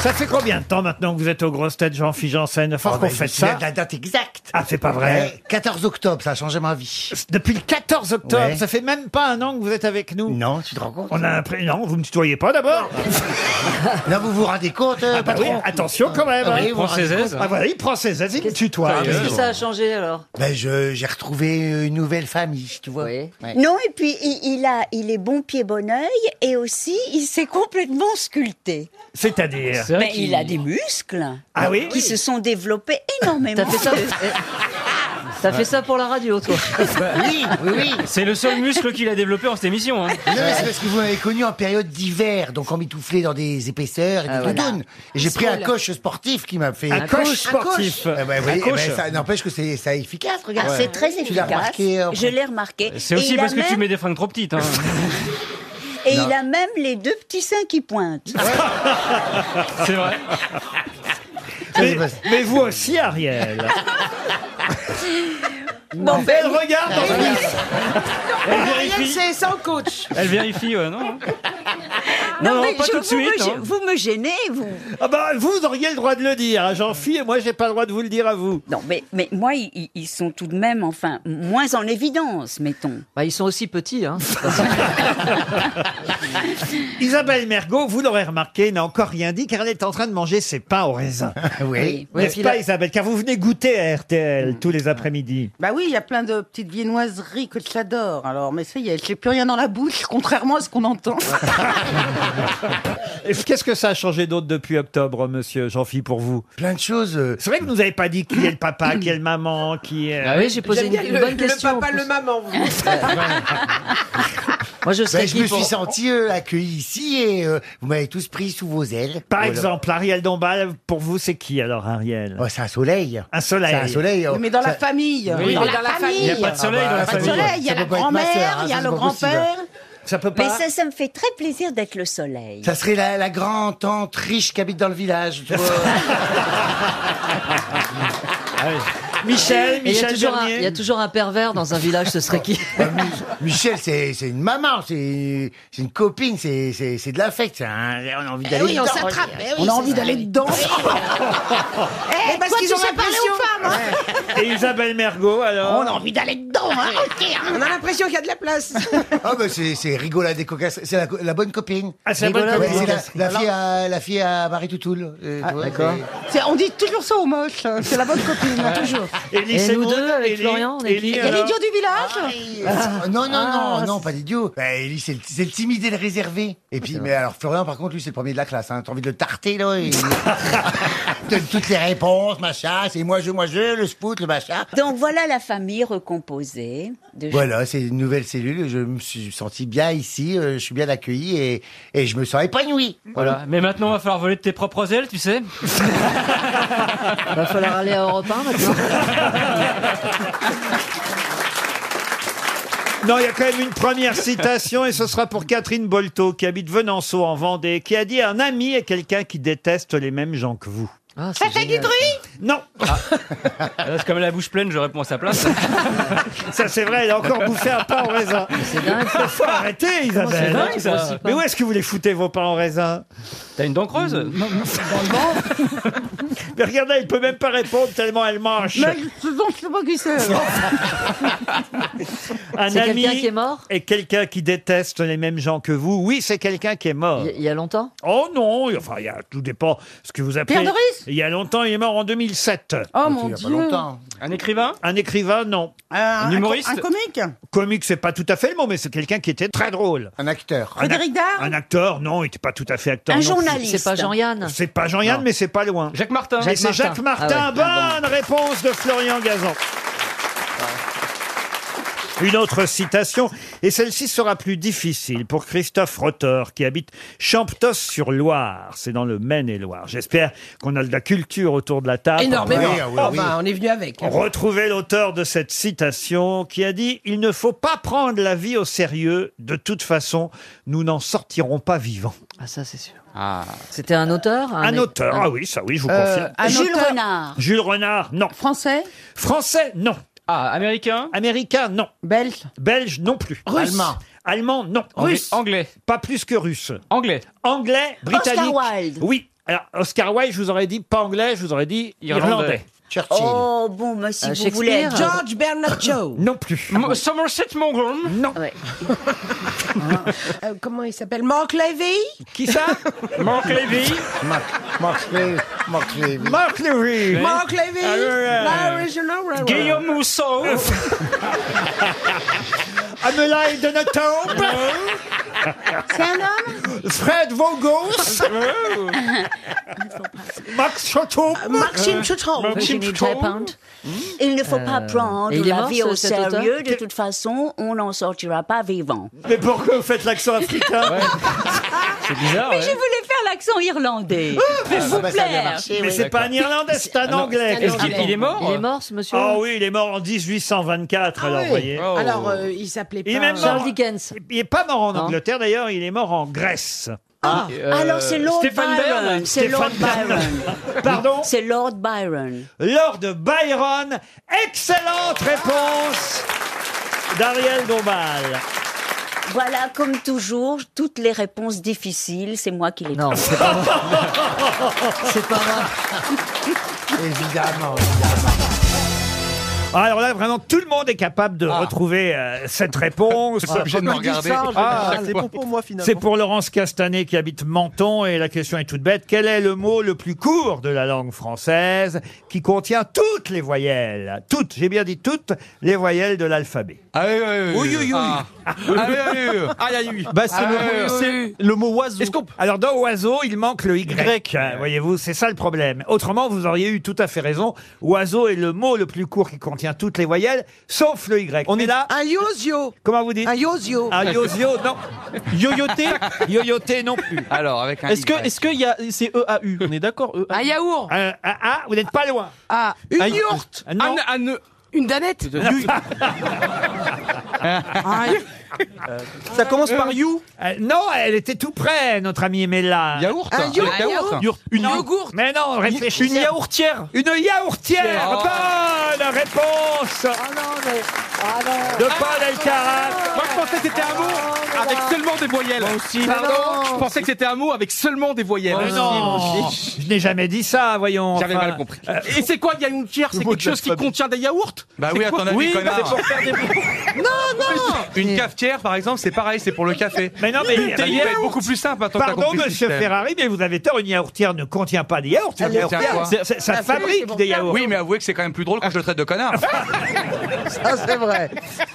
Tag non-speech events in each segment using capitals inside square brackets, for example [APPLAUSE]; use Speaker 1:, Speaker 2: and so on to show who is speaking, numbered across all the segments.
Speaker 1: Ça fait combien de temps maintenant que vous êtes aux grosses têtes, Jean-Philippe Janssen Il
Speaker 2: Ah,
Speaker 1: va
Speaker 2: Oh, ben,
Speaker 1: falloir qu'on fasse ça.
Speaker 2: la date exacte.
Speaker 1: Ah, c'est pas vrai.
Speaker 2: Ouais, 14 octobre, ça a changé ma vie.
Speaker 1: Depuis le 14 octobre,
Speaker 2: Ouais.
Speaker 1: ça fait même pas un an que vous êtes avec nous.
Speaker 2: Non, tu te rends compte
Speaker 1: On a un pré- Non, vous me tutoyez pas d'abord.
Speaker 2: Là, vous vous rendez compte, euh,
Speaker 1: Ah bah oui,
Speaker 2: patron
Speaker 1: attention quand même. hein.
Speaker 2: Oui, vous vous rendez compte bah
Speaker 1: Ah voilà, il prend ses aises, il me tutoie.
Speaker 3: Qu'est-ce que euh ça a changé alors
Speaker 2: Ben, je- j'ai retrouvé une nouvelle famille, tu vois.
Speaker 3: Oui.
Speaker 2: Ouais.
Speaker 4: Non, et puis il, il a, il est bon pied, bon oeil, et aussi il s'est complètement sculpté.
Speaker 1: C'est-à-dire.
Speaker 4: Mais il a des muscles
Speaker 1: Ah oui
Speaker 4: qui se sont développés énormément.
Speaker 3: [LAUGHS] T'as fait ça
Speaker 4: [LAUGHS]
Speaker 3: T'as fait ça pour la radio, toi
Speaker 1: Bah,
Speaker 2: Oui, oui, oui.
Speaker 5: C'est le seul muscle qu'il a développé en cette émission. hein.
Speaker 2: Non, mais c'est parce que vous m'avez connu en période d'hiver, donc en mitouflé dans des épaisseurs et des
Speaker 3: Ah, voilà.
Speaker 2: doudounes. Et j'ai pris un coach sportif qui m'a fait...
Speaker 1: Un coach sportif.
Speaker 2: Eh ben, oui,
Speaker 5: Un
Speaker 2: eh ben,
Speaker 5: coach.
Speaker 2: ça n'empêche que c'est ça efficace, regarde.
Speaker 4: C'est très
Speaker 2: Tu l'as
Speaker 4: efficace.
Speaker 2: remarqué, euh,
Speaker 4: Je l'ai remarqué.
Speaker 5: C'est
Speaker 4: Et
Speaker 5: aussi
Speaker 4: il a
Speaker 5: parce que tu
Speaker 4: même-
Speaker 5: mets des fringues trop petites.
Speaker 4: [LAUGHS]
Speaker 5: hein.
Speaker 4: Et il a même les deux petits seins qui pointent.
Speaker 6: [LAUGHS]
Speaker 5: [LAUGHS] C'est vrai.
Speaker 1: Mais, mais vous aussi, Ariel.
Speaker 4: Bon, ben,
Speaker 1: Elle regarde en plus.
Speaker 5: Elle vérifie.
Speaker 6: C'est sans coach.
Speaker 5: Elle vérifie, ouais, non Non, non,
Speaker 4: mais
Speaker 5: pas
Speaker 4: je-
Speaker 5: tout de
Speaker 4: vous me
Speaker 5: suite.
Speaker 4: gê-
Speaker 5: hein.
Speaker 4: vous me gênez, vous.
Speaker 1: Ah bah, vous auriez le droit de le dire à Jean-Philippe et moi, j'ai pas le droit de vous le dire à vous.
Speaker 4: Non, mais, mais moi, ils- ils, ils sont tout de même, enfin, moins en évidence, mettons.
Speaker 3: Bah, ils sont aussi petits, hein.
Speaker 1: [LAUGHS] Isabelle Mergot, vous l'aurez remarqué, n'a encore rien dit car elle est en train de manger ses pains au raisin.
Speaker 2: [LAUGHS] Oui. Mm.
Speaker 3: Ouais,
Speaker 1: N'est-ce
Speaker 3: puis
Speaker 1: pas,
Speaker 3: là-
Speaker 1: Isabelle Car vous venez goûter à RTL tous les après-midi.
Speaker 6: [LAUGHS] Bah oui, il y a plein de petites viennoiseries que j'adore. Alors, mais ça y est, j'ai plus rien dans la bouche, contrairement à ce qu'on entend. [LAUGHS]
Speaker 1: Et Qu'est-ce que ça a changé d'autre depuis octobre, monsieur Jean-Philippe, pour vous
Speaker 2: Plein de choses... euh,
Speaker 1: C'est vrai que vous n'avez pas dit qui est le papa, qui est le maman, qui est... euh,
Speaker 3: Ah oui, j'ai posé une, une
Speaker 6: le,
Speaker 3: bonne question. en
Speaker 6: papa,
Speaker 3: plus.
Speaker 6: le maman. vous.
Speaker 3: Moi, je
Speaker 2: Ben,
Speaker 3: serais
Speaker 2: je
Speaker 3: qui
Speaker 2: me
Speaker 3: pour-
Speaker 2: suis senti euh, accueilli ici et euh, vous m'avez tous pris sous vos ailes.
Speaker 1: Par
Speaker 2: Voilà.
Speaker 1: exemple, Ariel Dombal, pour vous, c'est qui alors, Ariel
Speaker 2: Oh, c'est un soleil.
Speaker 1: Un soleil.
Speaker 2: C'est un soleil. oh.
Speaker 6: Mais dans
Speaker 2: Ça-
Speaker 6: la famille.
Speaker 5: Oui.
Speaker 6: Dans la
Speaker 5: Il n'y a
Speaker 6: famille.
Speaker 5: pas de soleil
Speaker 2: Ah bah,
Speaker 5: dans la
Speaker 2: pas de
Speaker 6: Le
Speaker 5: famille.
Speaker 6: soleil, il y a
Speaker 2: Ça
Speaker 6: la
Speaker 2: peut pas être ma sœur,
Speaker 6: grand-mère,
Speaker 2: hein,
Speaker 6: il y a
Speaker 2: ça, c'est pas
Speaker 6: le
Speaker 2: possible.
Speaker 6: grand-père.
Speaker 1: Ça peut
Speaker 4: Mais
Speaker 1: pas...
Speaker 4: ça, ça me fait très plaisir d'être le soleil.
Speaker 2: Ça serait la, la grand-tante riche qui habite dans le village. tu vois.
Speaker 3: [LAUGHS]
Speaker 1: Ah
Speaker 5: Ah
Speaker 1: Michel,
Speaker 3: Et Il y, a
Speaker 1: Michel
Speaker 3: toujours un,
Speaker 1: Bernier.
Speaker 3: il y a toujours un pervers dans un village, ce serait
Speaker 2: [LAUGHS]
Speaker 3: qui
Speaker 2: Ah, Mi- Michel, c'est c'est une maman, c'est c'est une copine, c'est- c'est c'est de l'affect. ça, hein. On a envie d'aller
Speaker 6: oui, on
Speaker 2: dedans.
Speaker 6: s'attrape. Eh oui,
Speaker 2: on a
Speaker 6: c'est
Speaker 2: envie
Speaker 6: ça.
Speaker 2: d'aller dedans.
Speaker 6: Eh, parce qu'ils ont l'impression.
Speaker 1: [LAUGHS]
Speaker 7: hein.
Speaker 1: Et Isabelle Mergot, alors
Speaker 6: On a envie d'aller dedans. hein. On a l'impression qu'il y a de
Speaker 7: [LAUGHS]
Speaker 6: la place.
Speaker 2: Ah, bah, c'est c'est rigolade et cocasse. C'est la, co- la bonne copine.
Speaker 1: Ah, c'est la bonne
Speaker 3: Rigolade.
Speaker 2: Ouais,
Speaker 1: copine.
Speaker 2: c'est la, la fille
Speaker 6: Euh,
Speaker 2: à, la fille à Marie Toutoul. euh,
Speaker 3: Ah,
Speaker 2: tu vois, c'est-
Speaker 6: C'est- On dit toujours ça aux moches. C'est la bonne copine, toujours.
Speaker 1: Élie,
Speaker 3: Et
Speaker 1: c'est
Speaker 3: nous
Speaker 1: bon.
Speaker 3: deux, avec
Speaker 1: Élie,
Speaker 3: Florian, on est
Speaker 1: Élie,
Speaker 3: qui
Speaker 6: Il y a
Speaker 1: alors
Speaker 6: l'idiot du village.
Speaker 2: Ah, Non, non, non, non, pas d'idiot. Bah, Ellie, c'est le, c'est le timide et le réservé. Et
Speaker 3: Ah,
Speaker 2: puis, mais alors, Florian, par contre, lui, c'est le premier de la classe. Hein. T'as envie de le tarter, là. et- Il [LAUGHS] donne toutes les réponses, machin. C'est moi, je, moi, je, le spout, le machin.
Speaker 4: Donc voilà la famille recomposée. De
Speaker 2: Voilà, c'est une nouvelle cellule. Je me suis senti bien ici. euh, je suis bien accueilli et, et je me sens épanoui.
Speaker 5: Voilà. Mais maintenant, va falloir voler de tes propres ailes, tu
Speaker 3: [LAUGHS]
Speaker 5: sais.
Speaker 3: Va falloir aller à Europe
Speaker 8: [LAUGHS]
Speaker 3: 1 maintenant.
Speaker 1: Non, il y a quand même une première citation et ce sera pour Catherine Bolto qui habite Venanceau en Vendée qui a dit un ami est quelqu'un qui déteste les mêmes gens que vous.
Speaker 3: Ah, c'est génial.
Speaker 1: Non,
Speaker 5: Là, Ah, C'est comme la bouche pleine, je réponds à sa place.
Speaker 1: ça [LAUGHS] c'est vrai, elle a encore bouffé un pain en raisin.
Speaker 3: C'est dingue. Ah, ça.
Speaker 1: [LAUGHS] Faut arrêter Isabelle.
Speaker 5: dingue,
Speaker 3: Tu
Speaker 5: ça.
Speaker 3: grossis pas.
Speaker 1: Mais où est-ce que vous les foutez vos pains en raisin Mm,
Speaker 5: T'as une dent creuse
Speaker 3: [LAUGHS]
Speaker 1: Mais regardez, elle peut même pas répondre tellement elle mange.
Speaker 6: Mais ce dont je sais pas
Speaker 3: [LAUGHS]
Speaker 6: qui c'est.
Speaker 1: Un
Speaker 6: [LAUGHS]
Speaker 3: C'est
Speaker 1: ami
Speaker 3: quelqu'un qui est mort
Speaker 1: est quelqu'un qui déteste les mêmes gens que vous. Oui, c'est quelqu'un qui est mort.
Speaker 3: Il y- il y a longtemps
Speaker 1: Oh non, enfin, il y a, tout dépend ce que vous appelez.
Speaker 6: Pierre Doris
Speaker 1: Il y a longtemps, il est mort en 2007.
Speaker 6: Oh
Speaker 2: Ah, Il
Speaker 6: mon
Speaker 2: y a pas
Speaker 6: dieu.
Speaker 2: longtemps.
Speaker 5: Un écrivain
Speaker 1: Un écrivain, non.
Speaker 6: Un
Speaker 5: humoriste
Speaker 6: Un co- un comique.
Speaker 1: Comique, c'est pas tout à fait le mot, mais c'est quelqu'un qui était très drôle.
Speaker 2: Un acteur.
Speaker 1: Un
Speaker 6: Frédéric
Speaker 1: ac-
Speaker 6: Dard
Speaker 1: Un acteur, non, il était pas tout à fait acteur.
Speaker 4: Un
Speaker 1: non.
Speaker 4: journaliste.
Speaker 3: C'est pas Jean-Yann
Speaker 1: C'est pas Jean-Yann, mais c'est pas loin.
Speaker 5: Jacques Martin.
Speaker 1: Et
Speaker 3: Jacques
Speaker 1: c'est
Speaker 3: Martin.
Speaker 1: Jacques Martin.
Speaker 3: Ah ouais, ah
Speaker 1: Bonne réponse de Florian Gazan. Une autre citation, et celle-ci sera plus difficile pour Christophe Rotter, qui habite Champtos-sur-Loire. C'est dans le Maine-et-Loire. J'espère qu'on a de la culture autour de la table. ah
Speaker 2: Énormément.
Speaker 3: ah
Speaker 5: Oh,
Speaker 2: Oui, oui, oui.
Speaker 6: Oh, bah,
Speaker 5: bah,
Speaker 6: on est venu avec.
Speaker 1: Retrouvez l'auteur de cette citation qui a dit Il ne faut pas prendre la vie au sérieux, de toute façon, nous n'en sortirons pas vivants.
Speaker 3: Ah, ça, c'est sûr. C'était un auteur
Speaker 1: Un, auteur, ah oui, ça oui, je vous
Speaker 5: Euh,
Speaker 1: confirme.
Speaker 4: Jules Renard.
Speaker 1: Jules Renard, non.
Speaker 6: Français,
Speaker 1: Français, non.
Speaker 5: Ah, américain
Speaker 1: Américain, non.
Speaker 6: belge,
Speaker 1: Belge, non plus.
Speaker 2: Russe. Allemand.
Speaker 1: Allemand, non.
Speaker 5: Anglais.
Speaker 1: Pas plus que russe.
Speaker 5: Anglais.
Speaker 1: Anglais, britannique.
Speaker 4: Wilde.
Speaker 1: Oui. Alors, Oscar Wilde, je vous aurais dit pas anglais, je vous aurais dit irlandais.
Speaker 7: Irlandais.
Speaker 2: Churchill.
Speaker 9: Oh, bon,
Speaker 4: bah,
Speaker 9: mais si
Speaker 10: Euh,
Speaker 9: vous voulez être
Speaker 10: Shakespeare.
Speaker 9: George-
Speaker 6: Bernard Shaw.
Speaker 1: Non plus.
Speaker 7: Mo- Somerset Maugham
Speaker 1: Non.
Speaker 3: Ah
Speaker 10: Ouais.
Speaker 6: Euh, comment il s'appelle Mark Levy
Speaker 1: Qui ça
Speaker 7: Mark Levy
Speaker 2: Mark, Mark Levy. Mark Levy.
Speaker 1: Mark Levy.
Speaker 6: Mark Levy
Speaker 1: Ah, ouais, ouais.
Speaker 6: L'Original
Speaker 5: [LAUGHS]
Speaker 6: Railroad.
Speaker 7: Guillaume
Speaker 6: [LAUGHS]
Speaker 7: Rousseau
Speaker 1: Amélie de Notombe.
Speaker 9: C'est un homme
Speaker 1: Fred
Speaker 6: [LAUGHS]
Speaker 1: Vogos.
Speaker 6: Oh.
Speaker 1: Max Chateau.
Speaker 6: Euh,
Speaker 1: Euh,
Speaker 6: Maxime Chotron.
Speaker 7: Maxime
Speaker 10: Virginie
Speaker 7: Chateau.
Speaker 6: hein.
Speaker 10: Despentes.
Speaker 9: Il ne faut pas prendre
Speaker 10: et il est
Speaker 9: la
Speaker 10: mort,
Speaker 9: vie
Speaker 10: ce-
Speaker 9: au
Speaker 10: cet auteur
Speaker 9: sérieux. De toute façon, on n'en sortira pas vivant.
Speaker 1: Mais pourquoi vous faites
Speaker 5: [LAUGHS]
Speaker 1: l'accent africain
Speaker 7: C'est
Speaker 1: Ah
Speaker 7: bizarre,
Speaker 10: Je voulais faire l'accent irlandais.
Speaker 2: Ah, bah, ça a bien
Speaker 10: plaire.
Speaker 2: marché,
Speaker 1: Mais
Speaker 2: oui.
Speaker 1: c'est pas un Irlandais, Ah c'est
Speaker 9: Ah
Speaker 1: un Anglais.
Speaker 7: Est-ce qu'il il est mort
Speaker 10: Il est mort, ce monsieur
Speaker 1: Ah oui, il est mort en 1824,
Speaker 5: Ah
Speaker 1: alors vous voyez.
Speaker 7: Oh.
Speaker 6: Alors, euh, il s'appelait pas...
Speaker 1: Il est même
Speaker 10: Charles
Speaker 1: mort.
Speaker 10: Dickens.
Speaker 1: Il est pas mort en
Speaker 10: Non.
Speaker 1: Angleterre d'ailleurs, il est mort en Grèce.
Speaker 9: Ah,
Speaker 7: Euh,
Speaker 9: alors c'est Lord
Speaker 7: Stéphane Bern.
Speaker 9: Byron. C'est Lord
Speaker 1: Stéphane Bern.
Speaker 9: Byron.
Speaker 1: [LAUGHS] Pardon
Speaker 9: C'est Lord Byron.
Speaker 1: Lord Byron. Excellente réponse d'Ariel Dombal.
Speaker 9: Voilà, comme toujours, toutes les réponses difficiles, c'est moi qui les
Speaker 10: Non, c'est pas vrai.
Speaker 1: [LAUGHS]
Speaker 10: C'est pas vrai.
Speaker 2: Évidemment.
Speaker 1: Alors là, vraiment, tout le monde est capable de retrouver euh, cette réponse.
Speaker 8: Ah. obligé
Speaker 6: Ah,
Speaker 8: de me regarder. Ah.
Speaker 6: c'est pas pour moi, finalement.
Speaker 1: C'est pour Laurence Castanet qui habite Menton et la question est toute bête. Quel est le mot le plus court de la langue française qui contient toutes les voyelles Toutes, j'ai bien dit toutes les voyelles de l'alphabet.
Speaker 8: Ah oui, oui, oui. Oui, Ah oui, oui. Ah
Speaker 1: Bah, c'est le-
Speaker 8: le mot oiseau.
Speaker 1: Alors dans oiseau, il manque le y, hein, voyez-vous, c'est ça le problème. Autrement, vous auriez eu tout à fait raison. Oiseau est le mot le plus court qui contient toutes les voyelles, sauf le y. On est là.
Speaker 6: Un Yozio.
Speaker 1: Comment vous dites
Speaker 6: Un Yozio.
Speaker 1: Ah, yosio, non.
Speaker 8: [LAUGHS]
Speaker 1: Yoyoté Yoyoté, non plus.
Speaker 8: Alors, avec un.
Speaker 5: Est-ce que,
Speaker 8: Y.
Speaker 5: est-ce que y a, c'est E A U On est d'accord. E A U.
Speaker 6: yaourt.
Speaker 1: Euh, ah, ah, vous n'êtes pas loin.
Speaker 6: Une yourte.
Speaker 1: Ah, Non.
Speaker 6: Une danette. Ah,
Speaker 1: [LAUGHS]
Speaker 5: Ça commence par You.
Speaker 1: Ah. Euh, non, elle était tout près, notre amie Emella.
Speaker 8: Yaourt
Speaker 6: Un yaourt.
Speaker 8: Avec yaourt.
Speaker 5: Yurt- Une yaourt.
Speaker 6: yogourt.
Speaker 1: Mais non, réfléchissez.
Speaker 5: Une yaourtière.
Speaker 1: Une yaourtière.
Speaker 8: Oh.
Speaker 1: Bonne réponse
Speaker 8: Ah,
Speaker 1: de Paul Elkarat.
Speaker 5: Moi je pensais que c'était un mot avec seulement des voyelles. Moi aussi.
Speaker 1: Pardon
Speaker 5: Je pensais que c'était un mot avec seulement des voyelles.
Speaker 1: Mais non, je n'ai jamais dit ça, voyons.
Speaker 8: J'avais
Speaker 1: enfin. Euh,
Speaker 8: mal compris.
Speaker 5: Et c'est quoi yaourtière C'est quelque chose qui contient des yaourts
Speaker 8: Bah
Speaker 5: C'est
Speaker 8: oui, à
Speaker 5: quoi
Speaker 8: ton avis,
Speaker 5: Oui, bah,
Speaker 8: connard.
Speaker 5: c'est pour faire des.
Speaker 8: Une cafetière, par exemple, c'est pareil, c'est pour le café.
Speaker 1: Oh, Mais non, mais. euh,
Speaker 8: Bah, il va être beaucoup plus simple maintenant que t'as
Speaker 1: Pardon,
Speaker 8: compris le
Speaker 1: monsieur
Speaker 8: système.
Speaker 1: Ferrari, mais vous avez tort, une yaourtière ne contient pas des yaourts. Une
Speaker 8: contient
Speaker 1: yaourtière,
Speaker 8: quoi
Speaker 1: c'est- c'est- ça
Speaker 6: Ah,
Speaker 1: fabrique des yaourts.
Speaker 8: Oui, mais avouez que c'est quand même plus drôle quand je le traite de connard.
Speaker 6: [LAUGHS] Ça, c'est vrai.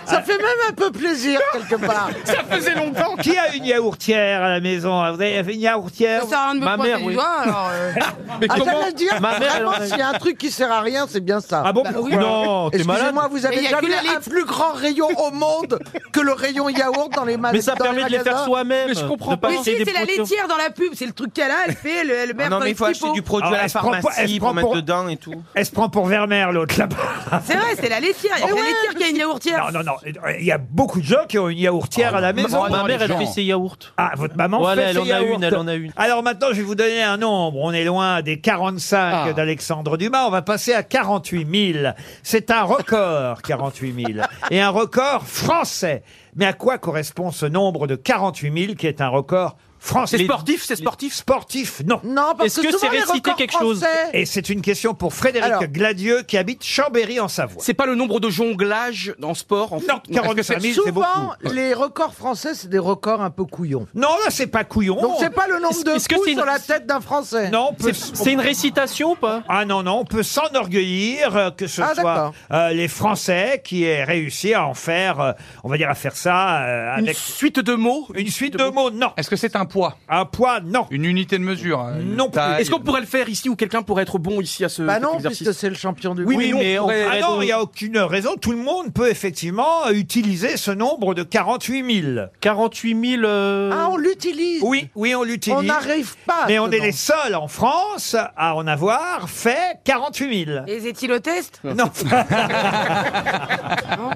Speaker 6: Ça fait même un peu plaisir, quelque part.
Speaker 5: Ça faisait longtemps.
Speaker 1: Qui a une yaourtière à la maison hein, Vous avez une yaourtière
Speaker 5: Ma mère, oui.
Speaker 6: alors...
Speaker 1: [LAUGHS]
Speaker 6: [LAUGHS] euh,
Speaker 5: Mais
Speaker 6: Ah, ça
Speaker 5: comment
Speaker 6: veut dire,
Speaker 5: Ma mère, elle en
Speaker 6: vraiment,
Speaker 5: a-
Speaker 6: s'il y a un truc qui sert à rien, c'est bien ça.
Speaker 1: Ah bon pourquoi
Speaker 5: Non, t'es malade.
Speaker 6: Excusez-moi, vous avez jamais un plus grand rayon au monde que le rayon yaourt dans les magasins.
Speaker 5: Mais ça permet de les faire soi-même.
Speaker 7: Mais je comprends
Speaker 5: de
Speaker 7: pas.
Speaker 5: acheter des potions.
Speaker 6: dans la pub, c'est le truc qu'elle a, elle fait, elle, elle
Speaker 11: Ah non, mais il faut acheter du produit
Speaker 1: Alors,
Speaker 11: à la
Speaker 1: elle se prend pas- elle se
Speaker 11: pharmacie
Speaker 1: prend
Speaker 11: pour mettre
Speaker 1: pour-
Speaker 11: dedans et tout.
Speaker 1: Elle se prend pour Vermeer, l'autre là-bas.
Speaker 6: C'est vrai, c'est la laitière,
Speaker 5: Oh,
Speaker 6: il y a la laitière qui a une yaourtière.
Speaker 1: Non, non, non. Il y a beaucoup de gens qui ont une
Speaker 11: Ah,
Speaker 1: yaourtière à la maison.
Speaker 5: Ma mère, elle fait ses yaourts.
Speaker 1: Ah, votre maman
Speaker 5: Voilà,
Speaker 1: fait
Speaker 5: elle
Speaker 1: ses
Speaker 5: en a
Speaker 1: yaourts.
Speaker 5: une, elle en a une.
Speaker 1: Alors maintenant, je vais vous donner un nombre. On est loin des 45 d'Alexandre Dumas. On va passer à 48 000. C'est un record, 48 000. Et un record français. Mais à quoi correspond ce nombre de 48 000 qui est un record français
Speaker 5: C'est sportif, c'est sportif.
Speaker 1: Sportif, non.
Speaker 6: Non, parce
Speaker 5: Est-ce
Speaker 6: que,
Speaker 5: que
Speaker 6: souvent
Speaker 5: c'est
Speaker 6: les
Speaker 5: réciter
Speaker 6: records
Speaker 5: quelque chose
Speaker 6: français-
Speaker 1: Et c'est une question pour Frédéric
Speaker 6: Alors.
Speaker 1: Gladieux qui habite Chambéry en Savoie.
Speaker 5: C'est pas le nombre de jonglages en sport en
Speaker 1: Non, 45 000, c'est beaucoup.
Speaker 6: Souvent, les records français, c'est des records un peu couillons.
Speaker 1: Non, là, c'est pas couillon.
Speaker 6: Donc, c'est pas le nombre
Speaker 5: Est-ce-
Speaker 6: de
Speaker 5: est-ce que
Speaker 6: coups
Speaker 5: c'est une-
Speaker 6: sur la tête d'un Français.
Speaker 1: Non, on peut-
Speaker 5: C'est c'est une récitation ou pas
Speaker 1: Ah non, non, on peut s'enorgueillir euh, que ce
Speaker 6: Ah,
Speaker 1: soit
Speaker 6: d'accord.
Speaker 1: euh, les Français qui aient réussi à en faire, euh, on va dire, à faire ça euh,
Speaker 5: Une
Speaker 1: avec
Speaker 5: suite de mots
Speaker 1: une, suite de mots, non.
Speaker 8: Est-ce que c'est un poids
Speaker 1: Un poids, non.
Speaker 8: Une unité de mesure hein, une
Speaker 1: Non plus.
Speaker 8: taille
Speaker 5: Est-ce qu'on pourrait le faire ici ou quelqu'un pourrait être bon ici à ce
Speaker 6: Bah non,
Speaker 5: exercice
Speaker 6: puisque c'est le champion du
Speaker 5: Oui,
Speaker 6: monde.
Speaker 5: mais, mais on pourrait
Speaker 1: Ah
Speaker 5: être-
Speaker 1: non, il n'y a aucune raison. Tout le monde peut effectivement euh, utiliser ce nombre de 48 000.
Speaker 5: 48 000. euh,
Speaker 6: Ah, on l'utilise.
Speaker 1: Oui, oui, on
Speaker 6: On
Speaker 1: l'utilise.
Speaker 6: n'arrive pas.
Speaker 1: mais on est
Speaker 6: dedans.
Speaker 1: les seuls en France à en avoir fait 48 000.
Speaker 6: Les éthylotestes
Speaker 1: Non,
Speaker 6: [LAUGHS]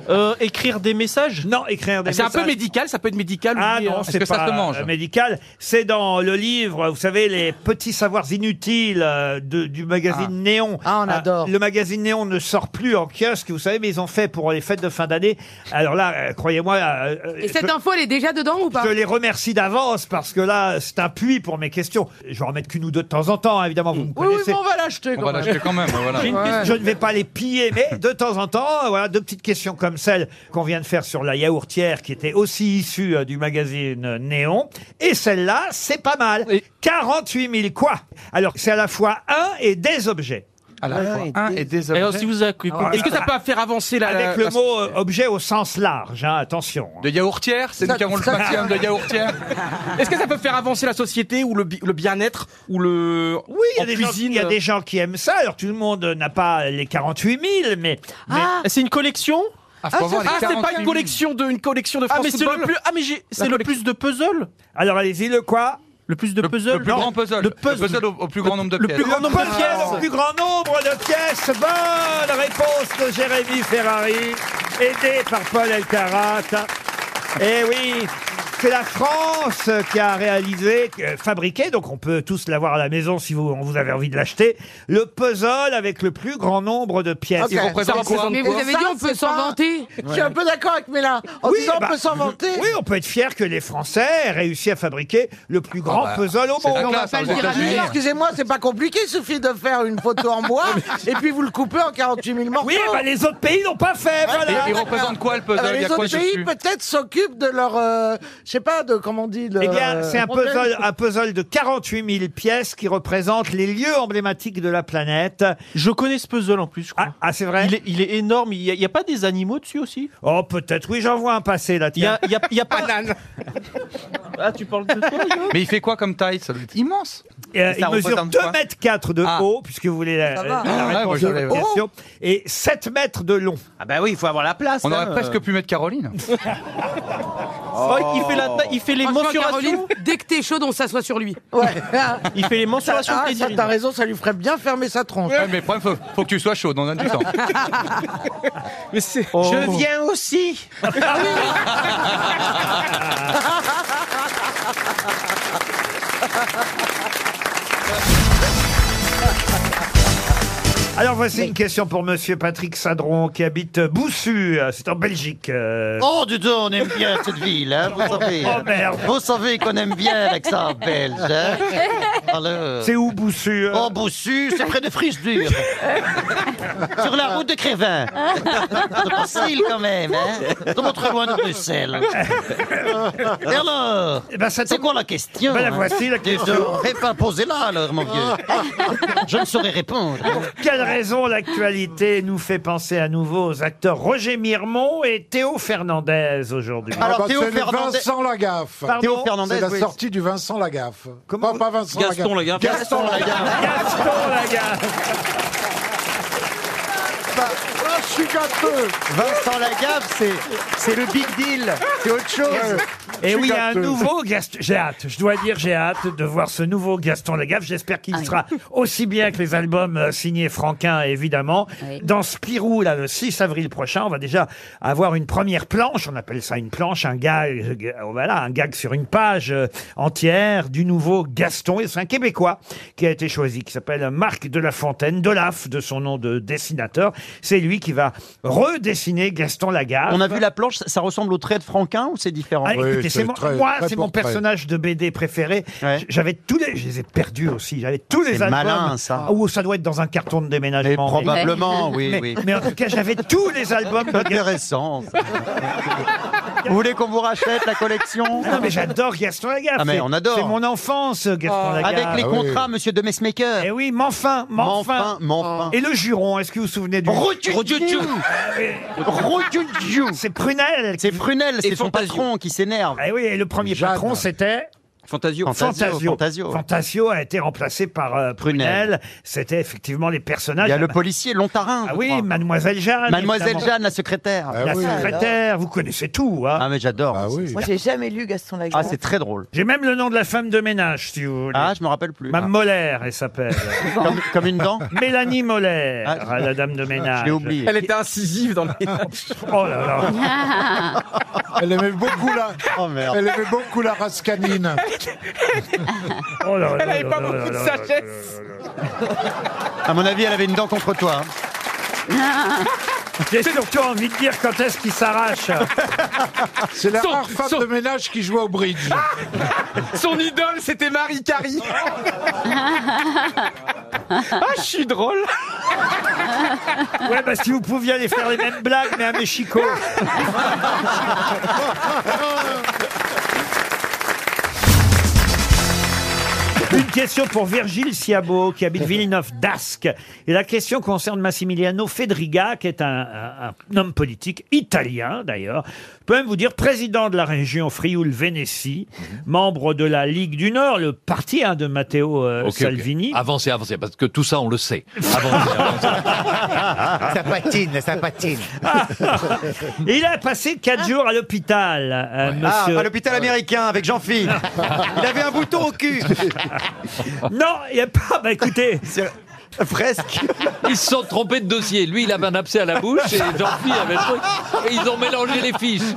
Speaker 5: euh, écrire des messages
Speaker 1: non, écrire des
Speaker 5: C'est un peu
Speaker 1: messages.
Speaker 5: médical, ça peut être médical.
Speaker 1: Ah
Speaker 5: oui,
Speaker 1: non,
Speaker 5: hein.
Speaker 1: c'est
Speaker 8: que ça
Speaker 1: pas euh,
Speaker 8: se mange
Speaker 1: médical. C'est dans le livre, vous savez, les petits savoirs inutiles euh, de- du magazine Néon.
Speaker 9: Ah, on
Speaker 1: Euh,
Speaker 9: adore.
Speaker 1: le magazine Néon ne sort plus en kiosque, vous savez, mais ils ont fait pour les fêtes de fin d'année. Alors là, euh, croyez-moi. euh, euh,
Speaker 7: Et cette
Speaker 1: je-
Speaker 7: info, elle est déjà dedans ou pas
Speaker 1: je les remercie d'avance parce que là, c'est un puits pour mes questions. Je vais en mettre qu'une ou deux de temps en temps, hein, évidemment, vous me
Speaker 7: Oui, oui,
Speaker 1: connaissez.
Speaker 7: mais on va l'acheter.
Speaker 1: On
Speaker 7: quand
Speaker 1: va
Speaker 7: même.
Speaker 1: l'acheter quand même, J'ai une question, Je ne vais pas les piller, mais de temps en temps, voilà, deux petites questions comme celle qu'on vient de faire sur la yaourtière qui était aussi issue euh, du magazine euh, Néon. Et celle-là, c'est pas mal. 48 000 quoi Alors que c'est à la fois un et des objets.
Speaker 10: À la fois un et des objets.
Speaker 1: Alors, si vous avez-
Speaker 10: Est-ce que ça peut faire avancer la
Speaker 1: Avec
Speaker 10: la-
Speaker 1: le mot euh, objet au sens large, hein, attention.
Speaker 10: De yaourtière, c'est nous
Speaker 1: Ça-
Speaker 10: qui avons le
Speaker 1: ça-
Speaker 10: maximum de
Speaker 6: [LAUGHS]
Speaker 10: yaourtière.
Speaker 1: [LAUGHS]
Speaker 10: Est-ce que ça peut faire avancer la société ou le, bi- le bien-être ou le oui,
Speaker 1: Il y, a des gens, il y
Speaker 5: euh.
Speaker 1: a des gens qui aiment ça, alors tout le monde n'a pas les 48 000, mais...
Speaker 5: C'est une collection
Speaker 1: Ah,
Speaker 5: Ah, ça- ah, c'est pas une collection de une collection de
Speaker 1: Ah,
Speaker 5: France
Speaker 1: mais c'est
Speaker 5: Football.
Speaker 1: le plus- ah, mais j'ai-
Speaker 5: La
Speaker 1: c'est le
Speaker 5: collection.
Speaker 1: plus de puzzle Alors allez-y, le quoi
Speaker 5: Le plus de puzzle
Speaker 10: Le plus
Speaker 5: Non.
Speaker 10: grand puzzle.
Speaker 5: Le
Speaker 10: Le
Speaker 5: puzzle.
Speaker 10: puzzle au, au plus grand nombre de
Speaker 5: Le
Speaker 10: pièces. Ah,
Speaker 5: plus grand nombre de pièces.
Speaker 1: Le plus grand nombre de pièces. Bonne réponse de Jérémy Ferrari, aidé par Paul Elkarat. Eh oui. C'est la France qui a réalisé, euh, fabriqué, donc on peut tous l'avoir à la maison si vous, vous avez envie de l'acheter, le puzzle avec le plus grand nombre de pièces.
Speaker 9: Ok.
Speaker 7: Mais vous avez dit on
Speaker 9: Ça,
Speaker 7: peut
Speaker 9: c'est
Speaker 7: s'en
Speaker 9: pas-
Speaker 7: vanter.
Speaker 9: Je suis un peu d'accord avec Mela.
Speaker 2: Oh,
Speaker 9: En disant on
Speaker 1: bah,
Speaker 9: peut s'en vanter.
Speaker 1: Oui, on peut être fier que les Français aient réussi à fabriquer le plus
Speaker 5: Ah
Speaker 1: grand
Speaker 10: bah,
Speaker 1: puzzle au
Speaker 10: c'est la
Speaker 1: monde.
Speaker 10: On va classe, pas le hein, dire à
Speaker 9: Mais
Speaker 10: Merde.
Speaker 9: Excusez-moi, c'est pas compliqué, il suffit de faire une photo
Speaker 1: [LAUGHS]
Speaker 9: en bois et puis vous le coupez en 48 000 morceaux.
Speaker 1: Oui, bah, les autres pays n'ont pas fait,
Speaker 9: Ah,
Speaker 1: voilà.
Speaker 9: mais-
Speaker 10: Et il représente quoi, le puzzle
Speaker 5: Euh,
Speaker 9: Ah, bah,
Speaker 10: Il y
Speaker 9: Les
Speaker 10: a quoi
Speaker 9: autres pays
Speaker 10: dessus
Speaker 9: peut-être s'occupent de leur, euh, je sais pas, de comment on dit. Leur,
Speaker 1: Eh bien, c'est un
Speaker 9: euh, problème.
Speaker 1: puzzle, un puzzle de 48 000 pièces qui représente les lieux emblématiques de la planète.
Speaker 5: Je connais ce puzzle en plus. je crois.
Speaker 1: Ah, ah, c'est vrai
Speaker 5: Il, est, il est énorme. Il n'y a, pas des animaux dessus aussi
Speaker 1: Oh, peut-être, oui, j'en vois un passer là.
Speaker 5: Il y
Speaker 1: Tiens.
Speaker 5: a, il y a- il y a pas. Ah, tu parles de toi Yo
Speaker 10: Mais il fait quoi comme taille Ça doit être immense.
Speaker 1: Et, euh,
Speaker 10: Et ça
Speaker 1: il mesure
Speaker 10: représente
Speaker 1: 2
Speaker 10: quoi
Speaker 1: mètres 4 de
Speaker 10: Ah.
Speaker 1: haut, puisque vous voulez la,
Speaker 9: Ça va.
Speaker 1: la
Speaker 9: Ah,
Speaker 10: ouais,
Speaker 1: réponse
Speaker 10: moi,
Speaker 1: de
Speaker 10: j'avais-
Speaker 1: votre question, et 7 mètres de long.
Speaker 12: Ah bah oui, il faut avoir la place.
Speaker 10: On
Speaker 12: hein,
Speaker 10: aurait
Speaker 12: euh.
Speaker 10: presque pu
Speaker 1: [LAUGHS]
Speaker 10: mettre Caroline.
Speaker 5: Oh, Il fait la taille- il fait les
Speaker 7: Franchement, Caroline,
Speaker 5: mensurations.
Speaker 7: dès que t'es chaude, on s'assoit sur lui.
Speaker 6: [LAUGHS]
Speaker 9: Ouais.
Speaker 5: Il fait les
Speaker 9: Ah,
Speaker 5: mensurations.
Speaker 9: ça,
Speaker 5: de Tézirine.
Speaker 9: t'as raison, ça lui ferait bien fermer sa tronche.
Speaker 10: Ouais, mais le problème, faut, faut que tu sois chaud, on a
Speaker 7: [LAUGHS]
Speaker 10: du temps.
Speaker 6: [LAUGHS]
Speaker 5: Mais c'est.
Speaker 3: Oh.
Speaker 12: Je viens
Speaker 3: [LAUGHS]
Speaker 12: aussi.
Speaker 1: Ah, Alors voici une question pour Monsieur Patrick Sadron qui habite Boussu, euh, c'est en Belgique. euh.
Speaker 8: [LAUGHS] Oh, du tout, on aime bien cette ville, hein, vous savez.
Speaker 1: Oh, merde.
Speaker 8: Vous savez qu'on aime bien l'accent belge, hein. Alors.
Speaker 1: C'est où Boussu euh
Speaker 8: Oh, Boussu, c'est près de
Speaker 1: [LAUGHS]
Speaker 8: Friche-Dure. Sur la route de Crévin. C'est facile, quand même, hein. Pas trop loin de Bruxelles. Et alors
Speaker 1: Eh ben, ça
Speaker 8: C'est
Speaker 1: tombe-
Speaker 8: quoi la question
Speaker 1: Ben, la
Speaker 8: hein
Speaker 1: voici, la question.
Speaker 8: Désolé, pas poser là, ben, alors, mon vieux. Je ne saurais répondre.
Speaker 1: Quelle raison l'actualité nous fait penser à nouveau aux acteurs Roger Miremont et Théo Fernandez aujourd'hui
Speaker 8: Ah, Alors, Théo
Speaker 13: Ah, bah, c'est le
Speaker 8: Fernandez-
Speaker 13: Vincent Lagaffe.
Speaker 1: Pardon
Speaker 8: Théo Fernandez,
Speaker 13: C'est la
Speaker 8: oui.
Speaker 13: sortie du Vincent Lagaffe.
Speaker 1: Comment
Speaker 13: pas, pas Vincent
Speaker 5: Gaston
Speaker 13: Lagaffe.
Speaker 5: Lagaffe.
Speaker 13: Gaston Lagaffe.
Speaker 1: Gaston Lagaffe
Speaker 9: Ah, je suis gâteux.
Speaker 12: Vincent Lagaffe, c'est c'est le big deal. C'est autre chose.
Speaker 1: Et
Speaker 13: Je
Speaker 1: Eh oui,
Speaker 13: suis
Speaker 1: il y a un
Speaker 13: gâteux.
Speaker 1: nouveau Gaston. J'ai hâte, je dois dire, j'ai hâte de voir ce nouveau Gaston Lagaffe. J'espère
Speaker 8: Ah
Speaker 1: qu'il sera aussi bien que les albums euh, signés Franquin, évidemment.
Speaker 3: Oui.
Speaker 1: Dans Spirou, là, le 6 avril prochain, on va déjà avoir une première planche. On appelle ça une planche, un gag, euh, voilà, un gag sur une page euh, entière du nouveau Gaston. Et c'est un Québécois qui a été choisi, qui s'appelle Marc de la Fontaine, Dolaf, de son nom de dessinateur. C'est lui qui va redessiner Gaston Lagaffe.
Speaker 12: On a vu la planche, ça ressemble au trait de Franquin ou c'est différent
Speaker 1: Ah,
Speaker 13: Oui,
Speaker 1: écoutez, c'est
Speaker 13: c'est
Speaker 1: mon-
Speaker 13: très-
Speaker 1: moi,
Speaker 13: très
Speaker 1: c'est mon
Speaker 13: portrait.
Speaker 1: personnage de BD préféré.
Speaker 12: Ouais.
Speaker 1: J- J'avais tous les, je les ai perdus aussi. J'avais tous les
Speaker 12: C'est
Speaker 1: albums. Ah,
Speaker 12: malin, ça.
Speaker 1: Ou ça doit être dans un carton de
Speaker 12: Mais
Speaker 1: déménagement. [LAUGHS]
Speaker 12: probablement, oui,
Speaker 1: mais,
Speaker 12: oui.
Speaker 1: mais en tout cas, j'avais tous les albums. de Gaston.
Speaker 12: Intéressant. ça. vous voulez qu'on vous rachète la collection
Speaker 1: Ah Non, mais j'adore Gaston Lagaffe.
Speaker 12: Ah, mais
Speaker 1: C'est-
Speaker 12: on adore.
Speaker 1: C'est mon enfance, Gaston Lagaffe.
Speaker 12: Avec les
Speaker 13: Ah oui.
Speaker 12: contrats, monsieur de Messmaker.
Speaker 1: Eh oui, m'enfin, m'enfin.
Speaker 12: M'enfin, m'enfin.
Speaker 1: Et le juron, est-ce que vous vous souvenez du
Speaker 12: Rodudju.
Speaker 1: Ah,
Speaker 12: Rodudju.
Speaker 1: C'est Prunel.
Speaker 12: C'est Prunel, c'est son
Speaker 5: Fantasio.
Speaker 12: patron qui s'énerve.
Speaker 1: Eh oui, et le premier
Speaker 13: Jeanne.
Speaker 1: patron, c'était
Speaker 12: Fantasio.
Speaker 1: Fantasio.
Speaker 12: Fantasio.
Speaker 1: Fantasio a été remplacé par euh, Prunel.
Speaker 12: Prunel.
Speaker 1: C'était effectivement les personnages.
Speaker 12: Il y a le policier Lontarin.
Speaker 1: Ah
Speaker 12: je
Speaker 1: oui,
Speaker 12: crois.
Speaker 1: Mademoiselle Jeanne.
Speaker 12: Mademoiselle
Speaker 1: évidemment.
Speaker 12: Jeanne, la secrétaire.
Speaker 13: Ah
Speaker 1: La
Speaker 13: oui.
Speaker 1: secrétaire, vous connaissez tout. Hein.
Speaker 12: Ah mais j'adore.
Speaker 13: Ah oui.
Speaker 9: Moi, j'ai jamais lu Gaston Lagaffe.
Speaker 12: Ah c'est très drôle.
Speaker 1: J'ai même le nom de la femme de ménage, si vous voulez.
Speaker 12: Ah je me rappelle plus.
Speaker 1: Mme Moller, elle s'appelle.
Speaker 12: Ah, [LAUGHS] comme, comme une dent.
Speaker 1: Mélanie Moller,
Speaker 12: Ah,
Speaker 1: la dame de ménage.
Speaker 12: Je l'ai oublié.
Speaker 9: [LAUGHS]
Speaker 5: Elle était incisive dans les.
Speaker 1: Oh là là.
Speaker 13: [LAUGHS] Elle aimait beaucoup la. Elle aimait beaucoup la race canine.
Speaker 1: Oh là là
Speaker 13: Elle avait
Speaker 1: là
Speaker 13: pas
Speaker 1: là
Speaker 13: beaucoup
Speaker 1: là
Speaker 13: de
Speaker 1: là
Speaker 13: sagesse.
Speaker 8: À mon avis, elle avait une dent contre toi.
Speaker 12: hein.
Speaker 1: J'ai surtout envie de dire quand est-ce qu'il s'arrache.
Speaker 13: C'est la rare femme de ménage qui jouait au bridge.
Speaker 10: [LAUGHS] Son idole, c'était Marie
Speaker 1: [LAUGHS]
Speaker 10: Carrie.
Speaker 1: Ah, je suis drôle.
Speaker 10: [LAUGHS]
Speaker 1: Ouais, bah si vous pouviez aller faire les mêmes blagues, mais à Mexico. Une question pour Virgile Siabo, qui habite Villeneuve d'Ascq. Et la question concerne Massimiliano Fedriga, qui est un, un- un homme politique italien, d'ailleurs. Je peux même vous dire président de la région Frioul-Vénétie,
Speaker 8: Mhm.
Speaker 1: membre de la Ligue du Nord, le parti hein, de Matteo euh,
Speaker 14: Ok, ok.
Speaker 1: Salvini.
Speaker 14: Avancez, avancez, parce que tout ça, on le sait.
Speaker 1: [LAUGHS]
Speaker 8: Ah,
Speaker 2: Ça patine, ça patine.
Speaker 1: Et Ah. il a passé quatre jours à l'hôpital,
Speaker 8: Ah,
Speaker 1: euh, monsieur.
Speaker 8: à l'hôpital américain avec Jean-Philippe. Il avait un bouton au cul.
Speaker 1: non, il n'y a pas. Bah
Speaker 2: [LAUGHS]
Speaker 1: écoutez.
Speaker 14: Presque. Ils se sont trompés de dossier. Lui, il avait un abcès à la bouche et Jean-Pierre avait le truc. Et ils ont mélangé les fiches.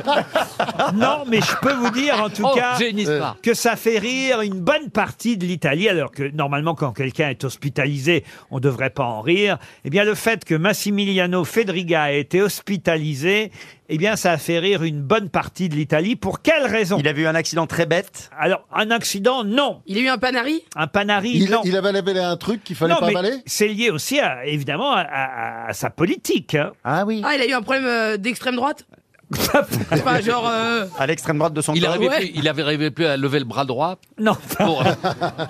Speaker 1: Non, mais je peux vous dire en tout
Speaker 14: Oh,
Speaker 1: cas euh,
Speaker 14: j'ai une histoire.
Speaker 1: que ça fait rire une bonne partie de l'Italie, alors que normalement quand quelqu'un est hospitalisé, on ne devrait pas en rire. Eh bien, le fait que Massimiliano Fedriga a été hospitalisé, eh bien, ça a fait rire une bonne partie de l'Italie. Pour quelle raison Il avait eu un accident très bête. Alors, un accident, non.
Speaker 7: Il a eu un panari
Speaker 1: Un panari,
Speaker 13: Il,
Speaker 1: non.
Speaker 13: il avait avalé un truc qu'il fallait
Speaker 1: Non,
Speaker 13: pas
Speaker 1: mais
Speaker 13: avaler
Speaker 1: C'est lié aussi, à- évidemment, à, à- à sa politique. hein.
Speaker 8: Ah oui.
Speaker 7: Ah, il a eu un problème euh, d'extrême droite Enfin, genre. euh,
Speaker 8: À l'extrême droite de son
Speaker 14: Il
Speaker 8: corps.
Speaker 14: arrivait,
Speaker 7: Ouais.
Speaker 14: plus, il avait rêvé plus à lever le bras droit.
Speaker 1: Non.
Speaker 14: Pour,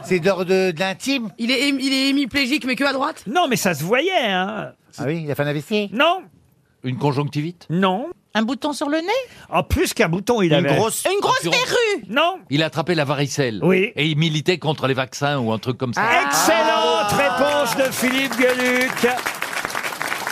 Speaker 2: C'est d'or de, de l'intime
Speaker 7: Il est, il est hémiplégique, mais que à droite
Speaker 1: Non, mais ça se voyait. Hein.
Speaker 2: Ah oui, il a fait un AVC
Speaker 1: Non.
Speaker 14: Une conjonctivite
Speaker 1: Non.
Speaker 9: Un bouton sur le nez
Speaker 1: En plus qu'un bouton, il
Speaker 14: Une
Speaker 1: avait.
Speaker 14: grosse-
Speaker 9: Une grosse
Speaker 14: Environ.
Speaker 9: verrue
Speaker 1: Non.
Speaker 14: Il a attrapé la varicelle.
Speaker 1: Oui.
Speaker 14: Et il militait contre les vaccins ou un truc comme ça.
Speaker 1: Excellente réponse de Philippe Gueluc.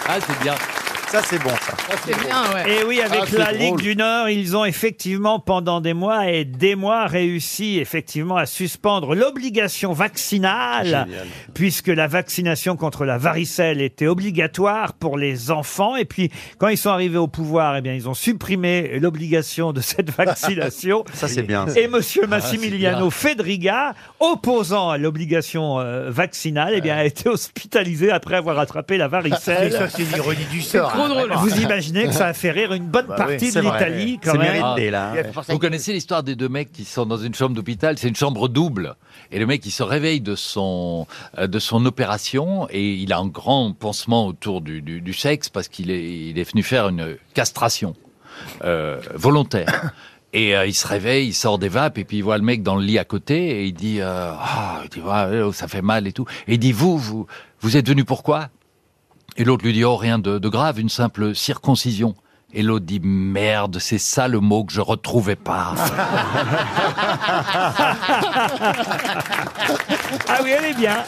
Speaker 14: Ah, c'est bien. Ah,
Speaker 8: Ça, Ah, c'est bon, Ah, ça.
Speaker 7: C'est bien, ouais.
Speaker 1: Et Eh oui, avec la Ligue du Nord, ils ont effectivement, pendant des mois et des mois, réussi effectivement à suspendre l'obligation vaccinale,
Speaker 8: Génial.
Speaker 1: puisque la vaccination contre la varicelle était obligatoire pour les enfants. Et puis, quand ils sont arrivés au pouvoir, eh bien, ils ont supprimé l'obligation
Speaker 8: [LAUGHS]
Speaker 1: de cette vaccination.
Speaker 8: Ça, c'est bien.
Speaker 1: Et Monsieur
Speaker 8: Ah, c'est
Speaker 1: Massimiliano
Speaker 8: bien.
Speaker 1: Fedriga, opposant à l'obligation euh, vaccinale, eh bien, a été hospitalisé après avoir attrapé la varicelle.
Speaker 2: Ça, c'est l'ironie du sort.
Speaker 1: Trop
Speaker 2: hein,
Speaker 1: drôle.
Speaker 2: vraiment.
Speaker 1: Vous imaginez que ça a fait rire une bonne
Speaker 2: Bah
Speaker 1: partie
Speaker 2: oui,
Speaker 1: de
Speaker 2: c'est vrai.
Speaker 1: l'Italie quand
Speaker 8: C'est
Speaker 1: même.
Speaker 8: mérité, là.
Speaker 14: Vous connaissez l'histoire des deux mecs qui sont dans une chambre d'hôpital, c'est une chambre double. Et le mec, il se réveille de son, euh, de son opération et il a un grand pansement autour du, du- du sexe parce qu'il est, il est venu faire une castration euh, volontaire. Et euh, il se réveille, il sort des vapes, et puis il voit le mec dans le lit à côté, et il dit, euh, Ah, il dit, Ouais, oh, ça fait mal et tout. Et il dit, vous, vous, vous êtes venu pourquoi et l'autre lui dit, oh, rien de, de grave, une simple circoncision. Et l'autre dit, merde, c'est ça le mot que je retrouvais pas. [LAUGHS]
Speaker 1: Ah oui, elle est bien.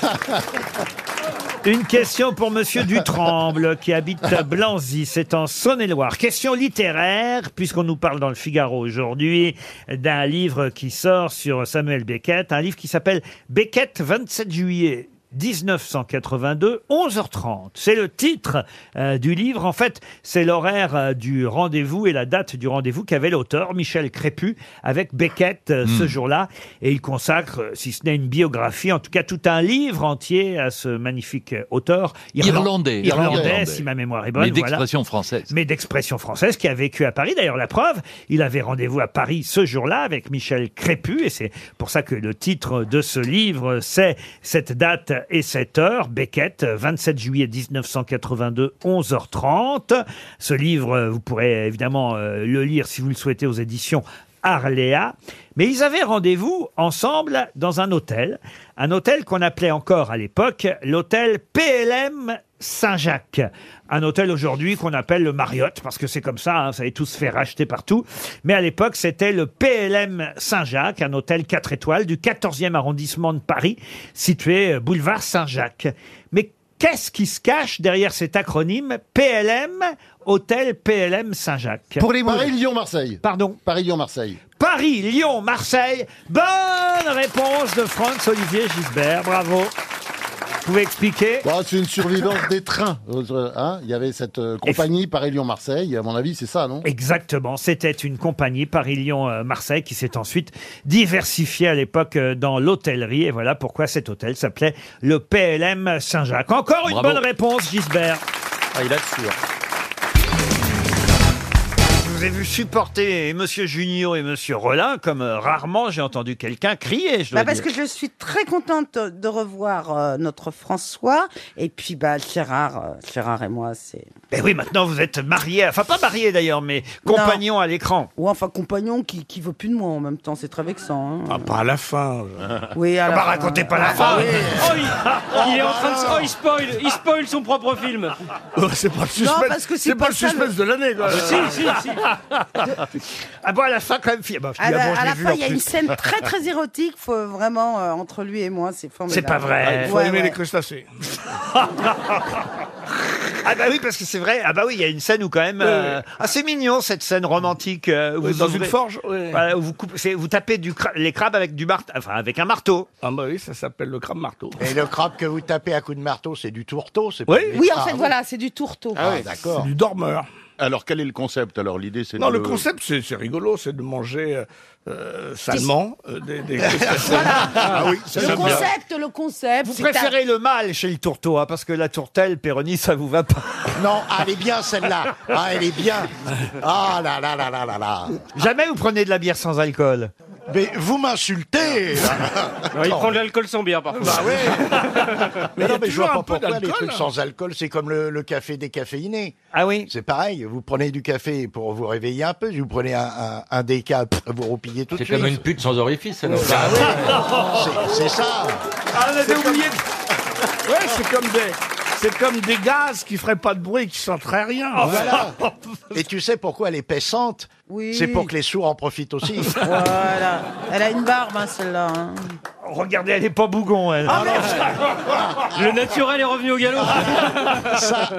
Speaker 1: Une question pour Monsieur Dutremble, qui habite à Blanzy, c'est en Saône-et-Loire. Question littéraire, puisqu'on nous parle dans le Figaro aujourd'hui d'un livre qui sort sur Samuel Beckett, un livre qui s'appelle Beckett 27 juillet. 1982, 11h30. C'est le titre euh, du livre. En fait, c'est l'horaire euh, du rendez-vous et la date du rendez-vous qu'avait l'auteur, Michel Crépu, avec Beckett euh, ce jour-là. Et il consacre, euh, si ce n'est une biographie, en tout cas tout un livre entier à ce magnifique euh, auteur
Speaker 14: Irlandais.
Speaker 1: Irlandais,
Speaker 14: Irlandais.
Speaker 1: si ma mémoire est bonne.
Speaker 14: Mais
Speaker 1: voilà.
Speaker 14: d'expression française.
Speaker 1: Mais d'expression française qui a vécu à Paris. D'ailleurs, la preuve, il avait rendez-vous à Paris ce jour-là avec Michel Crépu. Et c'est pour ça que le titre de ce livre, c'est Cette date et cette heure. Beckett, 27 juillet 1982, 11h30. Ce livre, euh, vous pourrez évidemment euh, le lire si vous le souhaitez aux éditions Arléa. Mais ils avaient rendez-vous ensemble dans un hôtel, un hôtel qu'on appelait encore à l'époque l'hôtel PLM Saint-Jacques. Un hôtel aujourd'hui qu'on appelle le Marriott, parce que c'est comme ça, hein, vous savez, tout se fait racheter partout. Mais à l'époque, c'était le PLM Saint-Jacques, un hôtel 4 étoiles du 14e arrondissement de Paris, situé euh, boulevard Saint-Jacques. Mais qu'est-ce qui se cache derrière cet acronyme PLM, hôtel PLM Saint-Jacques
Speaker 13: Paris, Lyon, Marseille.
Speaker 1: Pardon
Speaker 13: Paris, Lyon, Marseille.
Speaker 1: Paris, Lyon, Marseille. Bonne réponse de Franck Olivier Gisbert. Bravo. Vous pouvez expliquer
Speaker 15: Bah, C'est une survivance des trains. Euh, hein Il y avait cette euh, compagnie Paris-Lyon-Marseille. À mon avis, c'est ça, non
Speaker 1: Exactement, c'était une compagnie Paris-Lyon-Marseille qui s'est ensuite diversifiée à l'époque euh, dans l'hôtellerie. Et voilà pourquoi cet hôtel s'appelait le PLM Saint-Jacques. Encore une
Speaker 12: Bravo.
Speaker 1: bonne réponse, Gisbert.
Speaker 12: Ah, il a sûr.
Speaker 1: Je vous ai vu supporter Monsieur Junio et Monsieur Rollin comme euh, rarement j'ai entendu quelqu'un crier. Je dois
Speaker 6: Bah, parce que
Speaker 1: dire.
Speaker 6: je suis très contente de revoir euh, notre François. Et puis, bah, Gérard, euh, Gérard et moi, c'est.
Speaker 1: Ben oui, maintenant vous êtes mariés, enfin pas mariés d'ailleurs, mais compagnons à
Speaker 6: [LAUGHS]
Speaker 1: l'écran.
Speaker 6: Ou enfin, compagnon qui, qui veut plus de moi en même temps, c'est très vexant. hein.
Speaker 1: Ah, pas à la fin.
Speaker 6: [LAUGHS] Oui, à la
Speaker 1: bah,
Speaker 6: fin.
Speaker 1: racontez pas la
Speaker 6: Ah,
Speaker 1: fin.
Speaker 6: oui.
Speaker 5: Oh, il,
Speaker 1: Ah,
Speaker 5: il est en train de. Oh, il spoil, il spoil son propre film.
Speaker 12: Oh,
Speaker 1: c'est pas le
Speaker 5: suspense- Non, parce que c'est c'est pas pas le ça, suspense le- de l'année, quoi. Ah, bah, si, si, si.
Speaker 1: ah bon, à la fin, quand même, fi- bah, je dis,
Speaker 6: À la,
Speaker 1: ah bon, je
Speaker 6: à
Speaker 1: l'ai
Speaker 6: la
Speaker 1: vu,
Speaker 6: fin,
Speaker 1: en
Speaker 6: il y a
Speaker 1: plus.
Speaker 6: une scène
Speaker 1: [LAUGHS]
Speaker 6: très très érotique, faut vraiment euh, entre lui et moi, c'est formidable.
Speaker 1: C'est pas vrai.
Speaker 6: Ouais, ouais.
Speaker 1: crustacés. Ah bah oui parce que c'est vrai ah bah oui il y a une scène où quand même euh,
Speaker 12: Oui,
Speaker 1: ah c'est mignon cette scène romantique euh, où
Speaker 12: Oui, dans
Speaker 1: ouvrez-
Speaker 12: une forge, oui.
Speaker 1: Voilà, où vous coupez- c'est- vous tapez du cra- les crabes avec du mart enfin avec un marteau
Speaker 12: Ah bah oui, ça s'appelle le crabe marteau.
Speaker 16: Et le crabe que vous tapez à coups de marteau, c'est du tourteau, c'est
Speaker 12: Oui.
Speaker 16: pas du
Speaker 6: Oui, en
Speaker 16: crabe.
Speaker 6: fait,
Speaker 1: Ah,
Speaker 6: voilà, c'est du tourteau.
Speaker 12: Du dormeur.
Speaker 15: Ah Alors, quel est le concept Alors, l'idée, c'est.
Speaker 12: Non,
Speaker 15: de-
Speaker 12: le concept, c'est c'est rigolo, c'est de manger euh, euh, salement euh, des,
Speaker 6: [LAUGHS]
Speaker 12: des
Speaker 1: Ah oui, ça,
Speaker 7: le
Speaker 1: j'aime bien.
Speaker 7: concept, le concept.
Speaker 1: vous
Speaker 7: c'est ta-
Speaker 1: préférez le mâle chez le tourteau hein, parce que la tourtelle Péroni ça vous va pas
Speaker 16: [LAUGHS] Non, ah, elle est bien celle-là. Ah, elle est
Speaker 1: [LAUGHS]
Speaker 16: bien. Ah là là là là là là.
Speaker 1: jamais vous prenez de la bière sans alcool
Speaker 16: mais vous m'insultez
Speaker 5: Non, il prend de l'alcool sans bière, par contre.
Speaker 16: Bah ouais. Mais non, mais je vois
Speaker 5: toujours
Speaker 16: pas
Speaker 5: un peu
Speaker 16: pourquoi les
Speaker 5: d'alcool,
Speaker 16: trucs
Speaker 5: hein.
Speaker 16: sans alcool, c'est comme le, le café décaféiné.
Speaker 1: Ah oui
Speaker 16: C'est pareil, vous prenez du café pour vous réveiller un peu, si vous prenez un, un, un déca, pff, vous roupillez tout de
Speaker 17: C'est
Speaker 16: suite.
Speaker 17: comme une pute sans orifice, alors.
Speaker 16: Ah oui,
Speaker 17: [LAUGHS]
Speaker 16: c'est- c'est ça.
Speaker 12: Ah, on avait oublié. Ouais, c'est comme des. C'est comme des gaz qui feraient pas de bruit, qui sentiraient rien.
Speaker 16: Voilà. Et tu sais pourquoi elle est paissante
Speaker 6: Oui.
Speaker 16: C'est pour que les sourds en profitent aussi.
Speaker 6: Voilà. Elle a une barbe, hein, celle-là. hein.
Speaker 1: regardez elle est pas bougon elle
Speaker 12: Ah,
Speaker 5: Le naturel est revenu au galop.
Speaker 1: Ah, bah
Speaker 5: [LAUGHS]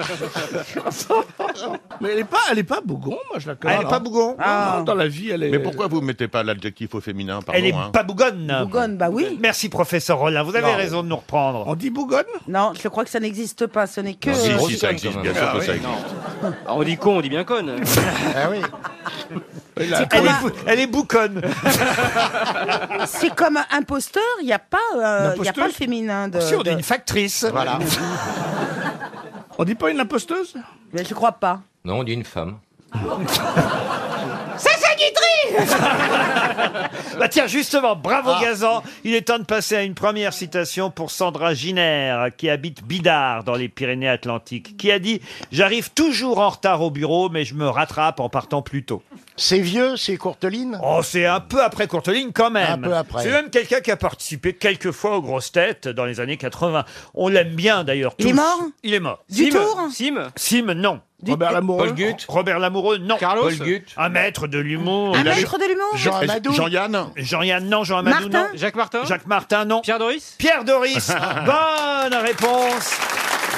Speaker 12: Mais elle est pas, elle est pas bougon, moi je la connais.
Speaker 15: Elle est pas
Speaker 1: bougon. Ah.
Speaker 12: Dans la vie, elle est.
Speaker 15: Mais pourquoi vous mettez pas l'adjectif au féminin pardon,
Speaker 1: elle est
Speaker 15: hein.
Speaker 1: pas bougonne
Speaker 6: Bougonne, bah oui.
Speaker 1: merci professeur Rollin vous avez
Speaker 6: Non.
Speaker 1: raison de nous reprendre
Speaker 12: on dit bougonne
Speaker 6: Non, je crois que ça n'existe pas, ce n'est que.
Speaker 5: Non, Ah, si,
Speaker 6: euh,
Speaker 5: si, ça existe, bien sûr que ça existe. Ah, on dit con, on dit bien conne.
Speaker 1: [LAUGHS]
Speaker 16: Ah oui.
Speaker 1: elle, est, bou- elle est bouconne
Speaker 6: [LAUGHS] C'est comme un imposteur, il n'y a, pas, euh, il y a pas le
Speaker 12: L'imposteuse
Speaker 6: féminin de.
Speaker 12: Si, on
Speaker 6: de-
Speaker 12: dit une
Speaker 1: factrice. [LAUGHS]
Speaker 12: Voilà. on dit pas une imposteuse
Speaker 6: Mais je crois pas.
Speaker 17: Non, on dit une
Speaker 6: [LAUGHS]
Speaker 17: femme.
Speaker 6: Sacha
Speaker 5: [LAUGHS]
Speaker 6: Guitry
Speaker 1: Bah tiens, justement, bravo
Speaker 6: Ah.
Speaker 1: Gazan. Il est temps de passer à une première citation pour Sandra Giner, qui habite Bidart dans les Pyrénées-Atlantiques, qui a dit « J'arrive toujours en retard au bureau, mais je me rattrape en partant plus tôt. »
Speaker 16: C'est vieux, c'est Courteline
Speaker 1: Oh, c'est un peu après Courteline quand même.
Speaker 16: Un peu après.
Speaker 1: C'est même quelqu'un qui a participé quelques fois aux grosses têtes dans les années 80. On l'aime bien d'ailleurs.
Speaker 6: Il est
Speaker 1: tous.
Speaker 6: mort
Speaker 1: Il est mort.
Speaker 6: Du
Speaker 1: Sim
Speaker 6: Tour
Speaker 1: Sim Sim, non.
Speaker 6: Du- Robert Lamoureux Paul Gutt
Speaker 1: Robert Lamoureux, non.
Speaker 17: Carlos Paul Gutt
Speaker 1: Un maître de l'humour.
Speaker 6: Un maître de l'humour Jean Amadou
Speaker 1: Jean-Yann Jean-Yann, Ah, non. Jean Amadou,
Speaker 6: Martin
Speaker 1: non. Jacques Martin Jacques Martin, non. Pierre Doris Pierre [LAUGHS] Doris Bonne réponse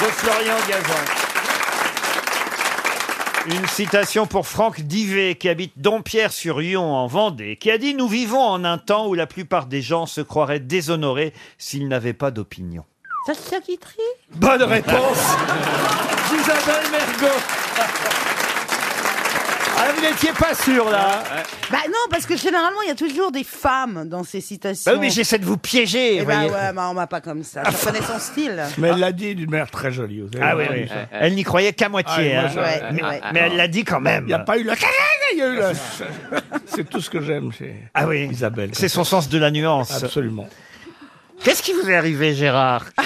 Speaker 1: de Florian Gazan. Une citation pour Franck Divet, qui habite Dompierre-sur-Yon, en Vendée, qui a dit « Nous vivons en un temps où la plupart des gens se croiraient déshonorés s'ils n'avaient pas d'opinion.
Speaker 6: Sacha Guitry »
Speaker 1: Bonne réponse Isabelle Mergo Ah, vous n'étiez pas sûr, là
Speaker 6: Bah non, parce que généralement, il y a toujours des femmes dans ces citations.
Speaker 1: Bah oui, mais j'essaie de vous piéger,
Speaker 6: Eh
Speaker 1: vous
Speaker 6: bah
Speaker 1: voyez.
Speaker 6: ouais, bah on m'a pas comme
Speaker 1: [LAUGHS]
Speaker 6: ça. Je connais son style.
Speaker 12: Mais elle l'a dit d'une manière très jolie. vous avez
Speaker 1: Ah oui,
Speaker 12: entendu
Speaker 1: oui.
Speaker 12: ça.
Speaker 1: Elle n'y croyait qu'à moitié.
Speaker 12: Ah,
Speaker 1: hein.
Speaker 12: moi, je- Ouais,
Speaker 1: mais,
Speaker 12: ouais.
Speaker 1: mais elle l'a dit quand même.
Speaker 12: Il n'y a pas eu la. [LAUGHS] Il y a eu la. C'est tout ce que j'aime chez
Speaker 1: Ah oui.
Speaker 12: Isabelle.
Speaker 1: C'est son sens de la nuance.
Speaker 12: Absolument.
Speaker 1: Qu'est-ce qui vous est arrivé, Gérard
Speaker 6: Ah,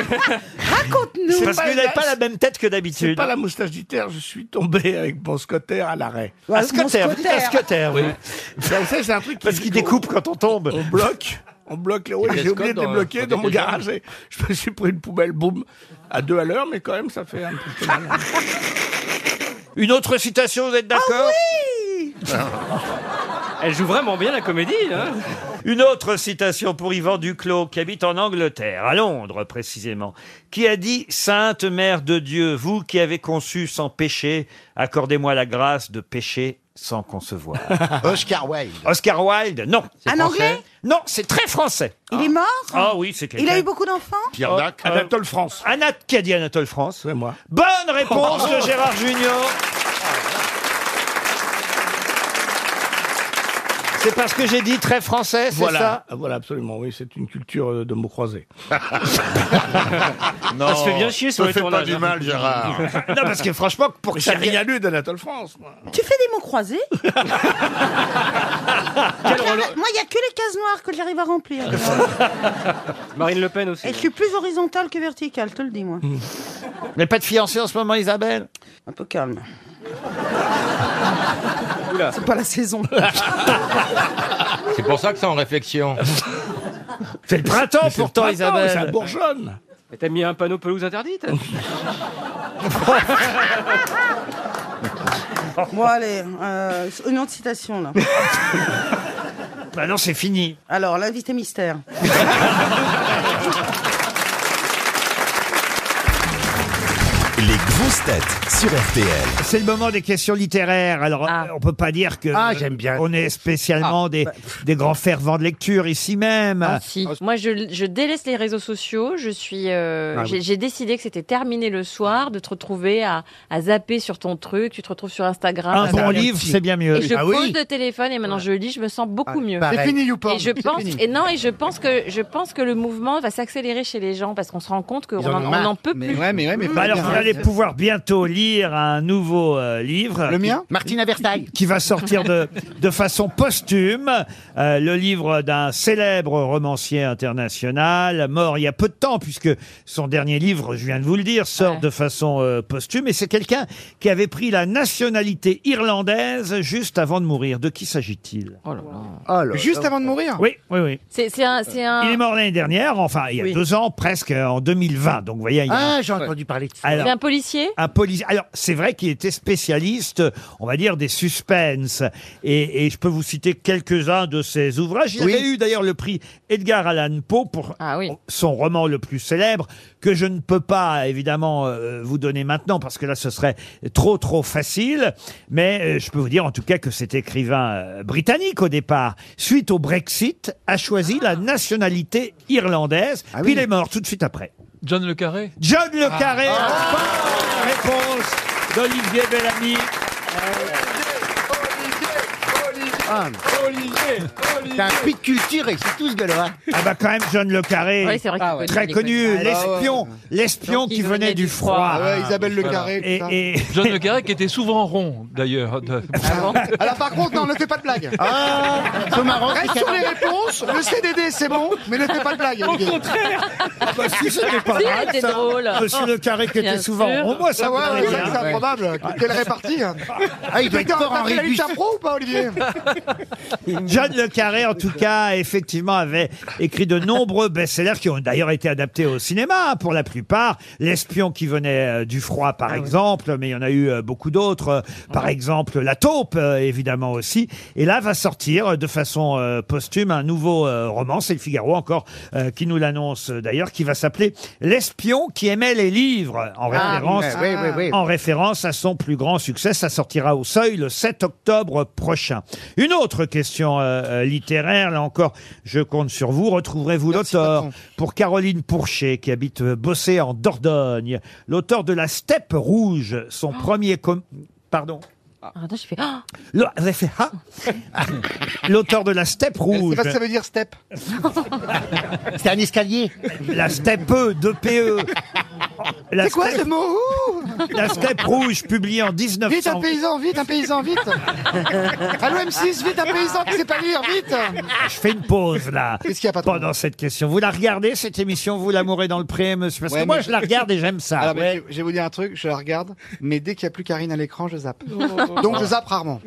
Speaker 6: Raconte-nous.
Speaker 1: C'est parce que vous n'avez pas la même tête que
Speaker 12: C'est
Speaker 1: d'habitude.
Speaker 12: pas la moustache d'Iter, je suis tombé avec mon scotter à l'arrêt.
Speaker 1: Ouais, Un scotter, mon vous dites un scotter. scotter, oui.
Speaker 12: Ça, vous savez, c'est un truc
Speaker 1: Parce qu'il découpe quand on tombe.
Speaker 12: On bloque, on bloque les roues.
Speaker 1: Il y a
Speaker 12: J'ai
Speaker 1: Scott
Speaker 12: oublié de
Speaker 1: dans-
Speaker 12: les bloquer
Speaker 1: quand
Speaker 12: dans mon
Speaker 1: t'étais
Speaker 12: garage.
Speaker 1: jeune.
Speaker 12: et Je me suis pris une poubelle, boum, à deux à l'heure, mais quand même, ça fait un petit peu mal.
Speaker 1: Une autre citation, vous êtes d'accord
Speaker 5: [LAUGHS] Elle joue vraiment bien la comédie, hein.
Speaker 1: Une autre citation pour Yvan Duclos, qui habite en Angleterre, à Londres précisément, qui a dit « Sainte Mère de Dieu, vous qui avez conçu sans péché, accordez-moi la grâce de pécher sans qu'on se voie.
Speaker 18: Oscar Wilde.
Speaker 1: Oscar Wilde, non.
Speaker 6: Un français Anglais
Speaker 1: Non, c'est très français.
Speaker 6: Il est mort
Speaker 1: Ah oui, c'est
Speaker 6: Il
Speaker 1: quelqu'un.
Speaker 6: a eu beaucoup d'enfants
Speaker 1: Oh, Anatole France. Anat, qui a dit Anatole France Bah, C'est moi. Bonne réponse
Speaker 12: bravo.
Speaker 1: de Gérard Junior. C'est parce que j'ai dit très français, c'est
Speaker 12: Voilà,
Speaker 1: ça
Speaker 12: voilà, absolument, oui, c'est une culture euh, de mots croisés.
Speaker 1: Non,
Speaker 12: Ça se fait bien chier sur
Speaker 1: te
Speaker 12: les
Speaker 1: fais pas
Speaker 12: tournages.
Speaker 1: du
Speaker 12: hein.
Speaker 1: mal,
Speaker 12: [LAUGHS]
Speaker 1: Gérard. Non, parce que franchement, pour
Speaker 12: Mais
Speaker 1: que ça
Speaker 12: J'ai rien
Speaker 1: vienne-
Speaker 12: lu d'Anatole France, moi.
Speaker 6: Tu fais des mots croisés
Speaker 1: [LAUGHS]
Speaker 6: Moi, il n'y a que les cases noires que j'arrive à remplir.
Speaker 1: Ah,
Speaker 19: Marine Le Pen aussi.
Speaker 6: Et je suis plus horizontale que verticale, je te le
Speaker 1: [LAUGHS]
Speaker 6: dis, moi.
Speaker 1: Mais pas de fiancé en ce moment, Isabelle
Speaker 6: Un
Speaker 1: [LAUGHS]
Speaker 6: peu calme.
Speaker 19: Oula.
Speaker 6: C'est pas la
Speaker 1: [LAUGHS]
Speaker 6: saison.
Speaker 20: C'est pour ça que c'est en réflexion.
Speaker 1: [LAUGHS] C'est le
Speaker 19: printemps pourtant, Isabelle.
Speaker 12: Ça
Speaker 1: [LAUGHS]
Speaker 12: bourgeonne.
Speaker 19: Mais T'as mis un panneau pelouse interdite
Speaker 6: Bon, allez, euh, une autre citation,
Speaker 1: [LAUGHS]
Speaker 6: là.
Speaker 1: Bah non, c'est fini.
Speaker 6: Alors, l'invité mystère.
Speaker 1: Les grosses têtes sur RTL. C'est le moment des questions littéraires. Alors,
Speaker 21: Ah.
Speaker 1: on peut pas dire que on est spécialement des, des grands fervents de lecture ici même.
Speaker 21: Ah, Moi, je, je délaisse les réseaux sociaux. Je suis, euh,
Speaker 1: Ah oui.
Speaker 21: j'ai j'ai décidé que c'était terminé le soir de te retrouver à, à zapper sur ton truc. Tu te retrouves sur Instagram.
Speaker 1: Un
Speaker 21: à
Speaker 1: bon
Speaker 21: zapper.
Speaker 1: livre, c'est bien mieux.
Speaker 21: Et je
Speaker 1: Ah oui.
Speaker 21: pose le téléphone et maintenant je lis. Je me sens beaucoup
Speaker 1: Ah,
Speaker 21: mieux.
Speaker 1: pareil. C'est fini,
Speaker 21: Et
Speaker 1: YouPorn.
Speaker 21: je
Speaker 1: C'est
Speaker 21: pense,
Speaker 1: fini.
Speaker 21: et non, et je pense que je pense que le mouvement va s'accélérer chez les gens parce qu'on se rend compte qu'on en, on en peut plus.
Speaker 1: Bah alors, vous allez pouvoir bientôt lire un nouveau euh, livre. Le mien Martine à Versailles. Qui va sortir de, de façon posthume. Euh, le livre d'un célèbre romancier international, mort il y a peu de temps, puisque son dernier livre, je viens de vous le dire, sort de façon euh, posthume. Et c'est quelqu'un qui avait pris la nationalité irlandaise juste avant de mourir. De qui s'agit-il
Speaker 21: Juste
Speaker 1: euh,
Speaker 21: avant de mourir
Speaker 1: Oui, oui, oui.
Speaker 21: C'est c'est un, c'est un.
Speaker 1: Il est mort l'année dernière, enfin il y a deux ans, presque euh, en 2020. Donc vous voyez, il y a-
Speaker 21: Ah, j'ai entendu
Speaker 1: parler de
Speaker 21: c'est un policier.
Speaker 1: un policier. Alors, c'est vrai qu'il était spécialiste, on va dire, des suspens. Et, et je peux vous citer quelques-uns de ses ouvrages. Il
Speaker 12: Oui.
Speaker 1: avait eu d'ailleurs le prix Edgar Allan Poe pour son roman le plus célèbre, que je ne peux pas, évidemment, euh, vous donner maintenant, parce que là, ce serait trop, trop facile. Mais euh, je peux vous dire, en tout cas, que cet écrivain euh, britannique, au départ, suite au Brexit, a choisi la nationalité irlandaise. Puis il est mort tout de suite après.
Speaker 14: John Le Carré
Speaker 1: John Le Carré. bonne réponse d'Olivier Bellamy.
Speaker 21: Ah,
Speaker 5: T'as un puits de culture et c'est tous
Speaker 2: hein.
Speaker 5: gaulois.
Speaker 1: Ah bah quand même John Le Carré,
Speaker 5: Oui, c'est vrai qu'il
Speaker 1: Ah
Speaker 5: est connu,
Speaker 1: très
Speaker 5: il est
Speaker 1: connu,
Speaker 5: connu.
Speaker 1: l'espion,
Speaker 5: Ah ouais.
Speaker 1: l'espion
Speaker 5: Donc,
Speaker 1: qui
Speaker 5: il
Speaker 1: venait du froid.
Speaker 14: Ah, voilà.
Speaker 1: Et, et-
Speaker 14: [LAUGHS] John Le Carré qui était souvent rond, d'ailleurs. [LAUGHS] de-
Speaker 5: [LAUGHS] Alors par contre, non, ne fais pas de blague.
Speaker 14: Ah,
Speaker 1: c'est marrant,
Speaker 5: Reste
Speaker 1: c'est
Speaker 5: sur
Speaker 1: qu'à-
Speaker 5: les réponses. Le CDD, c'est bon, mais ne fais pas de blague. Au contraire.
Speaker 1: Bah si, c'était pas
Speaker 5: Si,
Speaker 1: mal,
Speaker 5: c'était
Speaker 1: ça.
Speaker 5: drôle.
Speaker 1: Monsieur Le Carré qui
Speaker 5: Bien
Speaker 1: était souvent
Speaker 5: sûr.
Speaker 1: rond, moi ça
Speaker 5: Ah ouais,
Speaker 1: me
Speaker 5: ouais,
Speaker 1: plaît,
Speaker 5: ça,
Speaker 1: hein.
Speaker 5: c'est improbable. Quelle répartie hein.
Speaker 1: Ah, il doit être
Speaker 5: T'as-
Speaker 1: fort,
Speaker 5: t'as
Speaker 1: Henri
Speaker 5: fait la Ligue
Speaker 1: Buste.
Speaker 5: pro ou pas, Olivier
Speaker 1: [LAUGHS] John Le Carré, en tout cas, effectivement, avait écrit de nombreux best-sellers qui ont d'ailleurs été adaptés au cinéma, hein, pour la plupart. L'espion qui venait euh, du froid,
Speaker 5: Ah
Speaker 1: par exemple, mais il y en a eu euh, beaucoup d'autres. euh, Par exemple, La taupe, euh, évidemment aussi. Et là, va sortir euh, de façon euh, posthume un nouveau euh, roman, c'est le Figaro encore, euh, qui nous l'annonce euh, d'ailleurs, qui va s'appeler L'espion qui aimait les livres, en
Speaker 5: Ah,
Speaker 1: référence,
Speaker 5: oui, oui, oui.
Speaker 1: en référence à son plus grand succès. Ça sortira au seuil le 7 octobre prochain. Une autre question euh, euh, littéraire, là encore, je compte sur vous. Retrouverez-vous l'auteur pour Caroline Pourchet, qui habite euh, Bossé en Dordogne, l'auteur de La Steppe Rouge, son premier... com- Pardon
Speaker 21: Ah, attends, je fais. ah
Speaker 1: Le- vous avez fait, ah [LAUGHS] L'auteur de La Steppe
Speaker 5: C'est
Speaker 1: Rouge.
Speaker 5: pas ce que ça veut dire step.
Speaker 1: C'est un escalier. La steppe E 2 PE. La
Speaker 5: C'est quoi
Speaker 1: steppe-
Speaker 5: ce mot Ouh
Speaker 1: La steppe rouge, publiée en
Speaker 5: Vite
Speaker 1: 1900.
Speaker 5: un paysan, vite un paysan, vite Allô M6, vite un paysan qui sait pas lire, vite
Speaker 1: Je fais une pause là. pendant cette question, vous la regardez cette émission, vous l'amourez dans le pré, monsieur, parce
Speaker 5: Ouais,
Speaker 1: que moi
Speaker 5: mais-
Speaker 1: je la regarde et j'aime ça.
Speaker 5: Alors, mais je, je vais vous dire un truc, je la regarde, mais dès qu'il n'y a plus Karine à l'écran, je zappe.
Speaker 1: Oh.
Speaker 5: Donc je zappe rarement.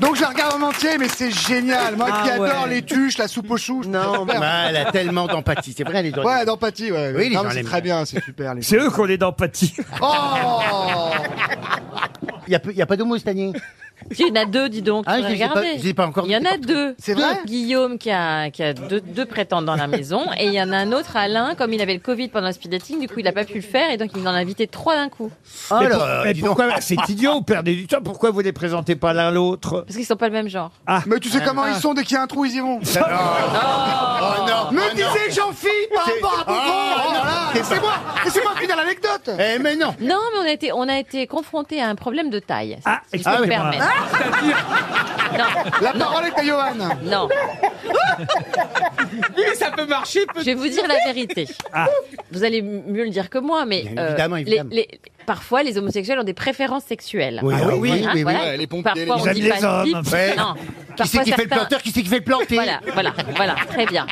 Speaker 5: Donc je la regarde en entier, mais c'est génial. Moi qui
Speaker 2: Ah ouais.
Speaker 5: adore les tuches, la soupe aux choux. je trouve ça
Speaker 2: Non,
Speaker 5: super.
Speaker 2: bah, elle a tellement d'empathie. C'est vrai, elle est dans-
Speaker 5: Ouais, d'empathie, ouais.
Speaker 2: Oui, les
Speaker 5: Non,
Speaker 2: gens
Speaker 5: mais c'est
Speaker 2: l'aiment
Speaker 5: très bien, c'est super. Les
Speaker 1: C'est eux qu'on est d'empathie.
Speaker 5: Oh
Speaker 2: Il n'y a, peu- il y a pas d'homo cette année.
Speaker 21: Si, il y en a deux, dis donc.
Speaker 2: Ah,
Speaker 21: tu
Speaker 2: je
Speaker 21: devrais
Speaker 2: les ai pas-
Speaker 21: regarder.
Speaker 2: je les ai pas encore
Speaker 21: Il y en a
Speaker 2: toutes.
Speaker 21: deux.
Speaker 2: C'est vrai
Speaker 21: Deux. Guillaume qui a, qui a deux, deux prétendants dans
Speaker 2: [LAUGHS]
Speaker 21: la maison et il y en a un autre, Alain, comme il avait le Covid pendant le speed dating, du coup il n'a pas pu le faire et donc il en a invité trois d'un coup.
Speaker 5: Oh
Speaker 2: Ah
Speaker 1: Mais pour- mais pourquoi c'est idiot, vous perdez du temps. Pourquoi vous les présentez pas l'un l'autre Ah.
Speaker 21: Parce qu'ils sont pas le même genre.
Speaker 1: Mais
Speaker 5: Tu sais comment ils sont dès qu'il y a un trou, ils y vont.
Speaker 21: Oh
Speaker 5: Me
Speaker 21: non, oh non.
Speaker 5: disait Jean-Philippe par
Speaker 21: C'est-
Speaker 5: rapport à Bobo.
Speaker 2: Ah,
Speaker 21: Oh non.
Speaker 5: Voilà. Et C'est moi, et c'est moi qui dans l'anecdote.
Speaker 2: Eh mais non.
Speaker 21: Non, mais on a été, on a été confronté à un problème de taille. si je peux
Speaker 5: ah
Speaker 21: me
Speaker 5: oui,
Speaker 21: permettre.
Speaker 5: La parole est à Johan.
Speaker 21: [LAUGHS] Non. ça peut marcher. Je vais vous dire la vérité. Vous allez m- mieux le dire que moi, mais
Speaker 2: Ah.
Speaker 21: euh,
Speaker 2: Bien évidemment,
Speaker 21: les-
Speaker 2: évidemment.
Speaker 21: les- parfois les homosexuels ont des préférences sexuelles.
Speaker 2: Oui, ah oui, oui, oui,
Speaker 21: voilà.
Speaker 2: oui, les pompiers,
Speaker 21: Parfois
Speaker 2: les- Ils
Speaker 21: on dit
Speaker 2: aiment les
Speaker 21: pas
Speaker 2: hommes.
Speaker 21: de pipe.
Speaker 2: Ouais.
Speaker 21: Non.
Speaker 2: Qui c'est
Speaker 21: Parfois,
Speaker 2: qui fait le
Speaker 21: certains-
Speaker 2: planteur, qui c'est qui fait le planter
Speaker 21: Voilà, voilà, voilà, très bien.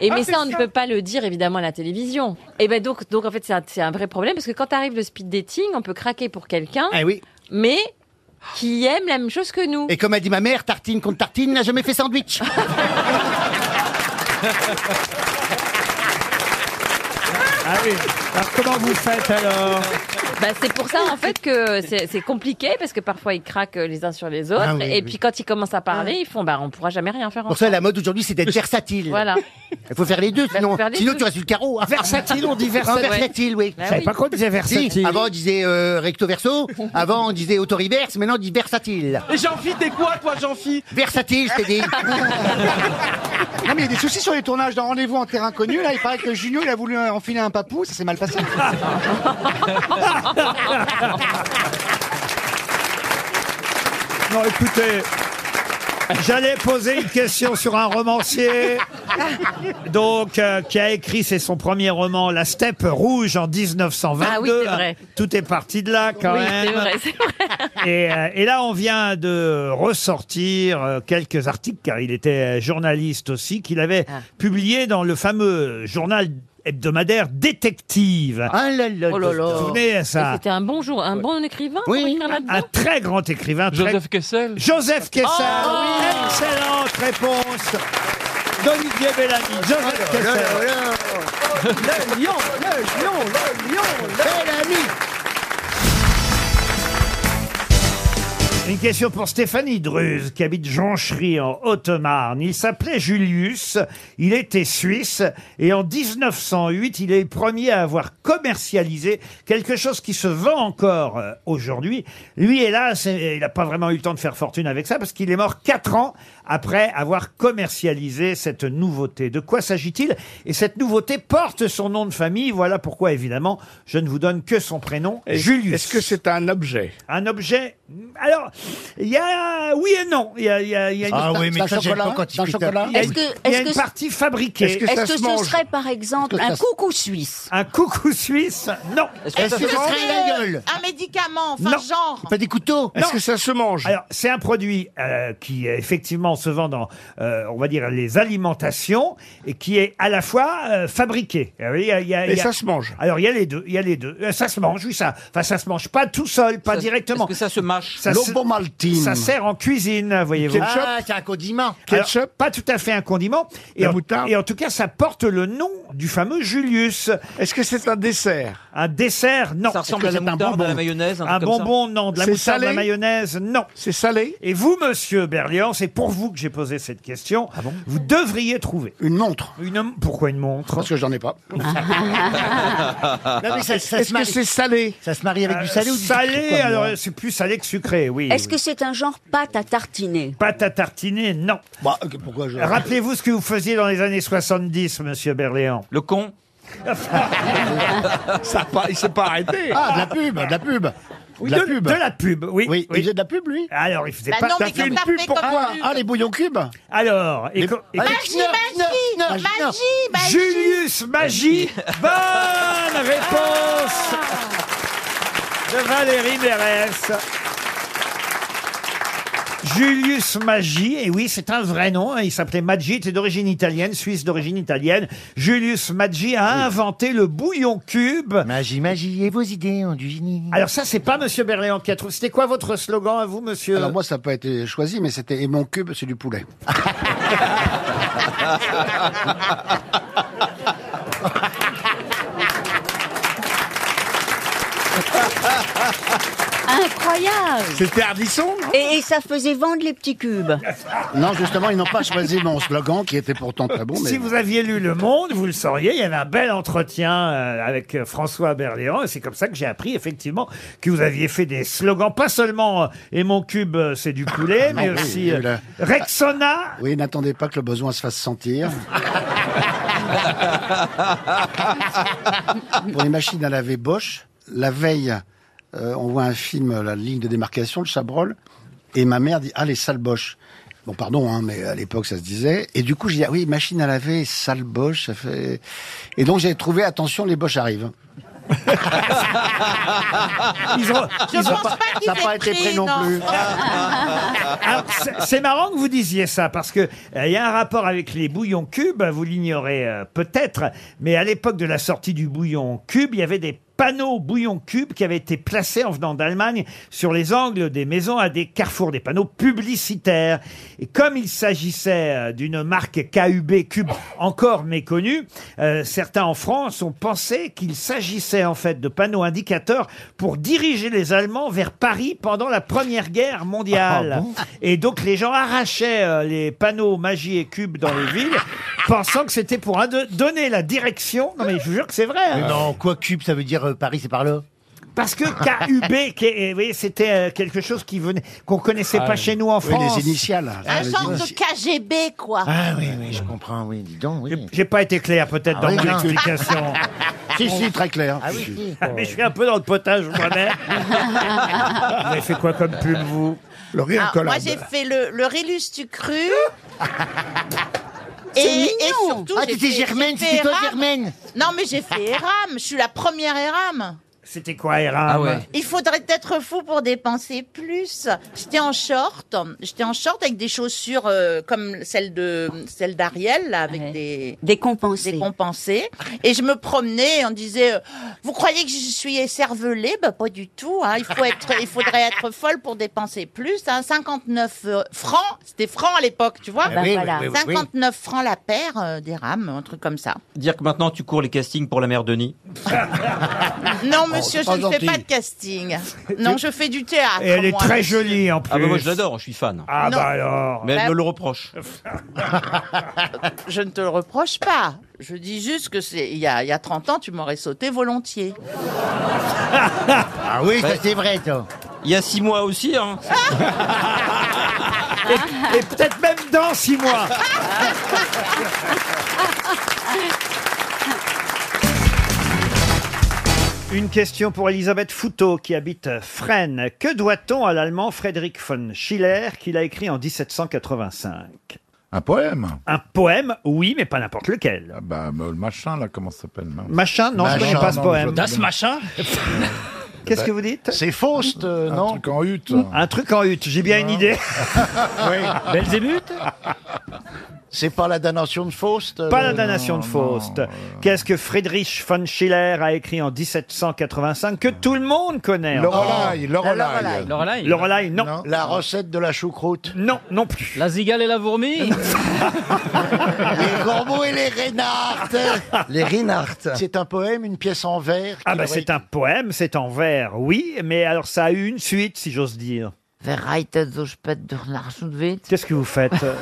Speaker 21: Et mais Ah, ça, on ne peut pas le dire évidemment à la télévision. Et ben donc, donc en fait, c'est un, c'est un vrai problème parce que quand arrive le speed dating, on peut craquer pour quelqu'un.
Speaker 2: Ah
Speaker 21: Mais qui aime la même chose que nous.
Speaker 2: Eh Et comme a dit ma mère, tartine contre tartine n'a jamais fait sandwich.
Speaker 1: Ah oui. Alors comment vous faites alors
Speaker 21: Bah, c'est pour ça en fait que c'est c'est compliqué parce que parfois ils craquent les uns sur les autres
Speaker 2: Ah oui,
Speaker 21: et
Speaker 2: oui.
Speaker 21: puis quand ils commencent à parler ils font bah on pourra jamais rien faire
Speaker 2: Pour ça,
Speaker 21: ensemble.
Speaker 2: la mode aujourd'hui, c'est d'être versatile.
Speaker 21: Voilà. Bah,
Speaker 2: Il faut faire les deux, sinon,
Speaker 21: faire les
Speaker 2: sinon
Speaker 21: deux.
Speaker 2: tu restes sur le carreau.
Speaker 21: Versatile, on dit versatile.
Speaker 2: Ah, versatile, oui.
Speaker 21: Bah Je savais oui. pas qu'on disait
Speaker 2: Si,
Speaker 21: versatile.
Speaker 2: avant, on disait euh, recto verso. Avant, on disait autoriverse. Maintenant, on dit versatile.
Speaker 22: Et Jean-Phi, t'es quoi, toi, Jean-Phi
Speaker 2: Versatile, je t'ai dit.
Speaker 21: [LAUGHS]
Speaker 5: Non, mais il y a des soucis sur les tournages d'un rendez-vous en terrain connu. Là, il paraît que Junio, il a voulu enfiler un papou, ça s'est mal
Speaker 1: [LAUGHS]
Speaker 5: passé.
Speaker 1: Non, écoutez. J'allais poser une question sur un romancier, donc euh, qui a écrit, c'est son premier roman, La Steppe Rouge en 1922.
Speaker 21: Ah oui, c'est vrai.
Speaker 1: Tout est parti de là quand
Speaker 21: Oui,
Speaker 1: même.
Speaker 21: [LAUGHS] c'est vrai, c'est vrai.
Speaker 1: Et, euh, et là, on vient de ressortir euh, quelques articles, car il était euh, journaliste aussi, qu'il avait
Speaker 21: Ah.
Speaker 1: publié dans le fameux journal hebdomadaire Détective.
Speaker 21: Oh là là.
Speaker 1: Vous vous souvenez à
Speaker 21: Et
Speaker 1: ça
Speaker 21: C'était un bon jour, un bon écrivain. pour écrire là-dedans.
Speaker 1: un très grand écrivain. Joseph Kessel Joseph Kessel
Speaker 21: Oh.
Speaker 1: Excellente réponse d'Olivier Bellamy. Joseph
Speaker 8: Oh là
Speaker 1: Kessel
Speaker 8: là
Speaker 1: Le lion, le lion, le lion, Une question pour Stéphanie Druse, qui habite Jonchery en Haute-Marne. Il s'appelait Julius, il était suisse, et en 1908, il est le premier à avoir commercialisé quelque chose qui se vend encore euh, aujourd'hui. Lui, hélas, euh, il n'a pas vraiment eu le temps de faire fortune avec ça, parce qu'il est mort quatre ans après avoir commercialisé cette nouveauté. De quoi s'agit-il Et cette nouveauté porte son nom de famille, voilà pourquoi, évidemment, je ne vous donne que son prénom, Julius. Est-ce que
Speaker 23: c'est un objet
Speaker 1: Un objet alors, il y a oui et non. Il y a, il y a- il y a une,
Speaker 9: Ah oui, mais ça, j'aime pas quand il fait ça.
Speaker 1: Il y a,
Speaker 9: Est-ce
Speaker 1: une- il
Speaker 9: que-
Speaker 1: y a
Speaker 9: est-ce
Speaker 1: une
Speaker 9: que-
Speaker 1: partie fabriquée.
Speaker 9: Est-ce que Est-ce ça que se ce mange
Speaker 4: serait, par exemple,
Speaker 1: Est-ce que
Speaker 4: un
Speaker 1: ça se-
Speaker 4: coucou suisse
Speaker 1: Un coucou suisse Non.
Speaker 6: Est-ce que c'est Un médicament, enfin
Speaker 1: Non.
Speaker 6: genre.
Speaker 1: Pas des couteaux Est-ce que ça se mange Alors, c'est un produit euh, qui euh, effectivement se vend dans, euh, on va dire, les alimentations et qui est à la fois euh, fabriqué. Euh, oui, il y a- il y a-
Speaker 23: Et
Speaker 1: il y a-
Speaker 23: ça se mange
Speaker 1: Alors, il y a les deux. Il y a les deux. Euh, ça se mange, oui, ça. Enfin, ça se mange pas tout seul, pas directement.
Speaker 24: Est-ce que ça se mâche
Speaker 1: Ça se- Ça sert en cuisine, voyez-vous.
Speaker 24: Ketchup Ah,
Speaker 1: c'est un condiment.
Speaker 24: Ketchup
Speaker 1: Pas tout à fait un condiment. Et
Speaker 23: La
Speaker 1: en,
Speaker 23: moutarde
Speaker 1: et en tout cas, ça porte le nom du fameux Julius. Est-ce que c'est un dessert Un dessert, non.
Speaker 24: Ça ressemble à la moutarde, à la mayonnaise, un
Speaker 1: Un
Speaker 24: truc comme ça
Speaker 1: bonbon, non. De la
Speaker 24: C'est
Speaker 1: moutarde, de la
Speaker 24: salé
Speaker 1: mayonnaise, non. C'est salé Et vous, monsieur Berlian, c'est pour vous que j'ai posé cette question. vous devriez trouver. Ah Une montre. Une, pourquoi une montre Parce que j'en ai pas. [LAUGHS]
Speaker 25: Ah.
Speaker 2: Non, mais ça- ça se Est-ce que marie- c'est
Speaker 1: salé Euh,
Speaker 2: Ça se marie avec du salé ou du sucré,
Speaker 1: Salé,
Speaker 2: quoi,
Speaker 1: alors
Speaker 2: moi
Speaker 1: c'est plus salé que sucré, oui.
Speaker 4: Est-ce
Speaker 1: oui.
Speaker 4: que c'est un genre pâte à tartiner
Speaker 1: Pâte à tartiner, non.
Speaker 5: Bah,
Speaker 4: pourquoi je-
Speaker 1: Rappelez-vous ce que vous faisiez dans les années 70, monsieur Berléand. Le con Ça
Speaker 22: Bah,
Speaker 1: pas, il s'est pas arrêté.
Speaker 12: Ah, de la pub, de la pub.
Speaker 1: Oui,
Speaker 12: de la
Speaker 1: de,
Speaker 12: pub.
Speaker 1: de la pub, oui.
Speaker 12: Oui,
Speaker 1: oui.
Speaker 12: il faisait de la pub, lui
Speaker 1: Alors, il faisait Bah pas- non, mais
Speaker 12: T'as fait
Speaker 1: que
Speaker 12: une
Speaker 1: ça
Speaker 12: pub
Speaker 1: fait
Speaker 12: pour
Speaker 1: comme
Speaker 12: quoi
Speaker 1: pub.
Speaker 12: Ah, les bouillons cubes
Speaker 1: Alors, et co- et-
Speaker 6: Magie, magie, magie,
Speaker 5: bah,
Speaker 6: magie.
Speaker 1: Julius Magie, bonne réponse de Valérie Mérès. Julius Maggi, et oui, c'est un vrai nom, hein, il s'appelait Maggi, il était d'origine italienne, suisse d'origine italienne. Julius Maggi a inventé le bouillon cube. Magie, magie, et vos idées ont du génie. Alors ça, c'est pas Monsieur Berléand qui a trouvé. C'était quoi votre slogan à vous, monsieur Ah,
Speaker 12: Alors moi, ça n'a pas été choisi, mais c'était « Et mon cube, c'est du poulet
Speaker 4: Incroyable
Speaker 26: C'était Ardisson
Speaker 9: et, et ça faisait vendre les petits cubes.
Speaker 12: Non, justement, ils n'ont pas choisi mon slogan qui était pourtant très bon. Mais...
Speaker 1: Si vous aviez lu Le Monde, vous le sauriez. Il y avait un bel entretien euh, avec euh, François Berléand. Et c'est comme ça que j'ai appris, effectivement, que vous aviez fait des slogans. Pas seulement euh, Et mon cube, euh, c'est du poulet, mais
Speaker 12: Ah, Non, oui,
Speaker 1: aussi
Speaker 12: oui,
Speaker 1: euh,
Speaker 12: là.
Speaker 1: Rexona.
Speaker 12: Oui, n'attendez pas que le besoin se
Speaker 1: [LAUGHS]
Speaker 12: fasse sentir. Pour les machines à laver Bosch, la veille, euh, on voit un film, La ligne de démarcation, le Chabrol, et ma mère dit Ah, les sales Bosch. Bon, pardon, hein, mais à l'époque, ça se disait. Et du coup, j'ai dit Ah oui, machine à laver, sale Bosch, ça fait. Et donc, j'ai trouvé Attention, les Bosch arrivent.
Speaker 1: [LAUGHS] Ils ont-
Speaker 6: Je
Speaker 1: ils ont
Speaker 6: pense pas,
Speaker 1: pas-
Speaker 6: qu'il
Speaker 1: ça a
Speaker 6: ait
Speaker 1: pas été pris non plus. Alors, c'est- c'est marrant que vous disiez ça parce que euh, il y a un rapport avec les bouillons cubes, hein, vous l'ignorez euh, peut-être, mais à l'époque de la sortie du bouillon cube, il y avait des panneaux bouillon cube qui avaient été placés en venant d'Allemagne sur les angles des maisons à des carrefours, des panneaux publicitaires. Et comme il s'agissait euh, d'une marque KUB cube encore méconnue, euh, certains en France ont pensé qu'il s'agissait en fait de panneaux indicateurs pour diriger les Allemands vers Paris pendant la Première Guerre mondiale.
Speaker 26: Ah bon
Speaker 1: Et donc les gens arrachaient euh, les panneaux magie et cubes dans les villes, pensant que c'était pour indo- donner la direction. Non mais je vous jure que c'est vrai. hein.
Speaker 2: Non, quoi cube, ça veut dire euh, Paris, c'est par là.
Speaker 1: Parce que
Speaker 2: [LAUGHS]
Speaker 1: KUB, qui est- vous voyez, c'était euh, quelque chose qui venait qu'on connaissait
Speaker 2: Ah
Speaker 1: pas
Speaker 2: oui.
Speaker 1: chez nous en
Speaker 2: Oui,
Speaker 1: France.
Speaker 2: les initiales.
Speaker 1: Ah,
Speaker 6: Un genre de KGB, quoi. [LAUGHS]
Speaker 1: oui, je comprends, oui, dis donc, J'ai pas été clair peut-être
Speaker 2: Ah
Speaker 1: dans
Speaker 2: oui,
Speaker 1: mon
Speaker 2: non.
Speaker 13: [LAUGHS]
Speaker 1: explication.
Speaker 12: Si, si, très clair.
Speaker 1: Ah oui, Mais je suis un peu dans le potage
Speaker 13: [LAUGHS]
Speaker 1: moi-même. vous avez fait [LAUGHS] quoi comme pub, vous Le
Speaker 6: Alors, Ah, moi, j'ai fait le, le Rélus du cru. Et, et surtout,
Speaker 2: Ah,
Speaker 6: j'ai
Speaker 2: t'étais
Speaker 6: fait-
Speaker 2: Germaine,
Speaker 6: j'ai
Speaker 2: c'était
Speaker 6: fait
Speaker 2: toi,
Speaker 6: Eram.
Speaker 2: Germaine.
Speaker 6: Non, mais j'ai fait Eram. Je suis la première Eram.
Speaker 1: C'était quoi, Eram
Speaker 27: Ah ouais.
Speaker 6: Il faudrait être fou pour dépenser plus. J'étais en short, j'étais en short avec des chaussures euh, comme celle de celle d'Ariel là, avec des
Speaker 9: décompensées.
Speaker 6: Et je me promenais, on disait euh, vous croyez que je suis écervelée Bah pas du tout. hein. Il faut être, il faudrait être folle pour dépenser plus. hein. 59 euh, francs, c'était francs à l'époque, tu vois
Speaker 5: Ah bah Oui, voilà. oui, oui, oui.
Speaker 6: 59 francs la paire euh, des rames, un truc comme ça.
Speaker 5: [LAUGHS] Dire que maintenant tu cours les castings pour la mère Denis.
Speaker 6: Non
Speaker 5: Ah. Oh, c'est
Speaker 6: monsieur, je
Speaker 5: pas
Speaker 6: ne fais
Speaker 5: gentil.
Speaker 6: pas de casting. Non, je fais du théâtre.
Speaker 1: Et elle est
Speaker 6: moi.
Speaker 1: très jolie en plus.
Speaker 5: Ah bah moi je l'adore, je suis fan.
Speaker 1: Ah
Speaker 6: Ah, Non.
Speaker 1: bah alors.
Speaker 5: Mais elle
Speaker 6: Bah-
Speaker 5: me le reproche.
Speaker 6: Je ne te le reproche pas. Je dis juste que c'est il y a, il y a 30 ans, tu m'aurais sauté volontiers.
Speaker 2: Ah oui, ça
Speaker 5: Ouais.
Speaker 2: c'est vrai, toi.
Speaker 5: Il y a six mois aussi, hein.
Speaker 1: [LAUGHS] Et, et peut-être même dans six mois. [LAUGHS] Une question pour Elisabeth Fouteau qui habite Fresnes. Que doit-on à l'allemand Frédéric von Schiller qu'il a écrit en 1785
Speaker 13: Un poème.
Speaker 1: Un poème, oui, mais pas n'importe lequel.
Speaker 13: bah, le machin, là, comment ça s'appelle non
Speaker 1: Machin, non, je
Speaker 13: Machin,
Speaker 1: connais pas ce
Speaker 13: non,
Speaker 1: poème.
Speaker 13: je- Das Machin
Speaker 1: Qu'est-ce que vous dites
Speaker 13: C'est Faust, non Un truc en hutte.
Speaker 1: Un truc en hutte, j'ai bien une
Speaker 12: [LAUGHS]
Speaker 1: idée. [LAUGHS]
Speaker 13: oui.
Speaker 1: Belzébuth
Speaker 28: C'est pas la damnation de Faust euh,
Speaker 1: Pas la
Speaker 28: le-
Speaker 1: damnation de Faust.
Speaker 28: euh.
Speaker 1: Qu'est-ce que Friedrich von Schiller a écrit en 1785 que tout le monde connaît
Speaker 12: Oh.
Speaker 28: Lorelai, Lorelai.
Speaker 1: Lorelai.
Speaker 28: Lorelai.
Speaker 1: Lorelai, non.
Speaker 28: La recette de la choucroute.
Speaker 1: Non, non plus.
Speaker 4: La zigale et
Speaker 1: [LAUGHS]
Speaker 4: la fourmi
Speaker 28: Les corbeaux et les rénardes.
Speaker 1: Les Rinart.
Speaker 28: Ah. C'est un poème, une pièce en verre.
Speaker 1: Ah
Speaker 28: qu'il
Speaker 1: bah
Speaker 28: aurait-
Speaker 1: c'est un poème, c'est en vers, oui, mais alors ça a eu une suite, si j'ose dire. Qu'est-ce que vous faites, euh,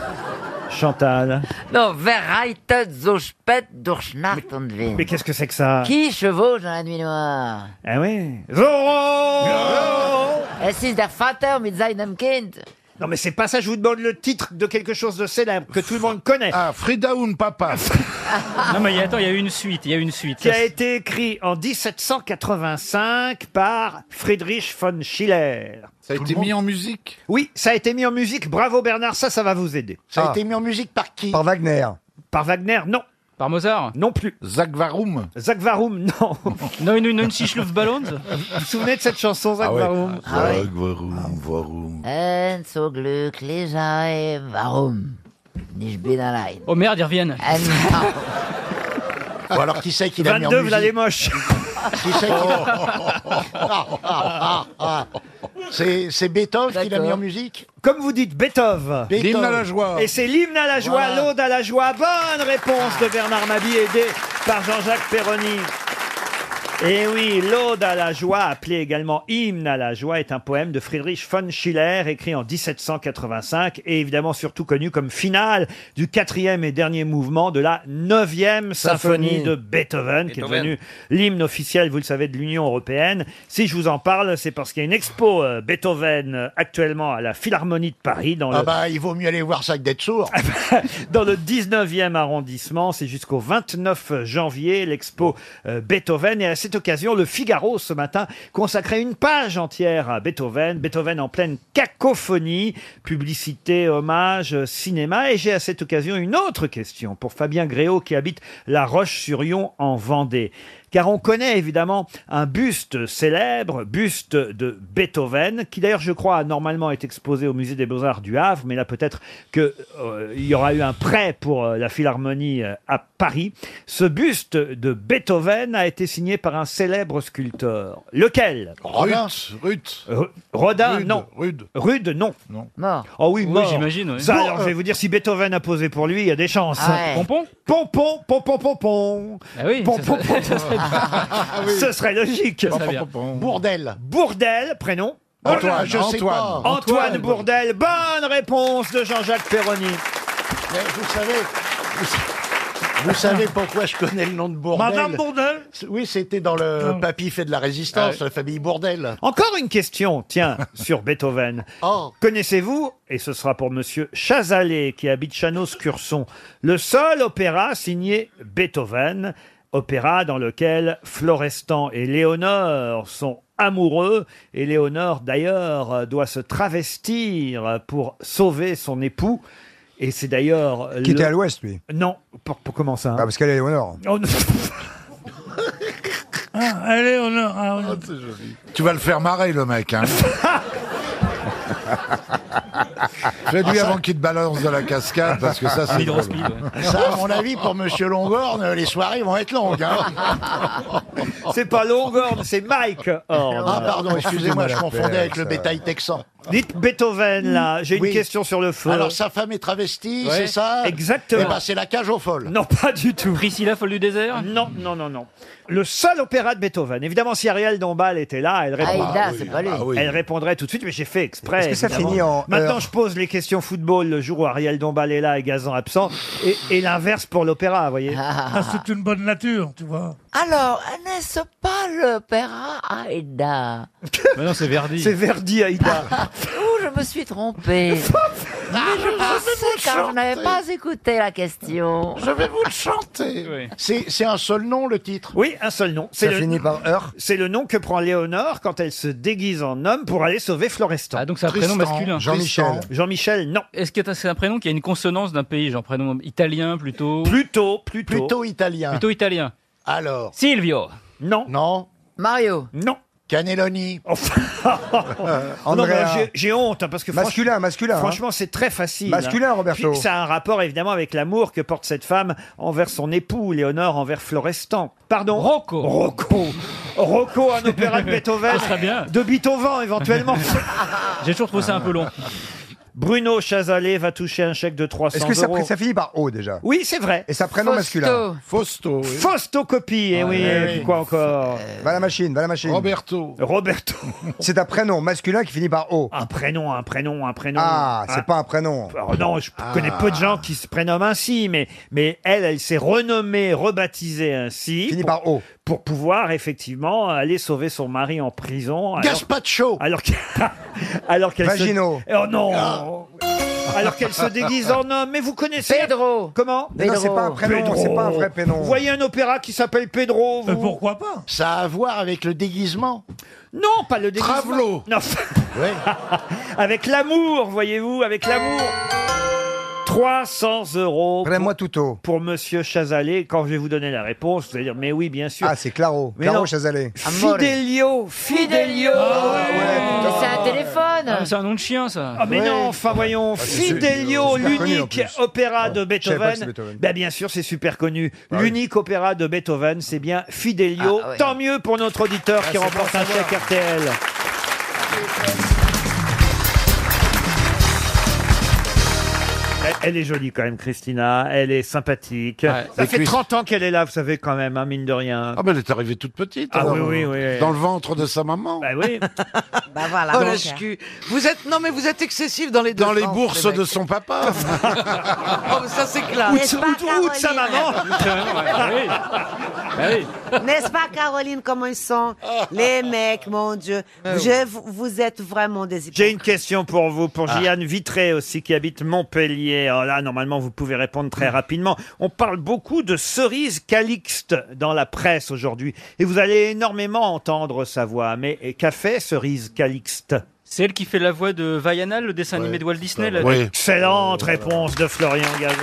Speaker 1: Chantal
Speaker 4: Non, verreitet so spät durch Nacht und Wind.
Speaker 1: Mais qu'est-ce que c'est que ça
Speaker 4: Qui chevauche dans la nuit noire
Speaker 1: Ah oui
Speaker 4: Oh
Speaker 1: Zorro
Speaker 4: Es ist der Vater mit seinem Kind.
Speaker 1: Non mais c'est pas ça, je vous demande le titre de quelque chose de célèbre que tout le monde connaît. Ah, Frida un Papa.
Speaker 29: Non, mais il y a- attends, il y a eu une suite, il y a eu une suite.
Speaker 1: [LAUGHS] qui
Speaker 29: Ça,
Speaker 1: a
Speaker 29: c'est-
Speaker 1: été écrit en 1785 par Friedrich von Schiller. Ça a
Speaker 13: été mis en
Speaker 1: musique Oui, ça a été mis en musique. Bravo Bernard, ça, ça va vous aider.
Speaker 28: Ça a été mis en musique par qui
Speaker 1: Par Wagner. Par Wagner, non. Par Mozart Non plus. Zach Varum Zach Varum, non. non, non, non, si Ballons [LAUGHS] Vous vous souvenez de cette chanson,
Speaker 28: Ah
Speaker 1: Zach Varum
Speaker 13: Varum, Varum.
Speaker 4: Ah Ein so glücklich sein. Warum? Ich bin allein.
Speaker 29: Oh merde, ils reviennent.
Speaker 28: Ou alors qui sait qui l'a mis en
Speaker 1: 22,
Speaker 28: musique
Speaker 1: vous allez moche.
Speaker 28: Qui sait qui
Speaker 1: Oh.
Speaker 28: l'a-
Speaker 1: [LAUGHS]
Speaker 28: C'est c'est Beethoven qui l'a mis en musique
Speaker 1: Comme vous dites, Beethoven.
Speaker 28: Beethoven. L'hymne à la joie.
Speaker 1: Et c'est l'hymne à la joie,
Speaker 28: Voilà.
Speaker 1: l'ode à la joie. Bonne réponse de Bernard Mabie, aidé par Jean-Jacques Perroni. Et Eh oui, L'Aude à la joie, appelée également Hymne à la joie, est un poème de Friedrich von Schiller, écrit en 1785 et évidemment surtout connu comme finale du quatrième et dernier mouvement de la neuvième symphonie,
Speaker 3: Symphonie.
Speaker 1: de Beethoven, qui est
Speaker 3: Beethoven.
Speaker 1: devenue l'hymne officiel, vous le savez, de l'Union européenne. Si je vous en parle, c'est parce qu'il y a une expo euh, Beethoven euh, actuellement à la Philharmonie de Paris. Dans
Speaker 16: Ah
Speaker 1: le...
Speaker 16: bah, il vaut mieux aller voir ça que d'être sourd.
Speaker 1: [LAUGHS] dans le 19e arrondissement. C'est jusqu'au 29 janvier, l'expo euh, Beethoven. Et à cette occasion, le Figaro, ce matin, consacrait une page entière à Beethoven. Beethoven en pleine cacophonie, publicité, hommage, euh, cinéma. Et j'ai à cette occasion une autre question pour Fabien Gréau qui habite La Roche-sur-Yon en Vendée. Car on connaît évidemment un buste célèbre, buste de Beethoven, qui d'ailleurs, je crois, a normalement été exposé au Musée des Beaux-Arts du Havre, mais là peut-être qu'il y aura eu un prêt pour euh, la Philharmonie euh, à Paris. Ce buste de Beethoven a été signé par un célèbre sculpteur. Lequel
Speaker 12: Rodin.
Speaker 1: Ruth. Rodin,
Speaker 12: Rude,
Speaker 1: non.
Speaker 12: Oh, Rude.
Speaker 1: Rude, non.
Speaker 12: Non.
Speaker 1: Mort. Oh oui,
Speaker 12: Oui,
Speaker 1: mort.
Speaker 12: j'imagine, oui.
Speaker 1: Ça,
Speaker 12: Bon,
Speaker 1: alors, je
Speaker 12: euh,
Speaker 1: vais vous dire, si Beethoven a posé pour lui, il y a des chances.
Speaker 12: Ah ouais. Pompon
Speaker 1: Pompon, Ah pompon, pompon. Pompon,
Speaker 12: Ah ça serait-
Speaker 1: pompon.
Speaker 12: ça [LAUGHS] serait-
Speaker 1: [LAUGHS]
Speaker 12: Ah oui.
Speaker 1: Ce serait logique.
Speaker 12: Ça serait bien. Ah,
Speaker 1: Bourdel. Bourdel, prénom
Speaker 12: Antoine,
Speaker 1: Oh là là, je sais
Speaker 12: Antoine.
Speaker 1: pas. Antoine,
Speaker 12: Antoine
Speaker 1: Bourdel. Bonne réponse de Jean-Jacques Perroni.
Speaker 16: Mais vous savez, vous, sa- vous savez pourquoi je connais le nom de Bourdel
Speaker 1: Madame Bourdel
Speaker 16: C'est- Oui, c'était dans le Papy fait de la résistance,
Speaker 1: Ah oui.
Speaker 16: la famille Bourdel.
Speaker 1: Encore une question,
Speaker 16: [LAUGHS]
Speaker 1: tiens, sur Beethoven.
Speaker 16: Oh.
Speaker 1: Connaissez-vous, et ce sera pour monsieur Chazalet, qui habite Chanos-Curson, le seul opéra signé Beethoven, opéra dans lequel Florestan et Léonore sont amoureux, et Léonore d'ailleurs euh, doit se travestir pour sauver son époux, et c'est d'ailleurs...
Speaker 25: Qui
Speaker 1: le-
Speaker 25: était à l'ouest, lui
Speaker 1: Non, pour, pour comment ça hein
Speaker 25: Bah, Parce qu'elle est au nord.
Speaker 1: Oh, non. Ah,
Speaker 25: allez, au nord.
Speaker 1: [LAUGHS]
Speaker 13: Tu vas le faire marrer, le mec. [LAUGHS] Hein. Fais-lui
Speaker 16: Ah, ça-
Speaker 13: avant qu'il te balance de la cascade, parce que
Speaker 1: Ah,
Speaker 13: ça, c'est. drôle.
Speaker 16: Ça, à mon avis, pour Monsieur Longorne, les soirées vont être longues. hein.
Speaker 1: [LAUGHS] C'est pas Longorn, c'est Mike Horn.
Speaker 16: Ah, pardon, excusez-moi, je confondais avec le bétail texan.
Speaker 1: Dites Beethoven, là. J'ai
Speaker 16: Oui.
Speaker 1: une question sur le feu.
Speaker 16: Alors, sa femme est travestie,
Speaker 1: Ouais.
Speaker 16: c'est ça
Speaker 1: Exactement.
Speaker 16: Eh ben, c'est la cage aux folles.
Speaker 1: Non, pas du tout.
Speaker 30: Priscilla, folle du désert
Speaker 1: Non, non, non, non. Le seul opéra de Beethoven. Évidemment, si Ariel Dombal était là, elle, répondrait-
Speaker 25: Ah, Hilda, c'est pas lui. Ah oui.
Speaker 1: elle répondrait tout de suite, mais j'ai fait exprès.
Speaker 25: Est-ce que ça
Speaker 1: évidemment.
Speaker 25: finit en
Speaker 1: Maintenant,
Speaker 25: heure
Speaker 1: je pose les questions football le jour où Ariel Dombal est là et Gazan absent, et, et l'inverse pour l'opéra, vous voyez.
Speaker 25: Ah.
Speaker 1: [LAUGHS]
Speaker 31: c'est une bonne nature, tu
Speaker 10: [LAUGHS]
Speaker 31: vois.
Speaker 9: Alors, n'est-ce pas l'opéra Aïda
Speaker 1: non, c'est Verdi. C'est Verdi, Aïda.
Speaker 9: Ouh, je me suis
Speaker 10: [LAUGHS]
Speaker 9: trompée. Mais je
Speaker 10: Ah,
Speaker 9: pensais car je n'avais pas écouté la question.
Speaker 16: Je vais vous le chanter. C'est c'est un seul nom, le titre
Speaker 1: Oui, un seul nom.
Speaker 16: Ça finit
Speaker 1: par C'est le nom que prend Léonore quand elle se déguise en homme pour aller sauver Florestan.
Speaker 30: Ah, donc c'est un prénom masculin.
Speaker 1: Jean-Michel, non.
Speaker 30: Est-ce que t'as- c'est un prénom qui a une consonance d'un pays, genre prénom italien plutôt
Speaker 1: Plutôt, plutôt.
Speaker 16: Plutôt italien.
Speaker 30: Plutôt italien.
Speaker 16: Alors
Speaker 30: Silvio.
Speaker 1: Non.
Speaker 16: Non.
Speaker 9: Mario.
Speaker 1: Non. Oh.
Speaker 16: Cannelloni.
Speaker 1: Non,
Speaker 25: Andrea.
Speaker 1: mais j'ai- j'ai honte hein, parce que
Speaker 25: Masculin,
Speaker 1: franchement-
Speaker 25: masculin, hein.
Speaker 1: Franchement, c'est très facile. hein.
Speaker 25: Masculin, Roberto.
Speaker 1: Puis, ça a un rapport évidemment avec l'amour que porte cette femme envers son époux, Léonore, envers Florestan. Pardon. Rocco. Rocco. Rocco, un opéra de Beethoven.
Speaker 30: Ce serait Ah, bien.
Speaker 1: De Beethoven, éventuellement.
Speaker 30: [LAUGHS] J'ai toujours trouvé ça un peu long.
Speaker 1: Bruno Chazalet va toucher un chèque de 300
Speaker 25: Est-ce que ça,
Speaker 1: euros.
Speaker 25: ça finit par O déjà
Speaker 1: Oui, c'est vrai.
Speaker 25: Et ça prénom masculin
Speaker 1: Fausto. Faustocopie, eh oui,
Speaker 25: Ouais,
Speaker 1: et
Speaker 25: oui.
Speaker 1: puis quoi encore
Speaker 25: Va la machine, va la machine.
Speaker 1: Roberto. Roberto.
Speaker 25: [LAUGHS] C'est un prénom masculin qui finit par O.
Speaker 1: Un prénom, un prénom, un prénom.
Speaker 25: Ah,
Speaker 1: Un-
Speaker 25: c'est pas un prénom. Ah.
Speaker 1: Alors non, je connais peu de gens qui se prénomment ainsi, mais, mais elle, elle s'est renommée, rebaptisée ainsi. Fini
Speaker 25: par O.
Speaker 1: Pour pouvoir effectivement aller sauver son mari en prison.
Speaker 16: Gaspacho
Speaker 1: Alors, que- [LAUGHS] alors qu'elle. se-
Speaker 25: Vagino. Ah,
Speaker 1: Oh non Alors qu'elle se déguise en homme, mais vous connaissez. Pedro Comment
Speaker 25: Mais non, c'est pas un prénom,
Speaker 1: Pedro.
Speaker 25: c'est pas un vrai prénom.
Speaker 1: Vous voyez un opéra qui s'appelle Pedro vous
Speaker 31: Euh, Pourquoi pas
Speaker 16: Ça a à voir avec le déguisement
Speaker 1: Non, pas le déguisement.
Speaker 16: Travelo.
Speaker 1: Non. [LAUGHS] avec l'amour, voyez-vous, avec l'amour. 300 euros.
Speaker 25: Prends-moi tout haut.
Speaker 1: Pour Monsieur Chazalet, quand je vais vous donner la réponse, vous allez dire, mais oui, bien sûr.
Speaker 25: Ah, c'est Claro.
Speaker 1: Mais non.
Speaker 25: Claro Chazalet.
Speaker 1: Ah, Fidelio, Fidelio.
Speaker 9: Mais c'est un téléphone.
Speaker 30: Ah, C'est un nom de chien ça.
Speaker 1: Ah mais non, enfin voyons, Fidelio, l'unique
Speaker 14: Ah,
Speaker 1: opéra de
Speaker 25: Je savais pas que
Speaker 1: Beethoven.
Speaker 25: c'est Beethoven.
Speaker 1: Ben, bien sûr, c'est super connu. L'unique opéra de Beethoven, c'est bien Fidelio.
Speaker 25: Ah, ouais.
Speaker 1: Tant mieux pour notre auditeur
Speaker 14: Ah,
Speaker 1: qui remporte un chèque RTL. Elle, elle est jolie quand même, Christina. Elle est sympathique. Ça
Speaker 14: Les
Speaker 1: fait
Speaker 14: cuisses.
Speaker 1: 30 ans qu'elle est là, vous savez quand même, hein, mine de rien.
Speaker 14: Ah ben elle est arrivée toute petite.
Speaker 1: Ah
Speaker 14: alors,
Speaker 1: oui, oui, oui.
Speaker 14: Dans le ventre de sa maman.
Speaker 1: Bah oui.
Speaker 6: bah voilà.
Speaker 3: Oh,
Speaker 6: donc,
Speaker 3: la SQ. Vous êtes non mais vous êtes excessif dans les deux
Speaker 14: Dans les
Speaker 3: sens,
Speaker 1: [LAUGHS]
Speaker 14: bourses
Speaker 3: les mecs.
Speaker 14: de son papa.
Speaker 3: Oh, mais ça c'est clair.
Speaker 7: Ou de- N'est-ce pas, ou de- ou de sa Caroline
Speaker 3: [LAUGHS] maman. Ah
Speaker 7: N'est-ce pas, Caroline, comment ils sont
Speaker 3: Oh.
Speaker 7: Les mecs, mon Dieu.
Speaker 1: Ah oui.
Speaker 7: Je, vous, vous êtes vraiment des hypocrites.
Speaker 1: J'ai une question pour vous, pour Jeanne Vitré aussi, qui habite Montpellier. Alors là, normalement, vous pouvez répondre très rapidement. On parle beaucoup de cerise calixte dans la presse aujourd'hui. Et vous allez énormément entendre sa voix. Mais et qu'a fait cerise calixte
Speaker 30: C'est elle qui fait la voix de Vaiana, le dessin animé de Walt Disney. là.
Speaker 1: Excellente
Speaker 5: Euh,
Speaker 1: réponse de Florian Gazan.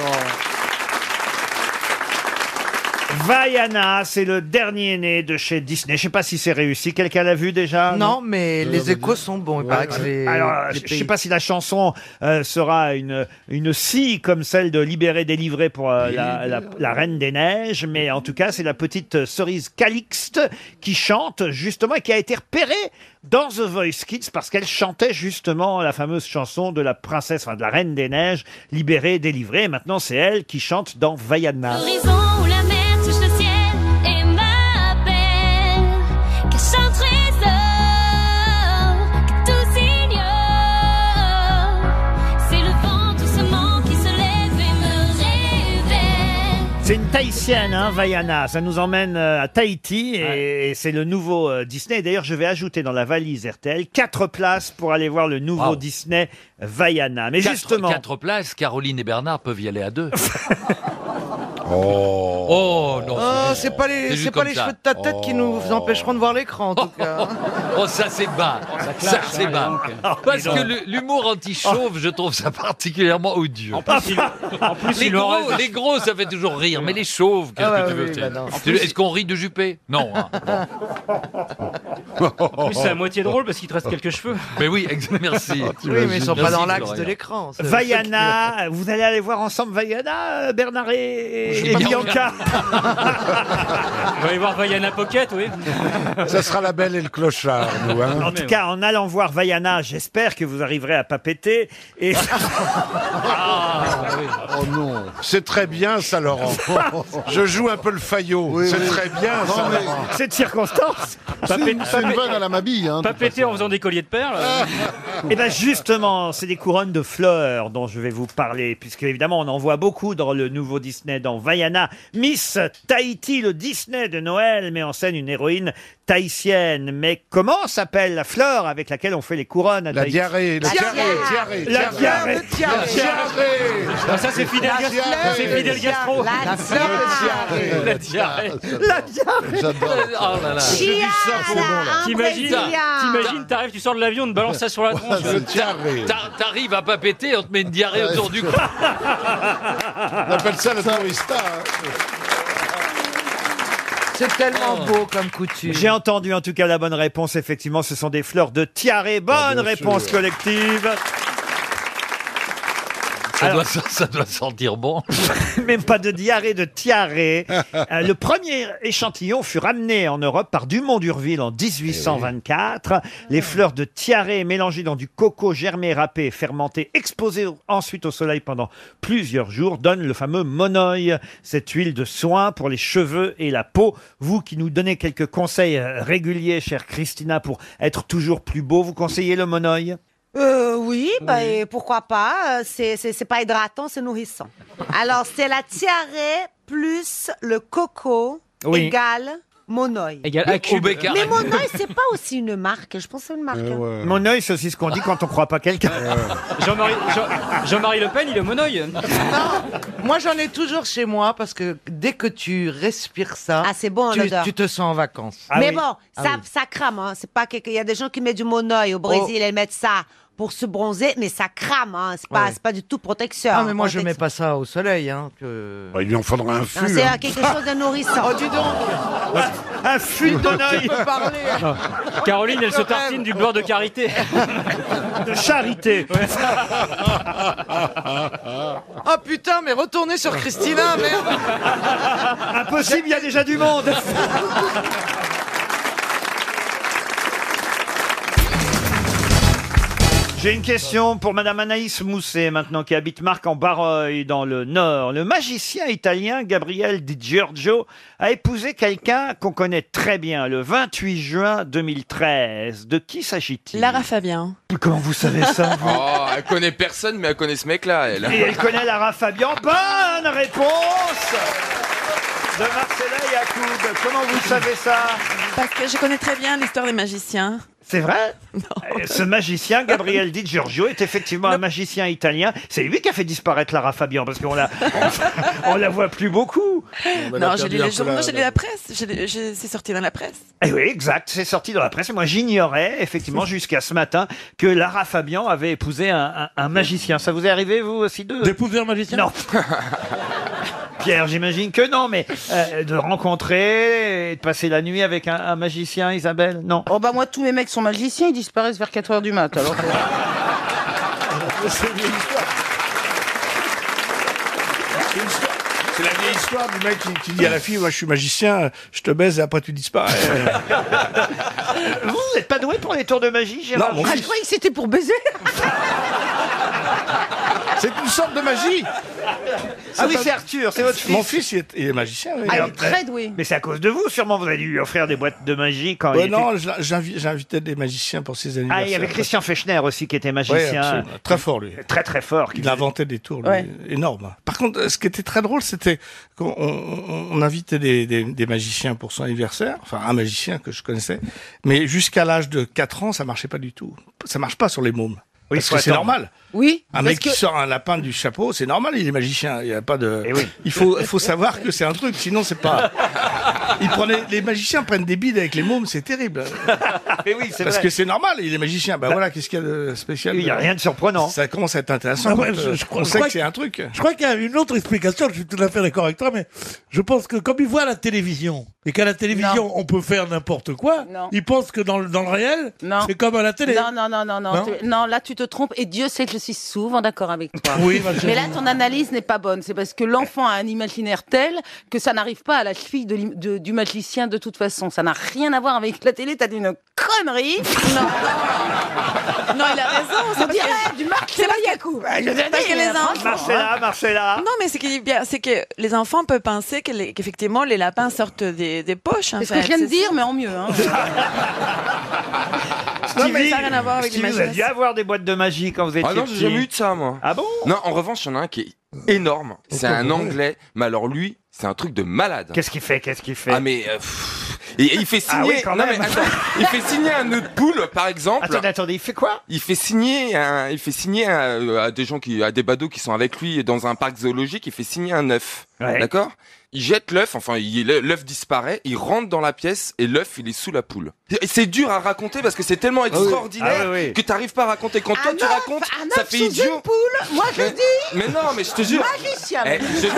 Speaker 1: Vaiana, c'est le dernier né de chez Disney. Je sais pas si c'est réussi. Quelqu'un l'a vu déjà
Speaker 3: Non, mais les échos sont bons. Il paraît que les-
Speaker 1: Alors,
Speaker 3: les
Speaker 1: je je sais
Speaker 3: pays-
Speaker 1: pas si la chanson euh, sera une une scie comme celle de Libéré délivré pour euh, la, la- la reine des neiges, mais en tout cas, c'est la petite euh, cerise Calixte qui chante justement et qui a été repérée dans The Voice Kids parce qu'elle chantait justement la fameuse chanson de la princesse, enfin de la reine des neiges, Libérée délivrée. Et maintenant, c'est elle qui chante dans Vaiana.
Speaker 8: L'horizon où la mer touche le ciel et m'appelle. Cache un trésor que tous ignorent. C'est le vent doucement qui se lève et me révèle.
Speaker 1: C'est une Tahitienne, hein, Vaiana. Ça nous emmène euh, à Tahiti et, et c'est le nouveau euh, Disney. D'ailleurs, je vais ajouter dans la valise RTL quatre places pour aller voir le nouveau Disney Vaiana. Mais
Speaker 14: Quatre-
Speaker 1: justement,
Speaker 14: Quatre places, Caroline et Bernard peuvent y aller à [LAUGHS] deux. oh. non.
Speaker 3: Oh, c'est pas les,
Speaker 14: C'est juste
Speaker 3: c'est pas
Speaker 14: comme
Speaker 3: les
Speaker 14: ça.
Speaker 3: cheveux de ta tête qui nous empêcheront de voir l'écran en
Speaker 14: [LAUGHS]
Speaker 3: tout cas.
Speaker 14: Oh, ça c'est bas.
Speaker 3: clash,
Speaker 14: Ça
Speaker 3: hein,
Speaker 14: c'est bas.
Speaker 3: dis donc.
Speaker 30: Ah,
Speaker 14: Parce
Speaker 3: Dis donc.
Speaker 14: que le- l'humour anti-chauve, je trouve ça particulièrement odieux. En
Speaker 30: plus,
Speaker 14: les,
Speaker 30: il leur
Speaker 14: gros,
Speaker 30: reste-
Speaker 14: les gros, ça fait toujours rire, mais les chauves, qu'est-ce
Speaker 30: Ah ouais,
Speaker 14: que tu veux
Speaker 30: oui,
Speaker 14: tu-
Speaker 30: bah non. En
Speaker 14: tu-
Speaker 30: plus,
Speaker 14: Est-ce qu'on rit de Juppé Non. hein.
Speaker 30: [LAUGHS] En plus, c'est à moitié drôle parce qu'il te reste quelques cheveux.
Speaker 14: Oh.
Speaker 30: Ah,
Speaker 14: Mais oui, ex-
Speaker 30: [LAUGHS]
Speaker 14: merci.
Speaker 3: Oui, mais ils sont pas
Speaker 14: Merci,
Speaker 3: dans l'axe de
Speaker 14: Florian.
Speaker 3: l'écran. c'est-
Speaker 1: Vaiana, vous allez aller voir ensemble Vaiana, euh, Bernard et,
Speaker 30: Je
Speaker 1: et
Speaker 30: sais pas [LAUGHS]
Speaker 1: Bianca.
Speaker 30: On va aller voir Vaiana Pocket, oui.
Speaker 13: [LAUGHS] Ça sera la belle et le clochard, nous. Hein.
Speaker 1: En tout cas, en allant voir Vaiana, j'espère que vous arriverez à pas péter.
Speaker 13: [LAUGHS]
Speaker 1: Et...
Speaker 13: Oh non. C'est très bien Hein, ça, [LAUGHS] Laurent. Je joue un peu le faillot. c'est
Speaker 30: oui.
Speaker 13: très bien
Speaker 30: Non,
Speaker 13: ça.
Speaker 30: mais-
Speaker 13: Laurent.
Speaker 1: C'est de [LAUGHS] circonstance.
Speaker 13: C'est une-
Speaker 30: pét-
Speaker 13: c'est une
Speaker 30: pét-
Speaker 13: vanne à la Mabille, hein, de
Speaker 30: pas
Speaker 13: toute
Speaker 30: péter en faisant des colliers de
Speaker 13: [LAUGHS]
Speaker 30: perles.
Speaker 1: Et bien Eh ben, justement, c'est des couronnes de fleurs dont je vais vous parler, puisque évidemment on en voit beaucoup dans le nouveau Disney, dans Vaiana. Miss Tahiti, le Disney de Noël, met en scène une héroïne tahitienne. Mais comment s'appelle la fleur avec laquelle on fait les couronnes à
Speaker 13: La
Speaker 1: Tahiti
Speaker 13: diarrhée, la diarrhée, diarrhée,
Speaker 1: La diarrhée.
Speaker 13: diarrhée, La diarrhée.
Speaker 1: Ah, ça, c'est Fidel
Speaker 13: La
Speaker 1: Gastro,
Speaker 13: diarrhée.
Speaker 1: c'est Fidel Gastro. La diarrhée.
Speaker 13: La
Speaker 14: diarrhée.
Speaker 1: La
Speaker 30: [LAUGHS]
Speaker 1: diarrhée.
Speaker 14: J'adore. Oh là là.
Speaker 30: Chia,
Speaker 14: J'ai du sang, c'est bon, là.
Speaker 30: T'imagines, t'imagines, t'arrives, tu sors de l'avion, on te balance ça sur la tronche.
Speaker 14: Voilà, [LAUGHS] c'est
Speaker 30: diarrhée.
Speaker 14: T'ar- T'arrives à pas péter, on te met une diarrhée
Speaker 30: [LAUGHS]
Speaker 14: autour du cou.
Speaker 13: On appelle ça la tourista. hein.
Speaker 3: C'est tellement beau comme couture.
Speaker 1: Oh. J'ai entendu en tout cas la bonne réponse, effectivement, ce sont des fleurs de tiare.
Speaker 13: Ah,
Speaker 1: Bonne
Speaker 14: bien
Speaker 1: réponse
Speaker 14: sûr.
Speaker 1: collective.
Speaker 14: Ça,
Speaker 1: Alors-
Speaker 14: doit, ça- ça doit sentir bon.
Speaker 1: [LAUGHS] Même pas de diarrhée, de tiarée. Euh, le premier échantillon fut ramené en Europe par Dumont d'Urville en 1824. Les fleurs de tiarée mélangées dans du coco germé, râpé, fermenté, exposées ensuite au soleil pendant plusieurs jours, donnent le fameux monoï, cette huile de soin pour les cheveux et la peau. Vous qui nous donnez quelques conseils euh, réguliers, chère Christina, pour être toujours plus beau, vous conseillez le monoï
Speaker 7: Euh, oui, bah, et pourquoi pas. euh, C'est, c'est, c'est pas hydratant,
Speaker 3: [LAUGHS]
Speaker 7: c'est nourrissant. Alors, c'est la tiare plus le coco
Speaker 1: Oui.
Speaker 7: égale Monoï.
Speaker 30: Égale à cube.
Speaker 7: Mais
Speaker 3: Ah,
Speaker 7: Monoï, c'est pas aussi une marque. Je pense que c'est une marque.
Speaker 3: Euh,
Speaker 1: Monoï, c'est aussi ce qu'on dit quand on croit pas quelqu'un.
Speaker 30: Jean-Marie Jean- Jean-Marie Le Pen, il est monoï.
Speaker 3: [LAUGHS] Moi, j'en ai toujours chez moi parce que dès que tu respires ça,
Speaker 7: bon,
Speaker 3: tu,
Speaker 7: l'odeur.
Speaker 3: tu te sens en vacances.
Speaker 5: Ah
Speaker 7: mais bon,
Speaker 3: Ah
Speaker 7: ça, ça crame. Hein. C'est pas que- qu'il y a des gens qui mettent du monoï au Brésil,
Speaker 3: Oh.
Speaker 7: elles mettent ça pour se bronzer, mais ça crame. Hein. C'est pas,
Speaker 3: Ouais.
Speaker 7: c'est pas du tout protecteur. hein.
Speaker 3: Ah, mais moi, je
Speaker 7: Protect-
Speaker 3: mets pas ça au soleil. Hein, que-
Speaker 13: Bah, il lui en faudra un fût.
Speaker 7: Non, c'est
Speaker 13: hein.
Speaker 7: euh, quelque chose de nourrissant.
Speaker 3: [LAUGHS] Oh, dis donc
Speaker 1: Un fût
Speaker 3: Tu peux parler.
Speaker 30: Caroline, elle se tartine du beurre de carité.
Speaker 1: De charité.
Speaker 3: Oh putain, mais retournez sur Christina, merde
Speaker 1: Impossible, il y a déjà du monde. J'ai une question pour Madame Anaïs Mousset, maintenant, qui habite Marc en Barreuil, dans le Nord. Le magicien italien Gabriel Di Giorgio a épousé quelqu'un qu'on connaît très bien, le 28 juin 2013. De qui s'agit-il
Speaker 21: Lara Fabien.
Speaker 1: Comment vous savez ça vous
Speaker 32: [LAUGHS] Oh, elle connaît personne, mais elle connaît ce mec-là, elle.
Speaker 1: Et elle connaît Lara Fabian. Bonne réponse de Marcella Yacoub. Comment vous savez ça
Speaker 21: Parce que je connais très bien l'histoire des magiciens.
Speaker 1: C'est
Speaker 21: [LAUGHS]
Speaker 1: vrai Euh, Ce magicien, Gabriel Di Giorgio, est effectivement un magicien italien. C'est lui qui a fait disparaître Lara Fabian, parce qu'on la, [LAUGHS] on, la voit plus beaucoup.
Speaker 21: non, j'ai lu les journaux, j'ai lu la presse. j'ai lu- j'ai- C'est sorti dans la presse.
Speaker 1: Eh oui, exact, c'est sorti dans la presse. Et Moi, j'ignorais, effectivement, jusqu'à ce matin, que Lara Fabian avait épousé un, un- un magicien. Ça vous est arrivé, vous aussi, de... D'épouser un magicien [LAUGHS] Non. Pierre, j'imagine que non, mais euh, de rencontrer et de passer la nuit avec un, un magicien, Isabelle, non.
Speaker 6: Oh bah moi tous mes mecs sont magiciens, ils disparaissent vers 4h du mat. Alors.
Speaker 12: C'est une histoire. C'est une histoire- c'est la vieille histoire du mec qui, qui dit à la fille, moi je suis magicien, je te baise et après tu disparais.
Speaker 1: [LAUGHS] Vous, vous n'êtes pas doué pour les tours de magie, Gérard
Speaker 12: Non, mon
Speaker 1: Ah,
Speaker 12: fils.
Speaker 1: je croyais
Speaker 6: que c'était pour baiser.
Speaker 12: C'est une sorte de magie.
Speaker 1: [LAUGHS] Ah oui, c'est Arthur, c'est votre fils.
Speaker 12: Mon fils, il est, il est magicien. oui.
Speaker 1: Alors, euh, Mais c'est à cause de vous, sûrement. Vous avez dû lui offrir des boîtes de magie quand
Speaker 12: Ouais,
Speaker 1: il
Speaker 12: Bah non,
Speaker 1: était-
Speaker 12: je- j'invi- j'invitais des magiciens pour ses
Speaker 1: Ah,
Speaker 12: anniversaires.
Speaker 1: il y avait Christian Fechner aussi qui était
Speaker 12: Ouais,
Speaker 1: magicien.
Speaker 12: absolument. très fort, lui.
Speaker 1: Très, très fort.
Speaker 12: Il inventait des tours, lui.
Speaker 1: Ouais.
Speaker 12: Énorme. Par contre, euh, ce qui était très drôle, c'était qu'on on- on invitait des, des- des magiciens pour son anniversaire. Enfin, un magicien que je connaissais. Mais jusqu'à l'âge de 4 ans, ça marchait pas du tout. Ça marche pas sur les mômes.
Speaker 1: Oui,
Speaker 12: parce
Speaker 1: faut
Speaker 12: que c'est
Speaker 1: attendre.
Speaker 12: normal.
Speaker 6: Oui.
Speaker 12: Un mec qui sort un lapin du chapeau, c'est normal, il est magicien. Il y a pas de.
Speaker 1: Eh
Speaker 12: Il faut, il faut savoir que c'est un truc, sinon c'est pas. Il prenait, les magiciens prennent des bides avec les mômes, c'est terrible.
Speaker 1: [LAUGHS] Mais oui, c'est
Speaker 12: Parce
Speaker 1: vrai. Bah,
Speaker 12: que c'est normal, il est magicien. Ben voilà, qu'est-ce qu'il y a de spécial
Speaker 1: Il y a rien de surprenant.
Speaker 12: Ça commence à être intéressant.
Speaker 10: Ah ouais,
Speaker 12: quand, euh,
Speaker 10: je- je crois-
Speaker 12: on
Speaker 10: je
Speaker 12: sait
Speaker 10: crois
Speaker 12: que c'est un truc.
Speaker 10: Je crois qu'il y a une autre explication, je suis tout à fait d'accord avec toi, mais je pense que comme ils voient la télévision, et qu'à la télévision, on peut faire n'importe quoi,
Speaker 6: Non.
Speaker 10: ils pensent que dans le, dans le réel, c'est comme à la télé.
Speaker 6: Non,
Speaker 32: hein.
Speaker 10: [LAUGHS]
Speaker 6: non, non, non, non.
Speaker 10: Non
Speaker 6: tu- non, là tu te trompes et Dieu sait que je suis souvent d'accord avec toi.
Speaker 10: Oui, ma chérie.
Speaker 6: Mais là ton analyse n'est pas bonne. C'est parce que l'enfant a un imaginaire tel que ça n'arrive pas à la cheville de l'im- de- du magicien de toute façon. Ça n'a rien à voir avec la télé, t'as dit une
Speaker 32: [LAUGHS]
Speaker 6: connerie. Non.
Speaker 21: Non, il a raison.
Speaker 6: On dirait du Marcella Yacoub.
Speaker 21: Parce que
Speaker 6: hein,
Speaker 21: les enfants.
Speaker 1: Marcella, Marcella.
Speaker 21: Non, mais c'est qu'il est bien, c'est que les enfants peuvent penser que les- qu'effectivement les lapins sortent des, des poches.
Speaker 6: C'est ce que je viens de dire, mais en mieux. hein.
Speaker 1: Stevie,
Speaker 21: mais ça n'a rien à voir avec
Speaker 1: Stevie, vous avez
Speaker 21: l'imagination.
Speaker 1: dû avoir des boîtes de magie quand vous étiez
Speaker 32: Ah non, j'ai
Speaker 1: petit.
Speaker 32: jamais eu de ça, moi.
Speaker 1: Ah bon
Speaker 32: Non, en revanche, il y en a un qui est énorme. C'est un anglais, mais alors lui, c'est un truc de malade.
Speaker 1: Qu'est-ce qu'il fait Qu'est-ce qu'il fait
Speaker 32: Ah mais euh, pff, et, et il fait signer.
Speaker 1: Ah oui, quand
Speaker 32: non,
Speaker 1: même.
Speaker 32: mais attends, il fait signer un nœud de poule, par exemple.
Speaker 1: Attendez, attendez, il fait quoi
Speaker 32: Il fait signer, un, il fait signer un- euh, à des gens qui, à des badauds qui sont avec lui dans un parc zoologique. Il fait signer un œuf, d'accord Il jette l'œuf, enfin il- l'œuf disparaît, il rentre dans la pièce et l'œuf il est sous la poule. Et C'est dur à raconter parce que c'est tellement extraordinaire
Speaker 1: Ah oui, Ah oui.
Speaker 32: que t'arrives pas à raconter. Quand toi tu racontes, ça fait idiot.
Speaker 6: poule, moi
Speaker 32: Mais- Mais non, mais je te jure.
Speaker 6: Magicien.
Speaker 32: Eh, je te-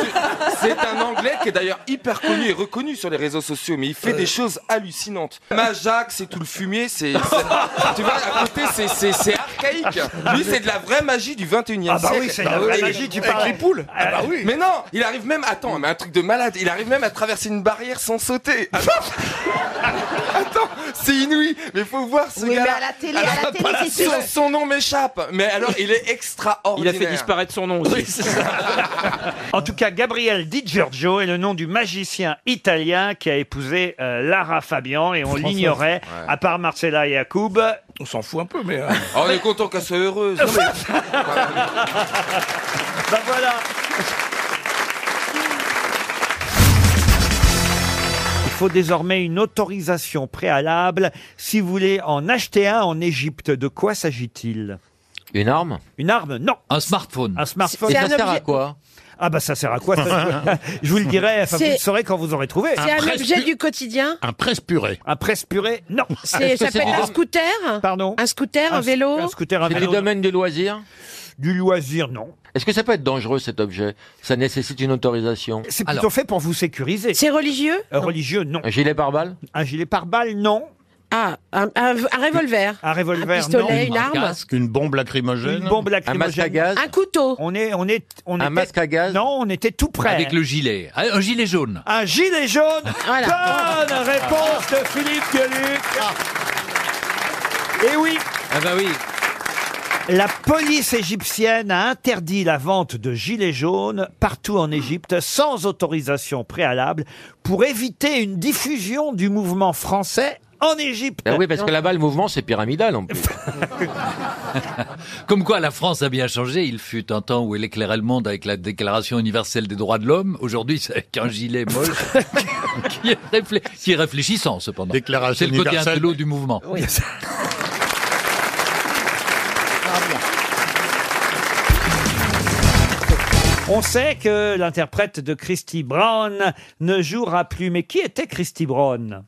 Speaker 32: C'est un Anglais qui est d'ailleurs hyper connu et reconnu sur les réseaux sociaux, mais il fait
Speaker 1: Euh.
Speaker 32: des choses hallucinantes. Majac, c'est tout le fumier, c'est. c'est- Tu vois, à côté, c'est- c'est c'est archaïque. Lui, c'est de la vraie magie du 21 e
Speaker 1: Ah bah
Speaker 32: siècle.
Speaker 1: oui, c'est de la vraie magie, tu parles.
Speaker 32: Ah bah oui. Mais non, il arrive même. Attends, mais un truc de malade, il arrive même à traverser une barrière
Speaker 1: [LAUGHS]
Speaker 32: sans sauter. Attends, Attends, c'est inouï, mais faut voir ce
Speaker 6: Oui, mais
Speaker 32: gars-là.
Speaker 6: à la télé, à la
Speaker 32: Alors,
Speaker 6: télé, c'est
Speaker 32: son-
Speaker 6: sûr.
Speaker 32: Son nom m'échappe, mais alors il est extraordinaire.
Speaker 1: Il a fait disparaître
Speaker 32: son nom aussi.
Speaker 1: En tout cas, Gabriel Di Giorgio est le nom du magicien italien qui a épousé euh, Lara Fabian et on
Speaker 32: Françoise.
Speaker 1: l'ignorait,
Speaker 32: Ouais.
Speaker 1: à part Marcella Yacoub.
Speaker 12: On s'en fout un peu, mais. euh.
Speaker 32: Ah, on est content qu'elle soit heureuse. Non, mais-
Speaker 1: Bah voilà [LAUGHS] Il faut désormais une autorisation préalable si vous voulez en acheter un en Égypte. De quoi s'agit-il
Speaker 5: Une arme
Speaker 1: Une arme Non.
Speaker 14: Un smartphone.
Speaker 1: Un smartphone.
Speaker 5: Et ça sert à quoi
Speaker 1: Ah bah ça sert
Speaker 5: [LAUGHS]
Speaker 1: à quoi ça Je vous le dirai, enfin, vous
Speaker 33: C'est-
Speaker 1: le saurez quand vous aurez trouvé.
Speaker 33: C'est un, objet du quotidien
Speaker 1: Un presse-purée. Un presse-purée Non.
Speaker 33: C'est- Ça peut être un scooter
Speaker 1: Pardon
Speaker 33: Un scooter, un vélo
Speaker 1: Un scooter, un
Speaker 5: C'est du
Speaker 1: vélo.
Speaker 5: domaine du loisir
Speaker 1: Du loisir, non.
Speaker 5: Est-ce que ça peut être dangereux cet objet Ça nécessite une autorisation.
Speaker 1: C'est plutôt fait pour vous sécuriser.
Speaker 33: C'est religieux
Speaker 1: Euh, religieux, non.
Speaker 5: Un gilet pare-balles
Speaker 1: Un gilet pare-balles, non.
Speaker 33: Ah, un, un- un revolver.
Speaker 1: Un revolver,
Speaker 33: Un pistolet,
Speaker 1: non.
Speaker 33: une arme.
Speaker 1: une bombe lacrymogène. Une bombe lacrymogène.
Speaker 5: Un masque à gaz
Speaker 33: Un couteau.
Speaker 1: On est, on est, on
Speaker 5: Un
Speaker 1: était-
Speaker 5: masque à gaz
Speaker 1: Non, on était tout près.
Speaker 14: Avec le gilet. Ah, Un gilet jaune.
Speaker 1: Un gilet jaune. Bonne réponse de Philippe Gueluc. Et oui.
Speaker 5: Ah bah oui.
Speaker 1: La police égyptienne a interdit la vente de gilets jaunes partout en Égypte sans autorisation préalable pour éviter une diffusion du mouvement français en Égypte.
Speaker 17: Ben oui, parce que là-bas, le mouvement, c'est pyramidal en plus.
Speaker 14: [LAUGHS] Comme quoi, la France a bien changé. Il fut un temps où elle éclairait le monde avec la Déclaration universelle des droits de l'homme. Aujourd'hui, c'est avec un gilet moche [LAUGHS] qui, est réflé- qui est réfléchissant, cependant.
Speaker 17: Déclaration
Speaker 14: c'est le côté
Speaker 17: universelle.
Speaker 14: intello du mouvement.
Speaker 1: On sait que l'interprète de Christy Brown ne jouera plus. Mais qui était Christy Brown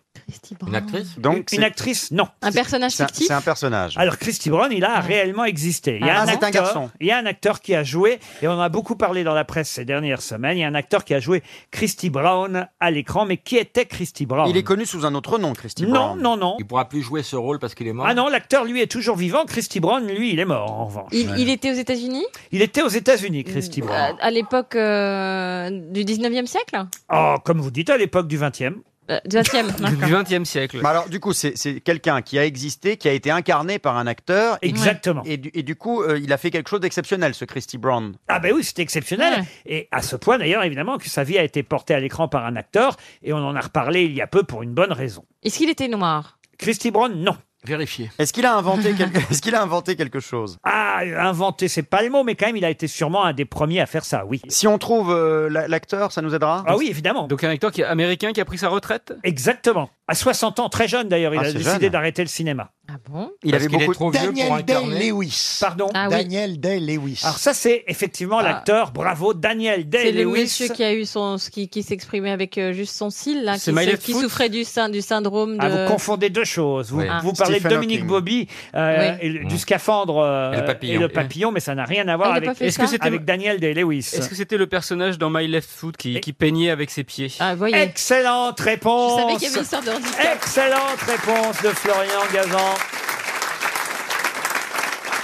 Speaker 17: Une actrice
Speaker 1: Donc, Une actrice, non.
Speaker 2: Un personnage fictif
Speaker 1: personnage. Alors Christy Brown, il a réellement existé. Il y a
Speaker 2: Ah, c'est un
Speaker 1: acteur-
Speaker 2: garçon.
Speaker 1: Il y a un acteur qui a joué, et on en a beaucoup parlé dans la presse ces dernières semaines, il y a un acteur qui a joué Christy Brown à l'écran, mais qui était Christy Brown
Speaker 2: Il est connu sous un autre nom, Christy
Speaker 1: Non,
Speaker 2: Brown.
Speaker 1: non, non.
Speaker 17: Il pourra plus jouer ce rôle parce qu'il est mort.
Speaker 1: Ah non, l'acteur, lui, est toujours vivant. Christy Brown, lui, il est mort, en revanche.
Speaker 2: Il, il Mm. était aux États-Unis
Speaker 1: Il était aux États-Unis, Christy
Speaker 2: à,
Speaker 1: Brown.
Speaker 2: à l'époque euh, du 19e siècle
Speaker 1: Oh, comme vous dites, à l'époque du 20e.
Speaker 2: Euh, Du 20e. d'accord.
Speaker 5: XXe siècle.
Speaker 2: Bah
Speaker 4: alors, du coup, c'est c'est quelqu'un qui a existé, qui a été incarné par un acteur. et-
Speaker 1: Exactement.
Speaker 4: Et, du, et du coup, euh, il a fait quelque chose d'exceptionnel, ce Christy Brown.
Speaker 1: Ah ben oui, c'était exceptionnel. Et à ce point, d'ailleurs, évidemment, que sa vie a été portée à l'écran par un acteur, et on en a reparlé il y a peu pour une bonne raison.
Speaker 2: Est-ce qu'il était noir
Speaker 1: Christy Brown, non.
Speaker 17: Vérifier.
Speaker 4: Est-ce qu'il a inventé
Speaker 1: [LAUGHS]
Speaker 4: quelque, est-ce qu'il a inventé quelque chose
Speaker 1: Ah, inventé, c'est pas le mot, mais quand même, il a été sûrement un des premiers à faire ça, oui.
Speaker 4: Si on trouve euh, la- l'acteur, ça nous aidera.
Speaker 1: Ah oui, évidemment.
Speaker 5: Donc un acteur qui est américain qui a pris sa retraite
Speaker 1: Exactement. À 60 ans, très jeune d'ailleurs, il
Speaker 4: Ah,
Speaker 1: a
Speaker 4: c'est
Speaker 1: décidé
Speaker 4: jeune.
Speaker 1: d'arrêter le cinéma.
Speaker 2: Ah bon
Speaker 4: Il
Speaker 17: Parce
Speaker 4: avait
Speaker 17: qu'il est
Speaker 4: beaucoup
Speaker 17: trop vieux
Speaker 4: Daniel
Speaker 17: pour incarner.
Speaker 4: Day-Lewis.
Speaker 1: Pardon
Speaker 2: Ah oui.
Speaker 4: Daniel Day-Lewis.
Speaker 1: Alors ça, c'est effectivement l'acteur, bravo, Daniel
Speaker 2: Ah. C'est le
Speaker 1: Day-Lewis.
Speaker 2: monsieur qui a eu son ce qui, qui s'exprimait avec euh, juste son cil là, qui,
Speaker 1: C'est Mylène
Speaker 2: se- qui
Speaker 1: Foot
Speaker 2: souffrait du, syn- du syndrome de.
Speaker 1: Ah, vous confondez deux choses. Vous,
Speaker 2: Oui.
Speaker 1: vous
Speaker 2: Ah.
Speaker 1: parlez de
Speaker 2: Stephen
Speaker 1: Dominique
Speaker 2: Hawking.
Speaker 1: Bobby euh,
Speaker 2: Oui.
Speaker 1: et le- du scaphandre euh,
Speaker 17: Et le papillon.
Speaker 1: mais ça n'a rien à
Speaker 2: Ah,
Speaker 1: voir
Speaker 2: il a
Speaker 1: avec,
Speaker 2: pas fait Est-ce que ça c'était-
Speaker 1: avec Daniel Day-Lewis.
Speaker 5: Est-ce que c'était le personnage dans My Left Foot qui, qui peignait avec ses pieds
Speaker 2: Ah, voyez.
Speaker 1: Excellente réponse.
Speaker 2: Je savais qu'il y avait une sorte de handicap.
Speaker 1: Excellente réponse de Florian Gazan.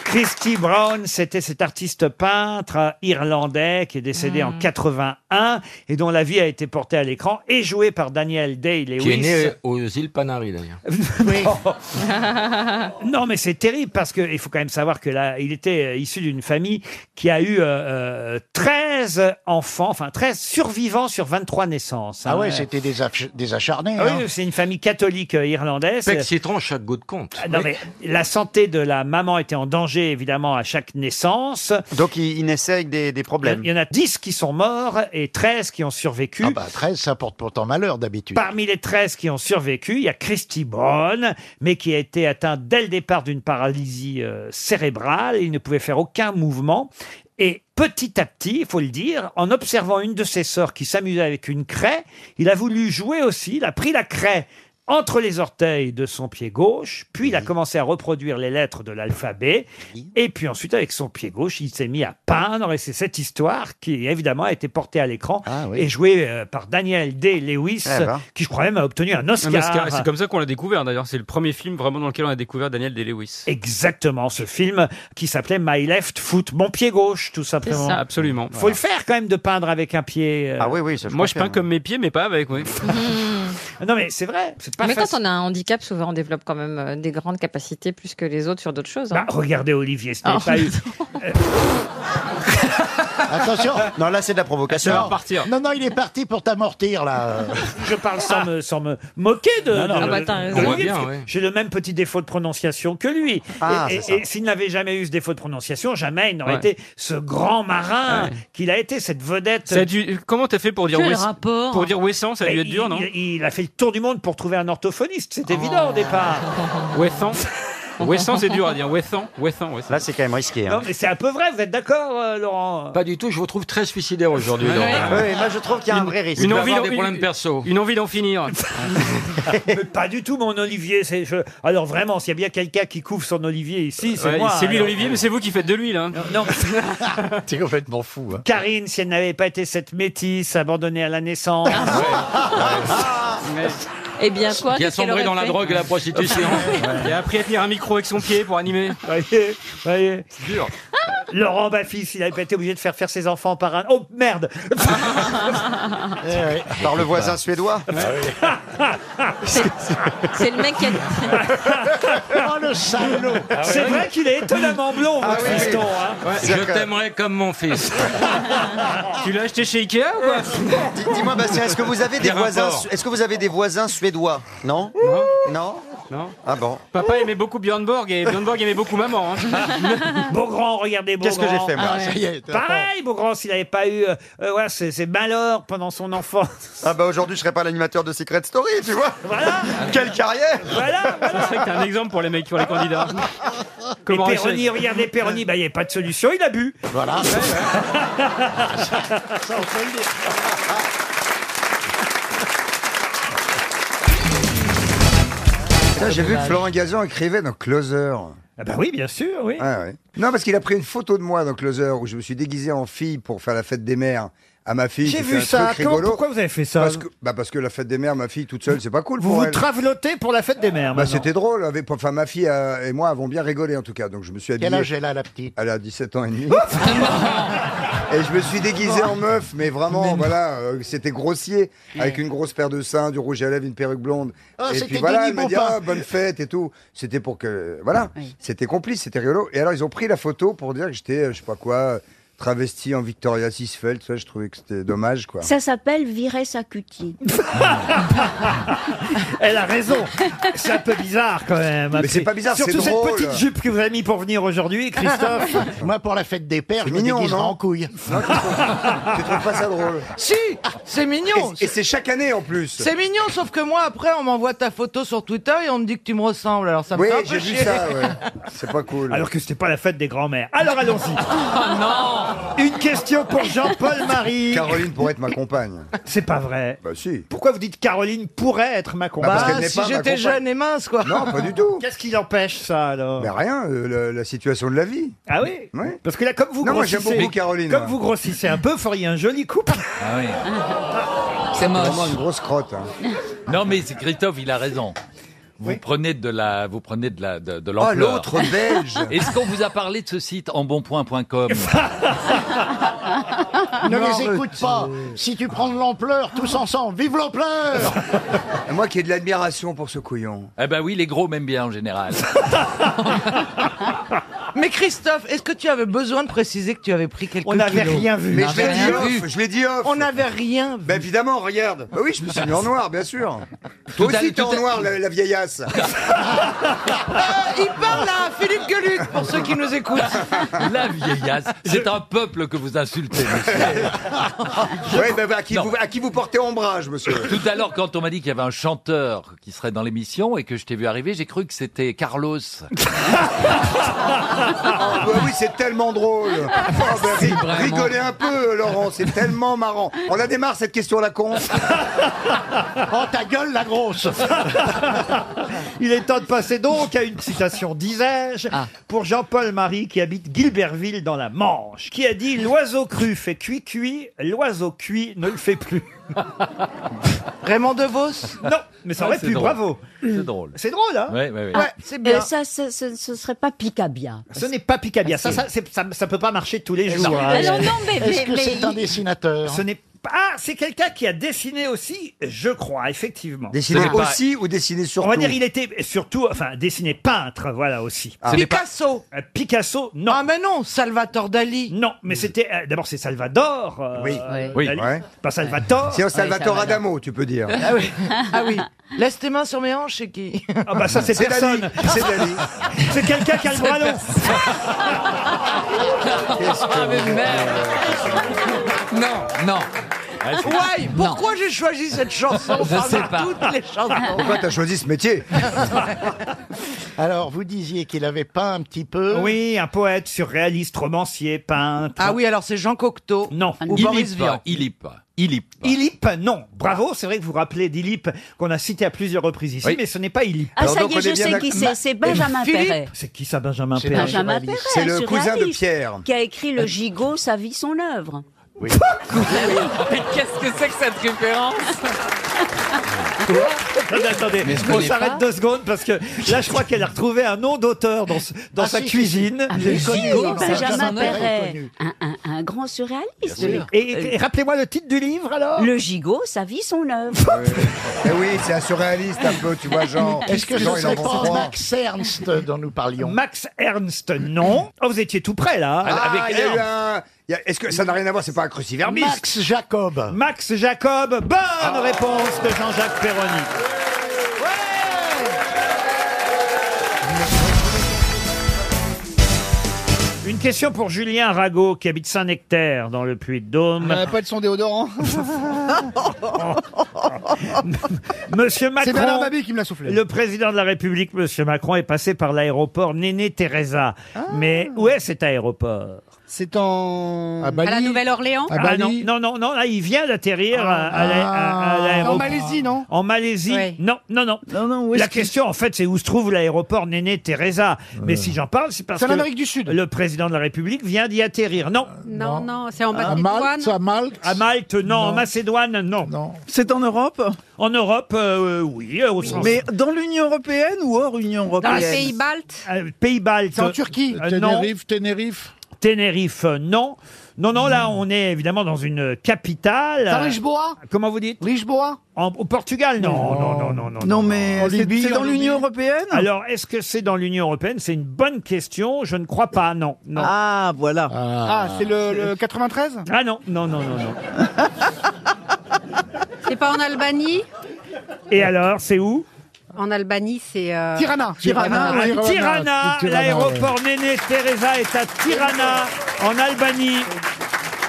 Speaker 1: Christy Brown, c'était cet artiste peintre euh, irlandais qui est décédé
Speaker 2: Hmm.
Speaker 1: en 81 et dont la vie a été portée à l'écran et jouée par Daniel Day-Lewis.
Speaker 17: Qui est né aux îles Canaries d'ailleurs. Ah
Speaker 1: [LAUGHS] Non, mais c'est terrible parce que il faut quand même savoir que là, il était euh, issu d'une famille qui a eu euh, euh, 13 enfants, enfin 13 survivants sur 23 naissances.
Speaker 16: Ah
Speaker 1: hein.
Speaker 16: ouais, c'était des, ach- des acharnés.
Speaker 1: Ah
Speaker 16: hein.
Speaker 1: oui, c'est une famille catholique euh, irlandaise.
Speaker 17: Fait que citron, chaque goût de compte.
Speaker 1: Ah, Non, mais la santé de la maman était en danger, évidemment, à chaque naissance.
Speaker 4: Donc il, il naissait avec des, des problèmes.
Speaker 1: Il y en a 10 qui sont morts et 13 qui ont survécu. Bah.
Speaker 16: Ah bah 13, ça porte pourtant malheur d'habitude.
Speaker 1: Parmi les 13 qui ont survécu, il y a Christy Brown, mais qui a été atteint dès le départ d'une paralysie euh, cérébrale. Il ne pouvait faire aucun mouvement. Et petit à petit, il faut le dire, en observant une de ses sœurs qui s'amusait avec une craie, il a voulu jouer aussi. Il a pris la craie entre les orteils de son pied gauche, puis il a commencé à reproduire les lettres de l'alphabet, et puis ensuite avec son pied gauche, il s'est mis à peindre, et c'est cette histoire qui évidemment a été portée à l'écran et jouée euh, par Daniel Day Lewis,
Speaker 4: Eh ben.
Speaker 1: qui je crois même a obtenu un Oscar.
Speaker 5: Un Oscar. C'est comme ça qu'on l'a découvert d'ailleurs. C'est le premier film vraiment dans lequel on a découvert Daniel Day-Lewis.
Speaker 1: Exactement, ce film qui s'appelait My Left Foot, mon pied gauche, tout simplement.
Speaker 5: ça. Absolument.
Speaker 1: Faut
Speaker 5: Voilà.
Speaker 1: le faire quand même de peindre avec un pied. Ah oui, oui,
Speaker 5: Moi, je peins comme mes pieds, mais pas avec. Oui.
Speaker 16: [LAUGHS]
Speaker 1: Non, mais c'est vrai. C'est pas
Speaker 2: Mais quand
Speaker 1: facile.
Speaker 2: on a un handicap, souvent on développe quand même euh, des grandes capacités plus que les autres sur d'autres choses.
Speaker 1: Bah,
Speaker 2: hein.
Speaker 1: regardez Olivier, ce n'est
Speaker 2: Oh, [LAUGHS]
Speaker 1: pas eu. [LAUGHS]
Speaker 16: Attention
Speaker 4: Non, là c'est de la provocation.
Speaker 16: Non, non, il est parti pour t'amortir
Speaker 1: [LAUGHS]
Speaker 16: là.
Speaker 1: Je parle sans, me, sans me moquer de.
Speaker 16: Ah. Non, non,
Speaker 1: de-
Speaker 16: Ah bah,
Speaker 1: de-
Speaker 16: t'as
Speaker 1: de
Speaker 16: raison. On voit
Speaker 1: Olivier,
Speaker 16: bien,
Speaker 1: parce que
Speaker 16: ouais.
Speaker 1: J'ai le même petit défaut de prononciation que lui.
Speaker 4: Ah,
Speaker 1: Et-
Speaker 4: c'est
Speaker 1: et
Speaker 4: ça.
Speaker 1: et s'il n'avait jamais eu ce défaut de prononciation, jamais il n'aurait
Speaker 5: Ouais.
Speaker 1: été ce grand marin
Speaker 5: Ouais.
Speaker 1: qu'il a été, cette vedette.
Speaker 5: Ça a dû- Comment t'as fait pour dire
Speaker 1: Quel
Speaker 5: Wes-
Speaker 1: rapport
Speaker 5: Pour dire Wesson, ça a dû
Speaker 1: Mais
Speaker 5: être dur,
Speaker 1: il-
Speaker 5: non Oh.
Speaker 1: il, il a fait le tour du monde pour trouver un orthophoniste, c'est évident au départ.
Speaker 5: Wesson. [LAUGHS]
Speaker 1: [LAUGHS]
Speaker 5: Wesson, c'est dur à dire. Wesson. Wesson. Wesson.
Speaker 4: Là c'est quand même risqué. hein.
Speaker 1: Non, mais c'est un peu vrai, vous êtes d'accord, euh, Laurent
Speaker 17: Pas du tout, je vous trouve très suicidaire aujourd'hui.
Speaker 4: Ouais.
Speaker 17: Laurent.
Speaker 4: Oui, moi je trouve qu'il y a un vrai risque.
Speaker 17: Une envie
Speaker 1: d'en-
Speaker 17: des problèmes perso.
Speaker 5: Une envie d'en
Speaker 4: [LAUGHS]
Speaker 5: finir.
Speaker 1: [LAUGHS] Mais pas du tout, mon Olivier. c'est- je- Alors vraiment, s'il y a bien quelqu'un qui couvre son Olivier ici, c'est
Speaker 5: Ouais,
Speaker 1: moi.
Speaker 5: c'est lui
Speaker 1: alors.
Speaker 5: l'Olivier, mais c'est vous qui faites de l'huile. Hein. [LAUGHS]
Speaker 1: Non.
Speaker 16: T'es complètement fou. hein.
Speaker 1: Karine, si elle [LAUGHS] n'avait pas été cette métisse abandonnée à la naissance.
Speaker 2: Eh bien, quoi
Speaker 17: Qui a
Speaker 2: qu'est-ce qu'elle
Speaker 17: sombré
Speaker 2: aurait
Speaker 17: dans la
Speaker 2: fait
Speaker 17: drogue et la
Speaker 2: [LAUGHS]
Speaker 17: prostitution.
Speaker 5: Il a appris à tenir un micro avec son pied pour animer.
Speaker 1: [LAUGHS] voyez, voyez.
Speaker 5: C'est dur.
Speaker 1: Laurent Baffis, il avait pas été obligé de faire faire ses enfants par un. Oh merde
Speaker 32: Eh
Speaker 4: Eh Par le voisin suédois
Speaker 1: Ah
Speaker 2: [LAUGHS] C'est le mec qui a.
Speaker 1: oh le salaud C'est vrai [LAUGHS] qu'il est étonnamment blond,
Speaker 4: Ah
Speaker 1: votre fiston. hein.
Speaker 17: Ah Je t'aimerais comme mon fils. tu l'as acheté chez Ikea ou
Speaker 4: [LAUGHS]
Speaker 17: quoi
Speaker 4: Dis-moi, Bastien, est-ce que vous avez
Speaker 17: Il y
Speaker 4: des
Speaker 17: a
Speaker 4: voisins,
Speaker 17: rapport.
Speaker 4: su- est-ce que vous avez des voisins suédois Non Non.
Speaker 17: Non.
Speaker 4: Ah bon.
Speaker 5: Papa aimait beaucoup Björn Borg et Björn Borg aimait beaucoup maman.
Speaker 1: Ah.
Speaker 5: hein.
Speaker 1: Beaugrand, regardez Beaugrand.
Speaker 5: Qu'est-ce que j'ai fait, moi Ah ouais.
Speaker 17: Ça y est, t'es
Speaker 1: Pareil, Beaugrand, s'il n'avait pas eu euh, euh, voilà, ses, ses malheurs pendant son enfance.
Speaker 4: Ah bah aujourd'hui, je serais pas l'animateur de Secret Story, tu vois
Speaker 1: Voilà
Speaker 4: Quelle carrière
Speaker 1: Voilà,
Speaker 5: C'est vrai que t'es un exemple pour les mecs, pour les candidats. Comment on
Speaker 1: et
Speaker 5: sait
Speaker 1: Perroni, regardez Perroni, bah, il n'y avait pas de solution, il a bu.
Speaker 4: Ah,
Speaker 1: Voilà.
Speaker 25: Putain, j'ai vu que Florent Gazan écrivait dans Closer. Ah
Speaker 1: Ah bah oui, bien sûr, oui.
Speaker 25: Non, parce qu'il a pris une photo de moi dans Closer où je me suis déguisé en fille pour faire la fête des mères à ma fille.
Speaker 1: J'ai
Speaker 25: qui
Speaker 1: vu
Speaker 25: fait un
Speaker 1: ça.
Speaker 25: truc
Speaker 1: Comment-
Speaker 25: rigolo.
Speaker 1: pourquoi vous avez fait ça
Speaker 25: parce que, bah parce que la fête des mères, ma fille toute seule, c'est pas cool
Speaker 1: Vous
Speaker 25: pour
Speaker 1: vous
Speaker 25: elle.
Speaker 1: travelotez pour la fête des mères.
Speaker 16: Ah
Speaker 25: Bah,
Speaker 1: maintenant.
Speaker 25: c'était drôle. avec- Enfin, ma fille euh, et moi avons bien rigolé en tout cas. Donc je me suis habillé.
Speaker 16: Quel âge elle a, la petite
Speaker 25: Elle a 17 ans et
Speaker 16: [LAUGHS]
Speaker 25: demi. et je me suis déguisé en meuf, mais vraiment, voilà, euh, c'était grossier, avec une grosse paire de seins, du rouge à lèvres, une perruque blonde.
Speaker 16: Ah,
Speaker 25: et
Speaker 16: c'était
Speaker 25: puis voilà,
Speaker 16: Denis
Speaker 25: elle m'a dit
Speaker 16: Baupin.
Speaker 25: ah, bonne fête et tout. C'était pour que, voilà, c'était complice, c'était rigolo. Et alors ils ont pris la photo pour dire que j'étais, euh, je sais pas quoi, travesti en Victoria Sisfeld. Ça, je trouvais que c'était dommage, quoi.
Speaker 9: Ça s'appelle virer sa cutie.
Speaker 1: Elle a raison. C'est un peu bizarre quand même.
Speaker 25: Mais c'est pas bizarre, c'est
Speaker 1: Surtout
Speaker 25: drôle.
Speaker 1: cette petite jupe que vous avez mis pour venir aujourd'hui, Christophe.
Speaker 16: [LAUGHS] Moi, pour la fête des pères,
Speaker 25: C'est
Speaker 16: je me
Speaker 25: mignon,
Speaker 16: déguiserai
Speaker 25: non
Speaker 16: en couille.
Speaker 25: Tu trouves pas ça drôle
Speaker 3: Si,
Speaker 16: Ah,
Speaker 3: c'est mignon.
Speaker 25: Et, et c'est chaque année en plus.
Speaker 3: C'est mignon, sauf que moi, après, on m'envoie ta photo sur Twitter et on me dit que tu me ressembles. Alors ça me
Speaker 25: Oui,
Speaker 3: fait un
Speaker 25: j'ai
Speaker 3: peu
Speaker 25: vu
Speaker 3: chier.
Speaker 25: ça. ouais. C'est pas cool.
Speaker 1: Alors que c'était pas la fête des grands-mères. Alors allons-y. Une question pour Jean-Paul Marie.
Speaker 25: Caroline pourrait être ma compagne.
Speaker 1: C'est pas vrai.
Speaker 25: Bah si.
Speaker 1: Pourquoi vous dites Caroline pourrait être ma compagne
Speaker 25: Bah, parce
Speaker 3: Ah,
Speaker 25: qu'elle n'est pas ma compagne.
Speaker 1: mince, quoi.
Speaker 25: Non, pas du tout.
Speaker 1: Qu'est-ce qui l'empêche, ça, alors
Speaker 25: Mais rien, euh, la, la situation de la vie.
Speaker 1: Ah oui, Parce que là, comme vous
Speaker 25: Non, moi,
Speaker 1: grossissez,
Speaker 25: j'aime beaucoup Caroline,
Speaker 1: comme
Speaker 25: moi.
Speaker 1: vous grossissez un peu, vous feriez un joli couple.
Speaker 14: Ah oui.
Speaker 1: C'est moche.
Speaker 25: Vraiment une grosse crotte. hein.
Speaker 14: Non, mais c'est Christophe, il a raison. Vous prenez de la, vous prenez de la, de, de
Speaker 25: Oh,
Speaker 14: l'ampleur.
Speaker 25: l'autre belge
Speaker 14: [LAUGHS] Est-ce qu'on vous a parlé de ce site enbonpoint.com
Speaker 16: [LAUGHS] Ne
Speaker 25: Non,
Speaker 16: les écoute pas. Si tu prends de l'ampleur, tous ensemble, vive
Speaker 1: [LAUGHS]
Speaker 16: l'ampleur
Speaker 25: Et [LAUGHS] Moi qui ai de l'admiration pour ce couillon.
Speaker 14: Eh ben oui, les gros m'aiment bien en
Speaker 25: [LAUGHS]
Speaker 14: général.
Speaker 3: [LAUGHS] Mais Christophe, est-ce que tu avais besoin de préciser que tu avais pris quelques
Speaker 1: On n'avait
Speaker 3: kilos
Speaker 1: rien vu.
Speaker 25: Mais
Speaker 1: On
Speaker 25: je l'ai
Speaker 1: n'avait
Speaker 25: dit
Speaker 1: rien
Speaker 25: off,
Speaker 1: vu.
Speaker 25: je l'ai dit off.
Speaker 3: On n'avait rien vu.
Speaker 25: Bah évidemment, regarde. Bah oui, je me suis mis en noir, bien sûr. Toi
Speaker 14: Tout à-
Speaker 25: aussi, t'es
Speaker 14: tout
Speaker 25: en
Speaker 14: à-
Speaker 25: noir, la, la vieillasse.
Speaker 3: Ah, il parle à Philippe Gueluc, pour ceux qui nous écoutent.
Speaker 14: La vieillasse, c'est un peuple que vous insultez.
Speaker 25: ouais, bah, bah, à, qui vous, à qui vous portez ombrage, monsieur
Speaker 14: Tout à l'heure, quand on m'a dit qu'il y avait un chanteur qui serait dans l'émission et que je t'ai vu arriver, j'ai cru que c'était Carlos.
Speaker 25: Ah, bah oui, c'est tellement drôle. Ah, bah, ri-
Speaker 14: vraiment.
Speaker 25: rigolez un peu, Laurent, c'est tellement marrant. On la démarre cette question la con.
Speaker 16: [LAUGHS] Oh, ta gueule, la grosse
Speaker 1: [LAUGHS] Il est temps de passer donc à une citation, disais-je,
Speaker 14: Ah.
Speaker 1: pour Jean-Paul Marie qui habite Gilbertville dans la Manche, qui a dit L'oiseau cru fait cuit-cuit, l'oiseau cuit ne le
Speaker 16: [LAUGHS]
Speaker 1: fait plus.
Speaker 3: Raymond DeVos
Speaker 1: Non, mais ça aurait
Speaker 14: Ah, c'est
Speaker 1: pu,
Speaker 14: drôle.
Speaker 1: bravo.
Speaker 14: C'est drôle.
Speaker 1: C'est drôle, hein
Speaker 14: Ouais, ouais, ouais.
Speaker 1: Ouais, c'est bien.
Speaker 9: Euh, ça, ce- ce- ce serait pas Picabia.
Speaker 1: Ce n'est pas
Speaker 14: Ah,
Speaker 1: Picabia. Ça, ça, c'est- ça, ça peut pas marcher
Speaker 14: Eh,
Speaker 1: tous les jours. hein.
Speaker 16: Est-ce que c'est un dessinateur
Speaker 1: Ce n'est pas. Ah, c'est quelqu'un qui a dessiné aussi, je crois, effectivement.
Speaker 25: Dessiner
Speaker 1: Ah.
Speaker 25: aussi ou dessiner surtout
Speaker 1: On va dire, il était surtout, enfin, dessiné peintre, voilà aussi.
Speaker 25: Ah. Ce n'est pas-
Speaker 3: Picasso
Speaker 1: Euh, Picasso, non.
Speaker 3: Ah mais non, Salvatore Dali
Speaker 1: Non, mais c'était. euh, D'abord, c'est Salvador. euh,
Speaker 25: Mm. Oui.
Speaker 1: Oui.
Speaker 25: Oui. Ouais.
Speaker 1: Pas Salvatore.
Speaker 25: C'est au Salvatore Adamo, tu peux dire.
Speaker 3: Ah
Speaker 6: [LAUGHS]
Speaker 3: oui. Ah oui. Laisse tes mains sur mes hanches, c'est qui
Speaker 1: Ah bah ça, c'est
Speaker 25: C'est Dali,
Speaker 6: [LAUGHS]
Speaker 1: personne.
Speaker 25: c'est Dali.
Speaker 1: C'est quelqu'un qui a le bras long.
Speaker 14: Ah, mais merde Non, non. Ah, c'est-
Speaker 3: Why Pourquoi j'ai choisi cette chanson
Speaker 14: Je
Speaker 3: parmi
Speaker 14: sais pas.
Speaker 3: toutes les chansons
Speaker 25: Pourquoi t'as choisi ce métier
Speaker 16: Alors, vous disiez qu'il avait peint un petit peu.
Speaker 1: Oui, un poète, surréaliste, romancier, peintre.
Speaker 3: Ah oui, alors c'est Jean Cocteau.
Speaker 1: Non.
Speaker 3: Ou Boris
Speaker 14: Ilip,
Speaker 3: Vian.
Speaker 14: Ilip, Ilip.
Speaker 1: Ilip, non. Bravo, c'est vrai que vous vous rappelez d'Ilip qu'on a cité à plusieurs reprises ici,
Speaker 14: Oui.
Speaker 1: mais ce n'est pas Ilip.
Speaker 9: Ah, ça y est, je sais qui c'est. C'est Benjamin
Speaker 1: Philippe
Speaker 9: Perret.
Speaker 1: C'est qui ça, Benjamin
Speaker 9: C'est
Speaker 1: Perret
Speaker 9: Benjamin Perret,
Speaker 25: C'est le
Speaker 9: un
Speaker 25: cousin de
Speaker 9: surréaliste,
Speaker 25: Pierre.
Speaker 9: Qui a écrit Le Gigot, sa vie, son œuvre.
Speaker 5: [LAUGHS] Mais qu'est-ce que c'est que cette référence
Speaker 1: Non, mais attendez,
Speaker 5: Mais je
Speaker 1: on
Speaker 5: connais
Speaker 1: s'arrête
Speaker 5: pas.
Speaker 1: deux secondes parce que là, je crois qu'elle a retrouvé un nom d'auteur dans, ce- dans
Speaker 9: Ah,
Speaker 1: sa
Speaker 9: si, si,
Speaker 1: cuisine.
Speaker 9: si. Ah, mais si, Benjamin Perret, un, un- un grand surréaliste.
Speaker 1: Bien sûr. Et- et- et rappelez-moi le titre du livre alors
Speaker 9: Le gigot, sa vie, son œuvre.
Speaker 1: [LAUGHS]
Speaker 25: Eh oui, c'est un surréaliste un peu, tu vois, genre.
Speaker 9: Est-ce que
Speaker 25: genre,
Speaker 9: ce
Speaker 25: il en
Speaker 9: serait
Speaker 25: vend
Speaker 9: pas
Speaker 25: trois.
Speaker 9: Max
Speaker 1: Ernst dont nous parlions. Max Ernst, non. Oh, vous étiez tout près là.
Speaker 25: Ah, il y a eu un. il y a- Est-ce que ça n'a rien à voir C'est pas un cruciverbiste Ah.
Speaker 1: Max Jacob. Max Jacob, bonne réponse de Jean-Jacques Perroni. Une question pour Julien Rago qui habite Saint-Nectaire dans le Puy-de-Dôme.
Speaker 6: pas de son déodorant.
Speaker 1: [LAUGHS] Monsieur Macron.
Speaker 6: C'est Bernard Mabie qui me l'a soufflé.
Speaker 1: Le président de la République, Monsieur Macron, est passé par l'aéroport Néné Teresa. Mais où est cet aéroport
Speaker 6: Ah. C'est en.
Speaker 1: Bali.
Speaker 6: À la Nouvelle-Orléans À
Speaker 1: Ah, non,
Speaker 6: Bali.
Speaker 1: non, non, non, là, il vient d'atterrir à- à l'a- à- à
Speaker 6: Ah.
Speaker 1: l'aéroport.
Speaker 6: En Malaisie, non
Speaker 1: En Malaisie
Speaker 6: Ouais.
Speaker 1: Non, non, non. la question, en fait, c'est où se trouve l'aéroport Néné Teresa. Mais si j'en parle, c'est parce
Speaker 15: C'est en
Speaker 1: que
Speaker 15: Amérique
Speaker 1: du Sud. le président de la République vient d'y atterrir. Non.
Speaker 15: Non, non, c'est en
Speaker 1: À
Speaker 15: Macédoine.
Speaker 1: à Malte À Malte, non. En Macédoine, non.
Speaker 15: C'est en Europe
Speaker 1: En Europe, euh, oui, euh, au sens...
Speaker 15: Mais dans l'Union européenne ou hors Union européenne
Speaker 1: baltes
Speaker 6: Ah,
Speaker 1: Pays baltes.
Speaker 15: C'est en Turquie
Speaker 1: Ténérife, Ténérife. Ténérife, euh, non. Non, non, là, on est évidemment dans une capitale.
Speaker 15: C'est à
Speaker 1: Euh,
Speaker 15: Lisboa
Speaker 1: Comment vous dites
Speaker 15: Lisboa
Speaker 1: En- Au Portugal, non, non, non, non, non.
Speaker 15: Non, mais c'est c'est dans l'Union européenne
Speaker 1: Alors, est-ce que c'est dans l'Union européenne C'est une bonne question. Je ne crois pas, non. non.
Speaker 15: Ah, voilà.
Speaker 6: Ah, c'est le, le 93
Speaker 1: Ah non, non, non, non, non.
Speaker 15: C'est pas en Albanie
Speaker 1: Et alors, c'est où
Speaker 15: En Albanie, c'est. euh,
Speaker 6: Tirana.
Speaker 1: Tirana,
Speaker 15: ouais.
Speaker 1: Tirana, l'aéroport Néné Teresa est à Tirana, en Albanie.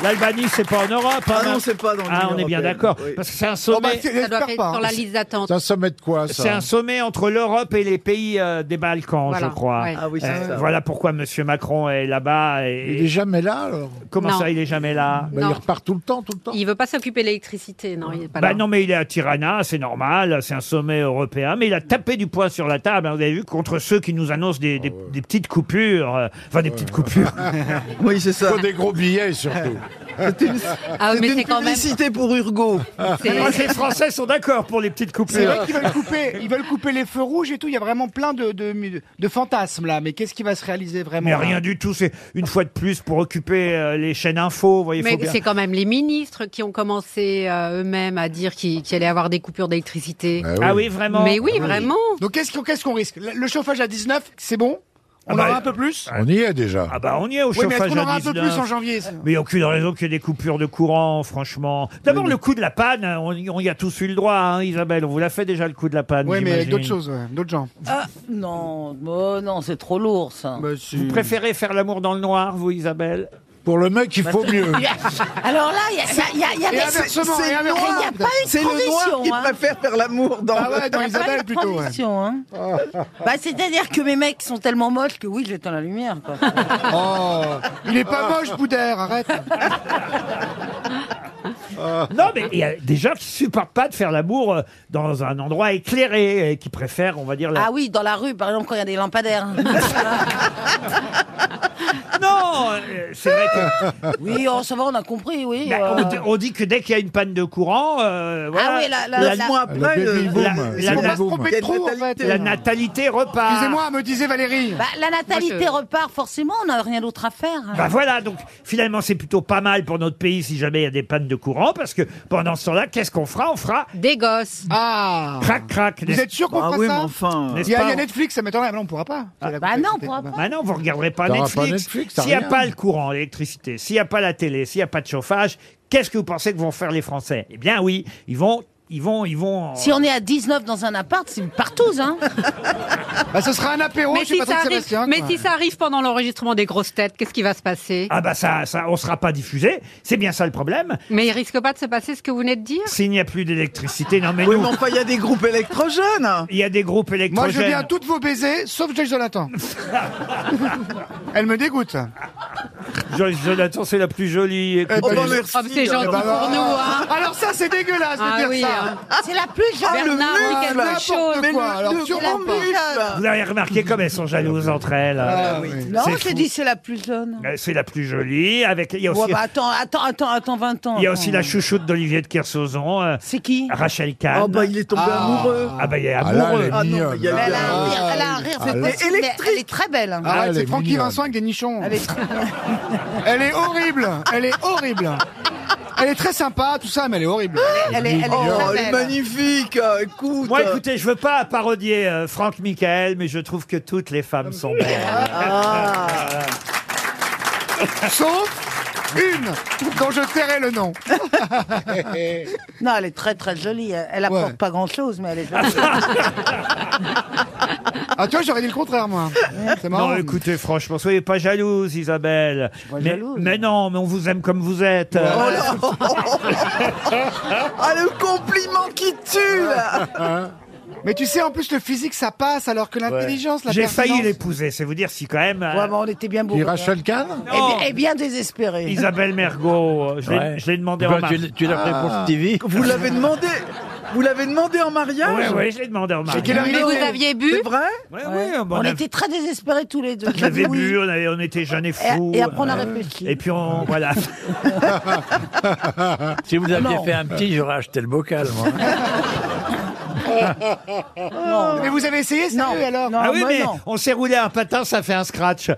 Speaker 1: L'Albanie, c'est pas en Europe.
Speaker 15: Ah
Speaker 1: hein.
Speaker 15: non, c'est pas dans
Speaker 1: Ah,
Speaker 15: l'Union
Speaker 1: on est bien
Speaker 15: européenne,
Speaker 1: d'accord.
Speaker 15: oui.
Speaker 1: Parce que c'est un
Speaker 15: Bon, bah,
Speaker 1: sommet.
Speaker 15: c'est- Ça doit j'espère être pas, sur hein. la liste d'attente.
Speaker 1: C'est un sommet de quoi,
Speaker 15: ça
Speaker 1: C'est un sommet entre l'Europe et les pays euh, des Balkans,
Speaker 15: Voilà,
Speaker 1: je crois. Euh,
Speaker 15: ouais. Ah oui, c'est ça.
Speaker 1: Voilà pourquoi M. Macron est là-bas. Et...
Speaker 15: Il est
Speaker 1: jamais là, alors Comment
Speaker 15: Non.
Speaker 1: ça, il est jamais là
Speaker 15: Bah, il Non. repart
Speaker 1: tout le temps, tout le temps.
Speaker 15: Il veut pas s'occuper de l'électricité, non, il est pas
Speaker 1: Bah
Speaker 15: là.
Speaker 1: non, mais il est à Tirana, c'est normal, c'est un sommet européen, mais il a tapé du poing sur la table, hein, vous avez vu, contre ceux qui nous annoncent des,
Speaker 6: Ah
Speaker 1: des- des petites coupures, euh, enfin des petites
Speaker 6: [LAUGHS]
Speaker 1: coupures.
Speaker 15: oui, c'est ça.
Speaker 13: Faut des gros
Speaker 15: [LAUGHS]
Speaker 13: billets surtout.
Speaker 15: C'était une,
Speaker 1: Ah oui, mais
Speaker 15: c'était une
Speaker 1: c'est quand même-
Speaker 15: publicité pour Urgo.
Speaker 1: Ah, les Français sont d'accord pour les petites coupures.
Speaker 6: Ah, C'est vrai qu'ils veulent couper, ils veulent couper les feux rouges et tout. Il y a vraiment plein de, de, de fantasmes là. Mais qu'est-ce qui va se réaliser vraiment
Speaker 1: Mais
Speaker 6: là
Speaker 1: rien du tout, c'est une fois de plus pour occuper euh, les chaînes info, vous voyez, faut
Speaker 15: Mais
Speaker 1: bien-
Speaker 15: c'est quand même les ministres qui ont commencé euh, eux-mêmes à dire qu'il qu'il allait avoir des coupures d'électricité.
Speaker 1: oui. Ah oui, vraiment
Speaker 15: Mais oui,
Speaker 1: Ah oui.
Speaker 15: vraiment.
Speaker 6: Donc qu'est-ce qu'on qu'est-ce qu'on risque Le le chauffage à 19, c'est bon On
Speaker 1: Ah
Speaker 6: aura
Speaker 1: bah,
Speaker 6: un peu plus
Speaker 13: On y est déjà.
Speaker 1: Ah bah on y est au
Speaker 6: Oui, mais
Speaker 1: chauffage
Speaker 6: est-ce
Speaker 1: à
Speaker 6: qu'on
Speaker 1: Ah
Speaker 6: aura un peu
Speaker 1: 19.
Speaker 6: plus en janvier ça
Speaker 1: Mais il n'y a aucune raison qu'il y ait des coupures de courant, franchement. D'abord, le coup de la panne, hein, on y, on y a tous eu le droit, hein, Isabelle. On vous l'a fait déjà le coup de la panne.
Speaker 6: Oui, mais avec
Speaker 1: j'imagine.
Speaker 6: d'autres choses, ouais, d'autres gens.
Speaker 21: Ah, non, oh, non, c'est trop lourd ça.
Speaker 6: Bah,
Speaker 1: Vous préférez faire l'amour dans le noir, vous, Isabelle
Speaker 13: Pour le mec, il faut
Speaker 1: [LAUGHS]
Speaker 13: mieux.
Speaker 21: Alors là, il y a, ça- il y a, il y a
Speaker 6: Et
Speaker 21: des-
Speaker 6: inversement,
Speaker 21: c'est-
Speaker 6: et
Speaker 21: il y a
Speaker 6: inversement,
Speaker 21: pas
Speaker 6: peut-être.
Speaker 21: une
Speaker 6: C'est le noir
Speaker 21: transition,
Speaker 6: qui
Speaker 21: hein.
Speaker 15: préfère faire l'amour dans-
Speaker 6: Ah ouais, dans
Speaker 21: Il y a pas
Speaker 6: Isabelle
Speaker 21: une
Speaker 6: plutôt, ouais. Ah.
Speaker 21: transition, hein. Bah, c'est-à-dire que mes mecs sont tellement moches que oui, j'éteins la lumière. Quoi.
Speaker 6: Il est pas moche, Boudère, arrête.
Speaker 1: Non, mais il y a des gens qui supportent pas de faire l'amour euh, dans un endroit éclairé et qui préfèrent, on va dire. La...
Speaker 21: Ah oui, dans la rue, par exemple, quand il y a des lampadaires.
Speaker 1: [LAUGHS] Non, euh, c'est vrai que.
Speaker 21: [LAUGHS] oui, oh, ça va, on a compris, oui.
Speaker 1: Bah,
Speaker 21: euh. Ah
Speaker 1: on di- on, dit que dès qu'il y a une panne de courant, euh, voilà,
Speaker 21: oui, la- la-
Speaker 1: la-
Speaker 21: la- Neuf
Speaker 6: mois après,
Speaker 1: la-
Speaker 6: le-
Speaker 1: la-
Speaker 6: boom.
Speaker 1: la-
Speaker 6: On va
Speaker 1: la-
Speaker 6: se tromper de trop, en fait.
Speaker 1: la natalité repart.
Speaker 6: Excusez-moi, me disait Valérie.
Speaker 21: Bah, la natalité
Speaker 6: Moi,
Speaker 21: repart, forcément, on n'a rien d'autre à faire.
Speaker 1: Bah voilà, donc finalement c'est plutôt pas mal pour notre pays si jamais il y a des pannes de courant, parce que pendant ce temps-là, qu'est-ce qu'on fera On fera
Speaker 15: Des gosses.
Speaker 6: Ah
Speaker 1: crac crac. Ah
Speaker 6: Vous êtes sûr
Speaker 1: Bah
Speaker 6: qu'on fera ça
Speaker 1: euh, N'est-ce
Speaker 6: Il y a,
Speaker 1: pas
Speaker 6: il y a Netflix, ça m'étonnerait. mais Non, on pourra pas.
Speaker 1: Ah,
Speaker 21: bah non, on pourra
Speaker 1: Bah non, vous regarderez pas
Speaker 13: T'auras
Speaker 1: Netflix.
Speaker 13: pas Netflix, t'as
Speaker 1: s'il n'y a
Speaker 13: rien.
Speaker 1: pas le courant, l'électricité, s'il n'y a pas la télé, s'il n'y a pas de chauffage, qu'est-ce que vous pensez que vont faire les Français Eh bien oui, ils vont, ils vont, ils vont.
Speaker 21: Si on est à 19 dans un appart, c'est partout, hein.
Speaker 6: Bah, ce sera un apéro
Speaker 15: mais
Speaker 6: chez
Speaker 15: si, ça
Speaker 6: Patrick
Speaker 15: arrive,
Speaker 6: Sébastien.
Speaker 15: mais
Speaker 6: quoi.
Speaker 15: si ça arrive pendant l'enregistrement des grosses têtes, qu'est-ce qui va se passer
Speaker 1: Ah bah ça, ça, on sera pas diffusé. C'est bien ça le problème.
Speaker 15: Mais il risque pas de se passer ce que vous venez
Speaker 1: [LAUGHS]
Speaker 15: de dire
Speaker 1: S'il n'y a plus d'électricité, non mais nous-
Speaker 15: il y a des groupes électrogènes
Speaker 1: il y a des groupes
Speaker 6: Moi,
Speaker 1: électrogènes.
Speaker 6: je viens à toutes vos baisers, sauf Jacques Jonathan. Elle me dégoûte.
Speaker 1: Joyce Jonathan, c'est la plus jolie.
Speaker 6: Eh
Speaker 5: ben,
Speaker 1: écoutez.
Speaker 5: Oh, merci. Ah, c'est gentil Eh ben, pour alors- nous, hein. [LAUGHS] Alors [LAUGHS] ça, c'est dégueulasse de Ah dire oui, ça. hein.
Speaker 6: C'est la plus
Speaker 5: Ah,
Speaker 6: jeune.
Speaker 5: le
Speaker 6: Bernard,
Speaker 5: mufle,
Speaker 6: quelque
Speaker 5: n'importe
Speaker 6: chose.
Speaker 5: quoi, alors
Speaker 6: C'est
Speaker 5: sûrement
Speaker 6: la
Speaker 5: pas.
Speaker 6: plus jeune.
Speaker 1: Vous avez remarqué comme elles sont jalouses entre elles.
Speaker 6: Ah,
Speaker 1: Euh,
Speaker 6: Non,
Speaker 1: c'est
Speaker 6: j'ai
Speaker 1: fou.
Speaker 6: dit c'est la plus jeune.
Speaker 1: Euh, C'est la plus jolie. Avec, il y a aussi,
Speaker 6: Ouais, bah, attends, attends, attends, attends 20 ans.
Speaker 1: il y a aussi
Speaker 6: attends.
Speaker 1: la
Speaker 21: Mmh.
Speaker 1: chouchoute d'Olivier de Kersauzon. C'est qui Rachel Kahn.
Speaker 6: Oh, bah, il est tombé
Speaker 1: Ah.
Speaker 6: amoureux.
Speaker 1: Ah bah il est
Speaker 6: Ah là,
Speaker 1: amoureux.
Speaker 6: elle est Ah non, mignonne. il y a-
Speaker 5: Elle a un
Speaker 6: rire, elle a un rire, c'est possible, mais Elle est très belle. hein.
Speaker 5: Arrête, c'est Francky Vincent avec des nichons. Elle est... horrible. Elle est horrible. Elle est très sympa, tout ça, mais elle est horrible.
Speaker 6: Elle est- elle est très Oh, elle est belle.
Speaker 5: magnifique. Écoute.
Speaker 1: Moi, écoutez, je veux pas parodier euh, Franck Michael, mais je trouve que toutes les femmes sont belles.
Speaker 6: Ah.
Speaker 1: [LAUGHS]
Speaker 5: Sauf une dont je tairai le nom.
Speaker 6: [LAUGHS] Non, elle est très très jolie. Elle apporte pas grand chose, mais elle est jolie.
Speaker 5: Ah, tu vois, j'aurais dit le contraire, moi. C'est marrant.
Speaker 1: Non, écoutez, franchement, soyez pas jalouse, Isabelle. mais, mais non, mais on vous aime comme vous
Speaker 5: Oh
Speaker 1: êtes.
Speaker 5: Ah, le compliment qui tue Hein Mais tu sais, en plus, le physique, ça passe, alors que l'intelligence, la
Speaker 1: J'ai failli
Speaker 5: pertinence-
Speaker 1: l'épouser, c'est vous dire si quand même. euh,
Speaker 6: Ouais, bah, on était bien beaux.
Speaker 1: Dis Rachel Kahn
Speaker 6: et,
Speaker 1: Non.
Speaker 6: bien- et bien désespéré.
Speaker 1: Isabelle Mergot, je l'ai- je l'ai demandé
Speaker 14: Bah,
Speaker 1: en mariage.
Speaker 5: Ah.
Speaker 34: Vous l'avez demandé Vous l'avez demandé en mariage
Speaker 1: Oui, oui, je l'ai demandé en mariage.
Speaker 34: bu C'est vrai
Speaker 1: Ouais, ouais, bah,
Speaker 6: on
Speaker 1: on a-
Speaker 6: était très désespérés tous les deux.
Speaker 1: On avait
Speaker 6: Oui.
Speaker 1: bu, on, avait- on était jeunes et fous. Euh,
Speaker 6: Et- et après, on a réfléchi.
Speaker 1: Et puis on. Voilà.
Speaker 14: [LAUGHS] Si vous aviez
Speaker 1: Non.
Speaker 14: fait un petit, j'aurais acheté le bocal, moi.
Speaker 2: [LAUGHS]
Speaker 6: Non.
Speaker 5: Mais vous avez essayé, sérieux, alors
Speaker 1: ah oui, mais on s'est roulé un patin, ça fait un
Speaker 13: [LAUGHS]
Speaker 1: scratch.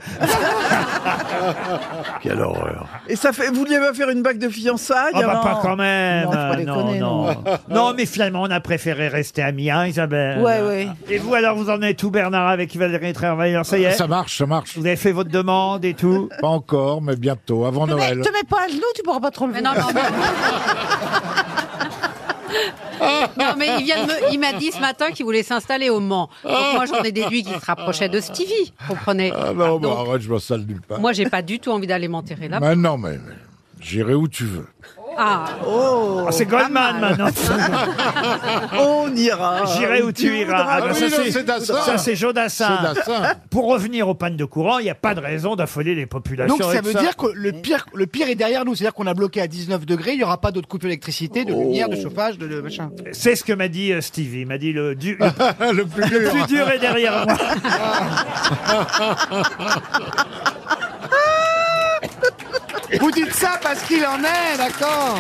Speaker 14: Quelle horreur.
Speaker 34: Et ça fait, vous lui avez offert une bague de fiançailles
Speaker 1: Ah bah
Speaker 34: avant
Speaker 1: pas quand même.
Speaker 34: Non, faut pas déconner,
Speaker 1: non, non.
Speaker 34: non.
Speaker 1: Non, mais finalement, on a préféré rester amis, hein, Isabelle.
Speaker 34: Ouais, ouais.
Speaker 1: Et vous, alors, vous en êtes tout, Bernard, avec Valérie Trierweiler, ça y est.
Speaker 13: Euh, Ça
Speaker 1: marche, ça marche. Vous avez fait votre demande et tout.
Speaker 13: Pas encore, mais bientôt, avant
Speaker 6: Te mets,
Speaker 13: Noël.
Speaker 6: te mets pas à genoux, tu pourras pas trop le
Speaker 15: Non, mais il, vient de me- il m'a dit ce matin qu'il voulait s'installer au Mans. Donc moi, j'en ai déduit qu'il se rapprochait de Stevie, comprenez
Speaker 13: Ah non, bah,
Speaker 15: Donc,
Speaker 13: arrête, je m'en sale nulle part.
Speaker 15: Moi, j'ai pas du tout envie d'aller m'enterrer là-bas.
Speaker 13: Mais non, mais, mais j'irai où tu veux.
Speaker 15: Ah,
Speaker 1: Ah, c'est Goldman maintenant.
Speaker 34: Oh, [LAUGHS] On ira.
Speaker 1: J'irai où tu iras.
Speaker 13: Ah
Speaker 1: bah,
Speaker 13: oui, non, c'est Dassin.
Speaker 1: ça, c'est Joe Dassin.
Speaker 13: C'est Dassin.
Speaker 1: Pour revenir aux pannes de courant, il n'y a pas de raison d'affoler les populations.
Speaker 5: Donc ça
Speaker 1: avec
Speaker 5: veut dire que le pire, le pire est derrière nous. C'est-à-dire qu'on a bloqué à 19 degrés, il n'y aura pas d'autres coupures d'électricité, de lumière,
Speaker 1: Oh.
Speaker 5: de chauffage, de, de
Speaker 1: [LAUGHS]
Speaker 5: machin.
Speaker 1: C'est ce que m'a dit euh, Stevie. Il m'a dit le, du- le, plus dur. est derrière moi.
Speaker 5: Vous dites ça parce qu'il en est, d'accord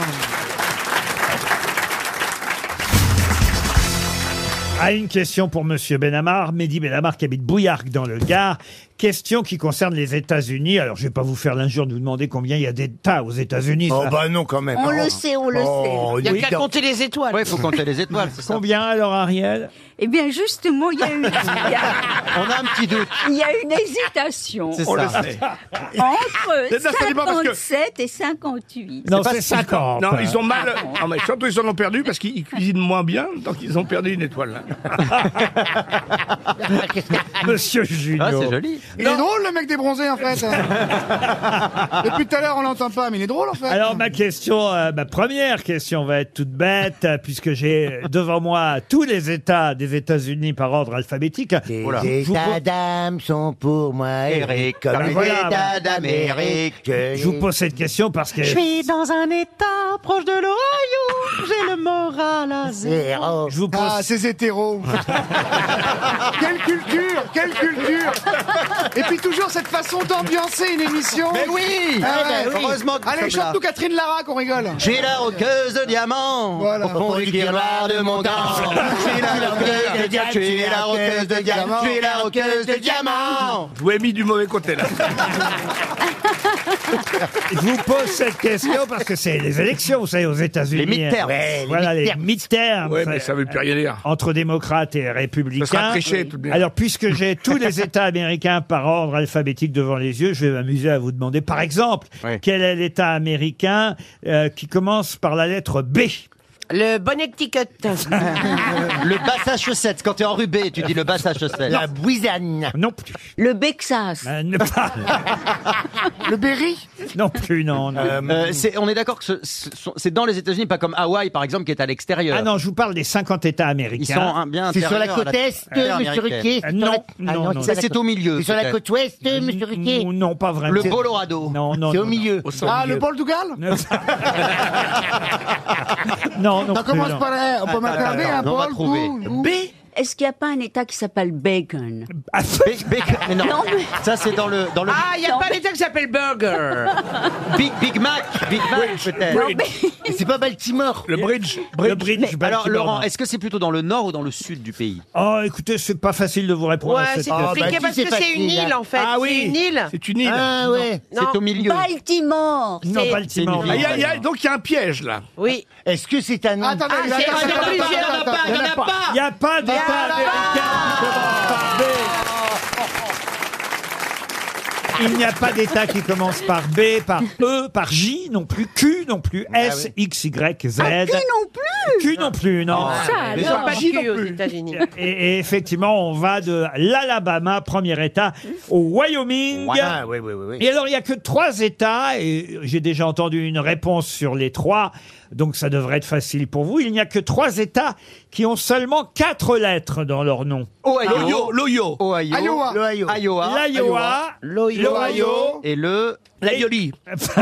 Speaker 1: Ah, une question pour Monsieur Benamar, Mehdi Benamar qui habite Bouillargues dans le Gard. Question qui concerne les États-Unis. Alors, je vais pas vous faire l'injure de vous demander combien il y a d'États aux États-Unis.
Speaker 35: Oh,
Speaker 1: ça.
Speaker 35: bah non, quand même.
Speaker 6: On
Speaker 5: Oh.
Speaker 6: le sait, on le
Speaker 1: Oh,
Speaker 6: sait.
Speaker 35: Il y a qu'à
Speaker 6: compter [LAUGHS] les
Speaker 5: Ah,
Speaker 6: étoiles.
Speaker 2: Ouais, faut compter les étoiles, c'est ça.
Speaker 1: Combien alors, Ariel
Speaker 9: Eh bien, justement, il y a une, il y a-
Speaker 2: On a un petit doute.
Speaker 9: il y a une hésitation
Speaker 2: C'est On ça. le sait.
Speaker 9: entre
Speaker 2: C'est ça, ça dépend parce que-
Speaker 9: 57 et 58.
Speaker 12: Non, ils ont mal. euh, Non, mais surtout, ils en ont perdu parce qu'ils cuisinent moins bien, donc ils ont perdu une étoile.
Speaker 1: [LAUGHS] Monsieur Junior.
Speaker 12: c'est joli.
Speaker 5: Il est drôle, le mec des bronzés, en fait. hein,
Speaker 1: [LAUGHS]
Speaker 5: Depuis tout à l'heure, on l'entend pas, mais il est drôle, en fait.
Speaker 1: Alors ma question, euh, ma première question va être toute bête euh, puisque j'ai devant moi tous les États des États-Unis par ordre alphabétique.
Speaker 36: Les
Speaker 1: Je vous
Speaker 36: États
Speaker 1: pose-
Speaker 36: d'âme sont pour moi Eric, comme
Speaker 1: Ah,
Speaker 36: les
Speaker 1: voilà.
Speaker 36: États d'Amérique.
Speaker 1: Je vous pose cette question parce que
Speaker 36: Je
Speaker 1: je
Speaker 36: dans un état proche de l'Ohio, j'ai le moral à zéro.
Speaker 1: vous pose
Speaker 5: [LAUGHS] Ah, ces hétéros Quelle culture Quelle culture Et puis toujours cette façon d'ambiancer une émission. Ah,
Speaker 2: Mais oui Eh ben oui. Heureusement que nous
Speaker 5: Allez,
Speaker 2: sommes
Speaker 5: chante-nous Catherine Lara qu'on rigole.
Speaker 2: J'ai la roqueuse de diamant au fond du tiroir de mon gant. J'ai la roqueuse de diamant, j'ai la roqueuse de diamant, j'ai la roqueuse de diamant.
Speaker 12: Je vous ai mis du mauvais côté, là.
Speaker 1: je vous pose cette question parce que c'est les élections, vous savez, aux États-Unis.
Speaker 12: Les midterms. Ouais, les
Speaker 1: voilà les midterms.
Speaker 12: Ouais, mais ça veut plus rien dire.
Speaker 1: Entre démocrates et républicains.
Speaker 12: Ça sera triché, tout de même.
Speaker 1: Alors, puisque
Speaker 12: [LAUGHS]
Speaker 1: j'ai tous les États américains par ordre alphabétique devant les yeux, je vais m'amuser à vous demander, par exemple, quel est l'État américain euh, qui commence par la lettre B
Speaker 37: Le Connecticut.
Speaker 5: Le bassin à chaussettes. Quand t'es enrubé, tu dis le bassin à chaussettes.
Speaker 37: La
Speaker 5: bouisane.
Speaker 1: Non plus. Euh,
Speaker 5: Le Bexas. [LAUGHS]
Speaker 37: Le Berry
Speaker 1: Non plus, non.
Speaker 5: Euh, on est d'accord que ce- ce sont- c'est dans les États-Unis, pas comme Hawaï, par exemple, qui est à l'extérieur.
Speaker 1: [LAUGHS] Ah non, je vous parle des 50 États américains.
Speaker 5: Ils sont hein, bien intérieurs à la- à la terre américaine.
Speaker 1: Euh, Non, non, non.
Speaker 5: Ça, c'est au milieu. peut-être.
Speaker 1: ouest, Monsieur Riquet Euh, Non, pas vraiment.
Speaker 5: Le Colorado.
Speaker 1: Non, non.
Speaker 5: C'est au
Speaker 1: non,
Speaker 5: milieu.
Speaker 1: non.
Speaker 12: Ah, le bol
Speaker 5: [LAUGHS]
Speaker 1: Non, non.
Speaker 12: Ça
Speaker 1: plus,
Speaker 12: commence
Speaker 1: non.
Speaker 12: par un, on peut hein, marquer un B, un
Speaker 5: on va
Speaker 12: bol,
Speaker 5: trouver.
Speaker 12: boum,
Speaker 9: B Est-ce qu'il n'y a pas un État qui s'appelle Bacon
Speaker 1: Ah,
Speaker 5: Bec- bec- mais non. Ça, c'est dans le. Dans le...
Speaker 9: Ah, y a pas
Speaker 5: d'État qui s'appelle
Speaker 1: [LAUGHS]
Speaker 5: Burger. Big, Big Mac. Big Mac, peut-être. Mais C'est pas Baltimore.
Speaker 1: Le bridge. Le bridge.
Speaker 5: Mais alors,
Speaker 1: Baltimore,
Speaker 5: Laurent,
Speaker 1: non.
Speaker 5: est-ce que c'est plutôt dans le nord ou dans le sud du pays
Speaker 1: Oh, écoutez, c'est pas facile de vous répondre à
Speaker 5: Ouais,
Speaker 1: cette
Speaker 5: c'est
Speaker 1: question.
Speaker 5: compliqué Ah, bah, parce si, que c'est c'est une facile, île, hein. en fait.
Speaker 1: Ah
Speaker 5: C'est
Speaker 1: oui.
Speaker 5: une île.
Speaker 1: C'est une île.
Speaker 5: Ah, ouais.
Speaker 1: Non.
Speaker 5: C'est au milieu.
Speaker 9: Baltimore
Speaker 1: Non,
Speaker 9: c'est-
Speaker 1: Baltimore.
Speaker 9: c'est une ville.
Speaker 1: Aïe, aïe, aïe,
Speaker 38: donc il y a un piège là.
Speaker 9: Oui.
Speaker 5: Est-ce que c'est un.
Speaker 9: Ah,
Speaker 12: attendez, attendez, attendez, attendez, attendez, attendez,
Speaker 1: Il n'y a pas Ah, d'État américain qui commence par B. Il n'y a pas d'État qui commence par B, par E, par J, non plus Q, non plus
Speaker 5: Ah
Speaker 1: S, X, Y, Z.
Speaker 9: Ah, Q non plus
Speaker 1: Q non plus, non.
Speaker 39: Ah,
Speaker 5: Ah,
Speaker 9: Ça,
Speaker 1: Mais
Speaker 9: alors.
Speaker 1: ça,
Speaker 9: Pas
Speaker 1: J
Speaker 9: de Q
Speaker 1: non
Speaker 9: aux
Speaker 1: plus.
Speaker 9: États-Unis.
Speaker 1: [LAUGHS] Et, et effectivement, on va de l'Alabama, premier État, au Wyoming.
Speaker 5: Ah, oui, oui, oui, oui.
Speaker 1: Et alors, il n'y a que trois États, et j'ai déjà entendu une réponse sur les trois, donc ça devrait être facile pour vous. Il n'y a que trois États qui ont seulement quatre lettres dans leur nom. oh.
Speaker 5: Ohio. L'Ohio. Ah Ohio.
Speaker 1: Iowa.
Speaker 5: L'Ohio. Iowa.
Speaker 1: L'Iowa. L'Ohio.
Speaker 5: Et le.
Speaker 1: L'Aioli. [LAUGHS]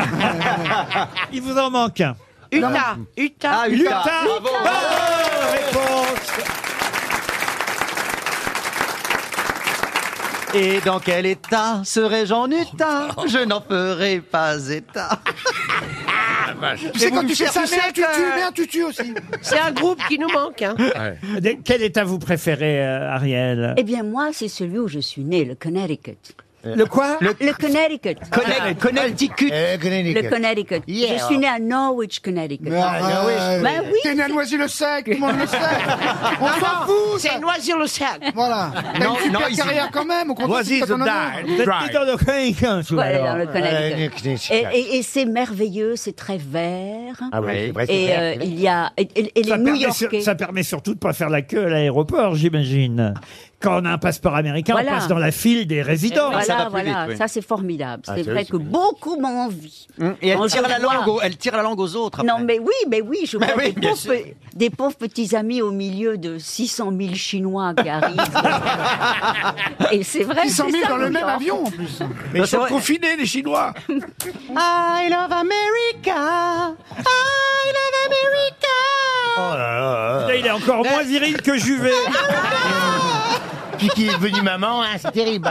Speaker 1: Il vous en manque un.
Speaker 10: Utah. Utah.
Speaker 1: Ah, Utah. Bravo. Bonne réponse.
Speaker 5: Et dans quel état serais-je en Utah Je n'en ferai pas état.
Speaker 12: Tu sais,
Speaker 5: Et
Speaker 12: quand
Speaker 5: vous
Speaker 12: tu fais
Speaker 5: me
Speaker 12: ça,
Speaker 5: cherchez
Speaker 12: mets un tutu,
Speaker 5: que-
Speaker 12: mets un tutu aussi.
Speaker 40: C'est un groupe qui nous manque.
Speaker 2: [LAUGHS]
Speaker 40: Hein.
Speaker 1: De- Quel État vous préférez, euh, Ariel
Speaker 9: Eh bien, moi, c'est celui où je suis né, le Connecticut.
Speaker 1: Le quoi
Speaker 9: Le, Connecticut.
Speaker 5: Connect- Connecticut.
Speaker 9: Le Connecticut.
Speaker 12: Yeah. Ah,
Speaker 9: Je suis né à Norwich, Connecticut.
Speaker 12: arrête.
Speaker 9: Ben oui.
Speaker 12: T'es né à Noisy-le-Sec, tout le
Speaker 9: [LAUGHS]
Speaker 12: monde le sait. On s'en fout. C'est Noisy-le-Sec. Voilà. T'as
Speaker 5: Non,
Speaker 12: une super
Speaker 5: non, ils-
Speaker 12: carrière quand même. On continue
Speaker 5: Noisy
Speaker 12: sur ton
Speaker 5: the
Speaker 12: honneur.
Speaker 5: Dine. Right.
Speaker 1: dans le Connecticut. vous,
Speaker 9: Voilà,
Speaker 1: alors.
Speaker 9: dans le Connecticut. Et, et- et c'est merveilleux, c'est très vert.
Speaker 1: Ah oui, c'est vrai, c'est
Speaker 9: Et
Speaker 1: vert,
Speaker 9: euh,
Speaker 1: c'est vrai.
Speaker 9: il y a et, et- et les
Speaker 1: ça,
Speaker 9: New
Speaker 1: permet sur-
Speaker 9: Yorkais.
Speaker 1: ça permet surtout de pas faire la queue à l'aéroport, j'imagine. Quand on a un passeport américain,
Speaker 9: Voilà.
Speaker 1: on passe dans la file des résidents.
Speaker 9: Voilà, voilà, ça c'est formidable.
Speaker 1: Ah,
Speaker 9: c'est
Speaker 1: c'est
Speaker 9: vrai
Speaker 1: vrai,
Speaker 9: que beaucoup m'ont envie.
Speaker 5: Et elle
Speaker 9: On
Speaker 5: tire,
Speaker 9: se
Speaker 5: la
Speaker 9: voit.
Speaker 5: langue aux, elle tire la langue aux autres.
Speaker 9: Non, mais oui, mais oui,
Speaker 5: [LAUGHS]
Speaker 9: je
Speaker 5: Mais
Speaker 9: vois
Speaker 5: oui,
Speaker 9: des,
Speaker 5: bien
Speaker 9: pauvres,
Speaker 5: sûr.
Speaker 9: des pauvres petits amis au milieu de 600 000 Chinois
Speaker 5: [LAUGHS]
Speaker 9: qui arrivent. Et c'est vrai.
Speaker 12: 600 000
Speaker 9: c'est ça,
Speaker 12: dans le
Speaker 9: New
Speaker 12: même
Speaker 9: York.
Speaker 12: avion en plus.
Speaker 2: Mais ils sont confinés, les Chinois.
Speaker 7: I love America. I love America.
Speaker 2: Oh là là.
Speaker 1: Là, il est encore moins viril que Juvet.
Speaker 2: Puis [LAUGHS] qui est devenu maman, hein, c'est terrible.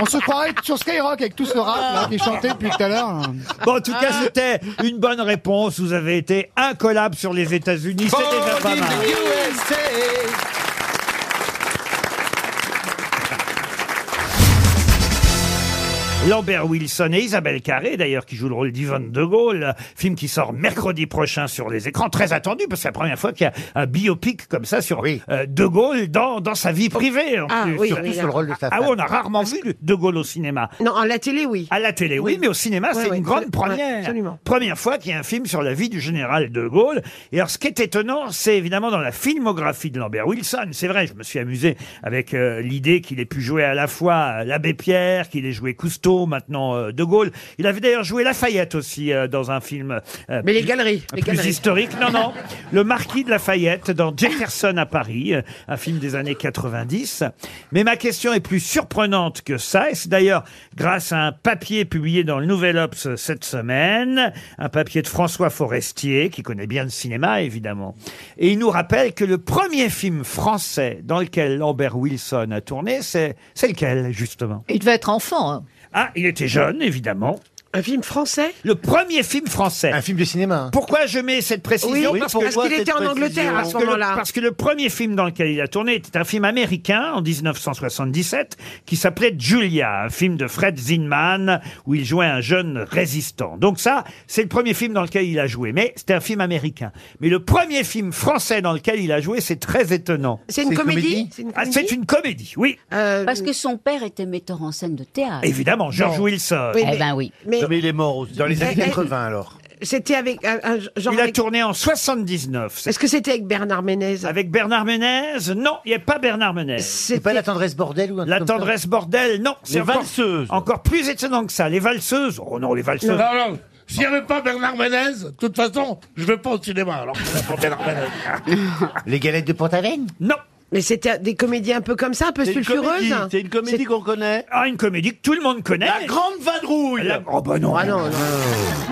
Speaker 12: On se croirait sur Skyrock avec tout ce rap là,
Speaker 10: Ah.
Speaker 12: qui chantait depuis tout à l'heure. hein. là.
Speaker 1: Bon, en tout
Speaker 5: Ah.
Speaker 1: cas, c'était une bonne réponse. Vous avez été incollable sur les États-Unis. C'est déjà pas mal. Lambert Wilson et Isabelle Carré, d'ailleurs, qui joue le rôle d'Yvonne de Gaulle, film qui sort mercredi prochain sur les écrans, très attendu, parce que c'est la première fois qu'il y a un biopic comme ça sur euh, de Gaulle dans, dans sa vie privée. en
Speaker 40: Ah,
Speaker 1: plus.
Speaker 40: oui, oui, là.
Speaker 1: Ah, oui, on a rarement vu de Gaulle au cinéma.
Speaker 40: Non, à la télé, oui.
Speaker 1: À la télé, oui,
Speaker 40: Oui.
Speaker 1: mais au cinéma,
Speaker 40: Oui,
Speaker 1: c'est
Speaker 40: oui,
Speaker 1: une grande
Speaker 40: absolu- ouais,
Speaker 1: première.
Speaker 40: absolument.
Speaker 1: Première fois qu'il y a un film sur la vie du général de Gaulle. Et alors, ce qui est étonnant, c'est évidemment dans la filmographie de Lambert Wilson. C'est vrai, je me suis amusé avec euh, l'idée qu'il ait pu jouer à la fois euh, l'abbé Pierre, qu'il ait joué Cousteau, maintenant euh, de Gaulle. Il avait d'ailleurs joué Lafayette aussi euh, dans un film. euh,
Speaker 40: Mais les
Speaker 1: plus-
Speaker 40: galeries, les
Speaker 1: Plus
Speaker 40: galeries.
Speaker 1: historique. Non, non. Le marquis de Lafayette dans Jefferson à Paris, euh, un film des années 90. Mais ma question est plus surprenante que ça. Et c'est d'ailleurs grâce à un papier publié dans le Nouvel Obs cette semaine. Un papier de François Forestier, qui connaît bien le cinéma, évidemment. Et il nous rappelle que le premier film français dans lequel Lambert Wilson a tourné, c'est, c'est lequel, justement?
Speaker 41: Il devait être enfant. hein.
Speaker 1: Ah, il était jeune, évidemment.
Speaker 40: Un film français
Speaker 1: Le premier film français. Un film de cinéma. Pourquoi je mets cette précision
Speaker 40: Oui, parce qu'il était en Angleterre à ce
Speaker 1: Parce que le-
Speaker 40: moment-là.
Speaker 1: Parce que le premier film dans lequel il a tourné était un film américain en 1977 qui s'appelait Julia, un film de Fred Zinman où il jouait un jeune résistant. Donc ça, c'est le premier film dans lequel il a joué. Mais c'était un film américain. Mais le premier film français dans lequel il a joué, c'est très étonnant.
Speaker 40: C'est une C'est une comédie comédie C'est une
Speaker 1: Ah,
Speaker 40: comédie
Speaker 1: C'est une comédie, oui.
Speaker 9: Parce que son père était metteur en scène de théâtre.
Speaker 1: Évidemment, George Wilson.
Speaker 9: Oui, Eh mais- ben oui. mais-
Speaker 42: il est mort aussi. Dans les années
Speaker 9: Mais-
Speaker 42: 80 alors.
Speaker 39: C'était avec
Speaker 1: euh,
Speaker 39: un, un genre.
Speaker 1: Il a
Speaker 39: avec-
Speaker 1: tourné en 79.
Speaker 39: Est-ce que c'était avec Bernard Ménez
Speaker 1: Avec Bernard Ménez Non, il n'y a pas Bernard Ménez.
Speaker 39: C'est pas la
Speaker 1: tendresse bordel ou La tendresse bordel, non.
Speaker 10: Les
Speaker 1: encore-
Speaker 10: valseuses.
Speaker 1: Encore plus étonnant que ça. Les valseuses. Oh non, les valseuses.
Speaker 10: Non, non. S'il n'y avait pas Bernard Ménez, de toute façon, je ne vais pas au
Speaker 5: [LAUGHS]
Speaker 10: cinéma alors qu'il y a pas Bernard
Speaker 1: [LAUGHS]
Speaker 10: Ménez.
Speaker 39: Les galettes de Pont-Aven
Speaker 1: Non.
Speaker 39: Mais c'était des comédies un peu comme ça, un peu
Speaker 1: C'est une
Speaker 39: sulfureuses
Speaker 1: comédie, c'est
Speaker 39: une comédie qu'on connaît
Speaker 1: Ah, une comédie que tout le monde connaît.
Speaker 39: La
Speaker 1: grande vadrouille. Oh bah
Speaker 39: Ah,
Speaker 1: non. En
Speaker 39: Non,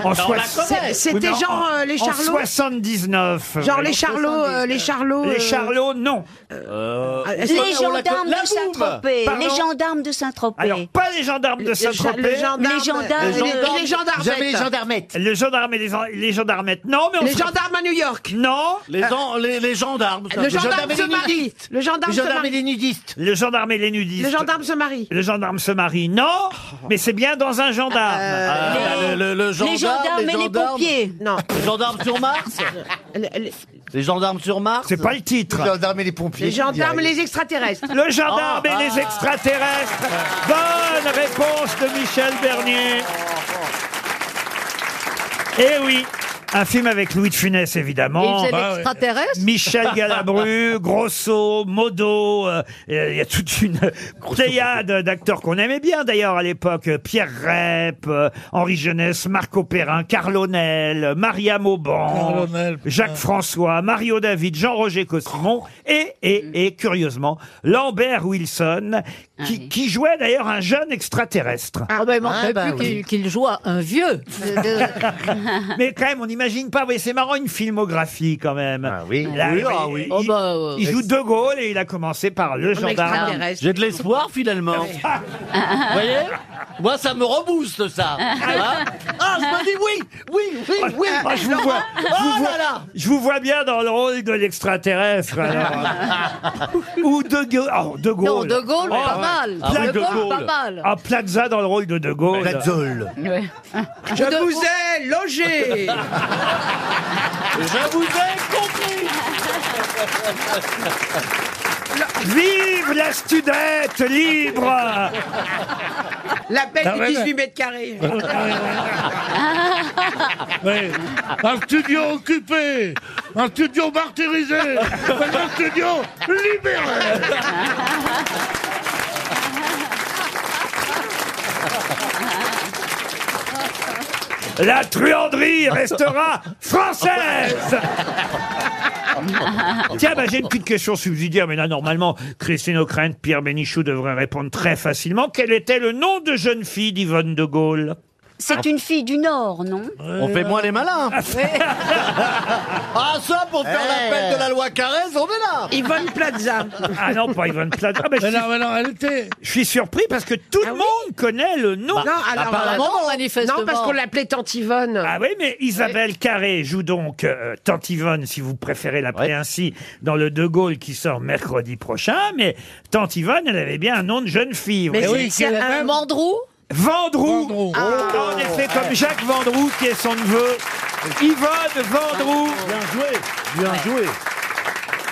Speaker 39: on la
Speaker 1: soix-
Speaker 39: connaît. C'est- c'était
Speaker 1: mais en-
Speaker 39: genre, euh, les
Speaker 1: en
Speaker 39: Charlots
Speaker 1: 79.
Speaker 39: Genre
Speaker 1: euh,
Speaker 39: les Charlots, euh, les Charlots.
Speaker 1: Les
Speaker 39: euh,
Speaker 1: Charlots, non.
Speaker 9: Les gendarmes de Saint-Tropez. Les gendarmes de Saint-Tropez.
Speaker 1: Alors, pas les gendarmes de
Speaker 9: Les cha-
Speaker 1: Saint-Tropez.
Speaker 9: les gendarmes- Les gendarmes-
Speaker 39: euh,
Speaker 9: les- les- les gendarmes-
Speaker 1: Jamais les gendarmettes. Les gendarmes et les, gen- les gendarmettes. Non, mais on
Speaker 39: Les
Speaker 1: se-
Speaker 39: gendarmes à New York.
Speaker 1: Non.
Speaker 39: Les gen- les- les gendarmes, ça. Le Les gendarme gendarmes et se les marie. nudistes. Le gendarme Les se gendarmes marie. et les
Speaker 1: nudistes. Le gendarme et les nudistes.
Speaker 39: Le gendarme se marie.
Speaker 1: Le gendarme se marie. Non, mais c'est bien dans un gendarme.
Speaker 39: Euh, bah,
Speaker 10: Ah, les- le- le- le les gendarme, gendarmes les et les gendarmes. pompiers.
Speaker 39: Non.
Speaker 10: Les gendarmes
Speaker 1: [LAUGHS]
Speaker 10: sur Mars Les gendarmes sur Mars
Speaker 1: C'est pas le titre.
Speaker 10: Les gendarmes et les pompiers.
Speaker 39: Les gendarmes, les extraterrestres.
Speaker 1: Le gendarme
Speaker 5: Ah,
Speaker 1: et les extraterrestres. Bonne réponse de Michel Bernier. Eh oui. Un film avec Louis de Funès, évidemment.
Speaker 15: Et il faisait
Speaker 1: Bah,
Speaker 15: l'extraterrestre
Speaker 1: ouais. Michel Galabru, Grosso, Modo. euh, Il y a toute [LAUGHS] une pléiade d'acteurs qu'on aimait bien, d'ailleurs, à l'époque. Pierre Rep, euh, Henri Jeunesse, Marco Perrin, Carlonel, Maria Mauban,
Speaker 10: Carlonel, putain.
Speaker 1: Jacques-François, Mario David, Jean-Roger Cossimon et, et, et, curieusement, Lambert Wilson, qui, qui jouait d'ailleurs un jeune extraterrestre.
Speaker 15: Ah ben, il manquerait
Speaker 1: Ah, bah
Speaker 15: plus
Speaker 1: oui.
Speaker 15: qu'il- qu'il joue à un vieux.
Speaker 1: [LAUGHS]
Speaker 9: [LAUGHS]
Speaker 1: Mais quand même, on n'imagine pas. Vous voyez, c'est marrant une filmographie quand même. Ah oui.
Speaker 10: Oui, ah oui.
Speaker 1: Il,
Speaker 10: Oh bah, ouais.
Speaker 1: il joue De Gaulle et il a commencé par le gendarme.
Speaker 10: J'ai de l'espoir
Speaker 1: [LAUGHS]
Speaker 10: finalement. [LAUGHS] Vous voyez Moi, ça me
Speaker 15: [LAUGHS]
Speaker 10: rebooste ça. Hein ah, je me dis oui, oui, oui, oui.
Speaker 1: Ah, je, vous vois,
Speaker 10: Oh
Speaker 1: je vous vois-
Speaker 10: là là
Speaker 1: je vous vois bien dans le rôle de
Speaker 10: [LAUGHS]
Speaker 1: l'extraterrestre. alors. Ou de Gaulle. oh, de Gaulle. Oh, Ah,
Speaker 15: Non, De Gaulle, pas mal.
Speaker 1: Pla-
Speaker 15: De Gaulle, pas mal.
Speaker 1: Ah, Plaza dans le rôle de De Gaulle.
Speaker 15: Plazolle.
Speaker 39: Je vous ai
Speaker 1: [LAUGHS]
Speaker 39: logé.
Speaker 10: Je vous ai compris.
Speaker 1: Vive la studette libre
Speaker 39: La belle
Speaker 10: [LAUGHS] Ah ouais,
Speaker 39: du 18
Speaker 10: ouais.
Speaker 39: mètres carrés.
Speaker 10: Oui. Un studio occupé, un studio martyrisé, un studio libéré.
Speaker 1: La truanderie restera française Tiens, bah, j'ai une petite question subsidiaire, mais là, normalement, Christine O'Krent, Pierre Bénichou devraient répondre très facilement. Quel était le nom de jeune fille d'Yvonne de Gaulle Ah.
Speaker 9: C'est une fille du Nord, non
Speaker 10: Euh, On fait moins les malins. [LAUGHS] Ah ça, pour
Speaker 9: Eh.
Speaker 10: faire l'appel de la loi Carrez, on est là.
Speaker 39: Yvonne Plaza.
Speaker 1: Ah non, pas Yvonne Plaza. Ah, bah, je,
Speaker 10: [LAUGHS] Mais
Speaker 1: suis,
Speaker 10: non, mais non, elle était.
Speaker 1: je suis surpris parce que tout le monde connaît le nom.
Speaker 39: Ah non, alors, euh,
Speaker 15: apparemment,
Speaker 39: non,
Speaker 15: manifestement.
Speaker 39: Non, parce qu'on l'appelait Tante Yvonne.
Speaker 1: Ah oui, mais Isabelle Carré joue donc euh, Tante Yvonne, si vous préférez l'appeler ainsi, dans le De Gaulle qui sort mercredi prochain. Mais Tante Yvonne, elle avait bien un nom de jeune fille.
Speaker 39: Mais
Speaker 1: vous
Speaker 39: c'est-
Speaker 1: voyez.
Speaker 39: c'est un
Speaker 15: Mandrou
Speaker 1: Vendroux.
Speaker 10: Oh.
Speaker 39: Ah.
Speaker 1: En effet, comme Jacques Vendroux qui est son neveu. Yvonne Vendroux.
Speaker 10: Bien joué, bien joué.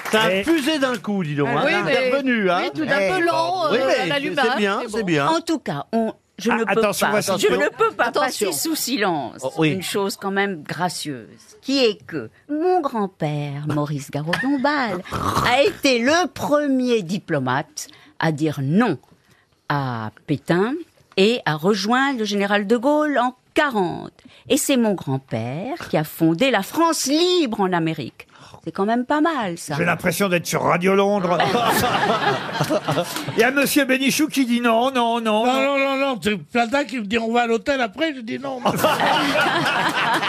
Speaker 10: T'as
Speaker 1: Et-
Speaker 10: infusé d'un coup, dis donc.
Speaker 9: Ah
Speaker 10: hein.
Speaker 9: oui,
Speaker 10: T'es
Speaker 9: mais-
Speaker 10: intervenu, hein.
Speaker 9: oui, tout d'un peu lent,
Speaker 10: Oui,
Speaker 9: euh,
Speaker 10: mais
Speaker 9: à l'allumage,
Speaker 10: Ah, C'est bien,
Speaker 9: mais
Speaker 10: c'est bien.
Speaker 9: En tout cas, on- je,
Speaker 10: Ah,
Speaker 9: ne peux
Speaker 10: attention,
Speaker 9: pas,
Speaker 10: attention.
Speaker 9: je ne peux pas
Speaker 15: Attention.
Speaker 9: passer sous silence
Speaker 10: Oh, oui.
Speaker 9: une chose quand même gracieuse, qui est que mon grand-père, Maurice
Speaker 10: [LAUGHS]
Speaker 9: Garot-Dombal, a été le premier diplomate à dire non à Pétain et à rejoindre le général de Gaulle en 40. Et c'est mon grand-père qui a fondé la France libre en Amérique. C'est quand même pas mal, ça.
Speaker 1: J'ai l'impression d'être sur Radio Londres.
Speaker 39: Ah.
Speaker 1: Il y a Monsieur Bénichou qui dit non, non, non.
Speaker 10: Non, non, non, non, c'est Plaza qui me dit on va à l'hôtel après, je dis non.
Speaker 1: [LAUGHS]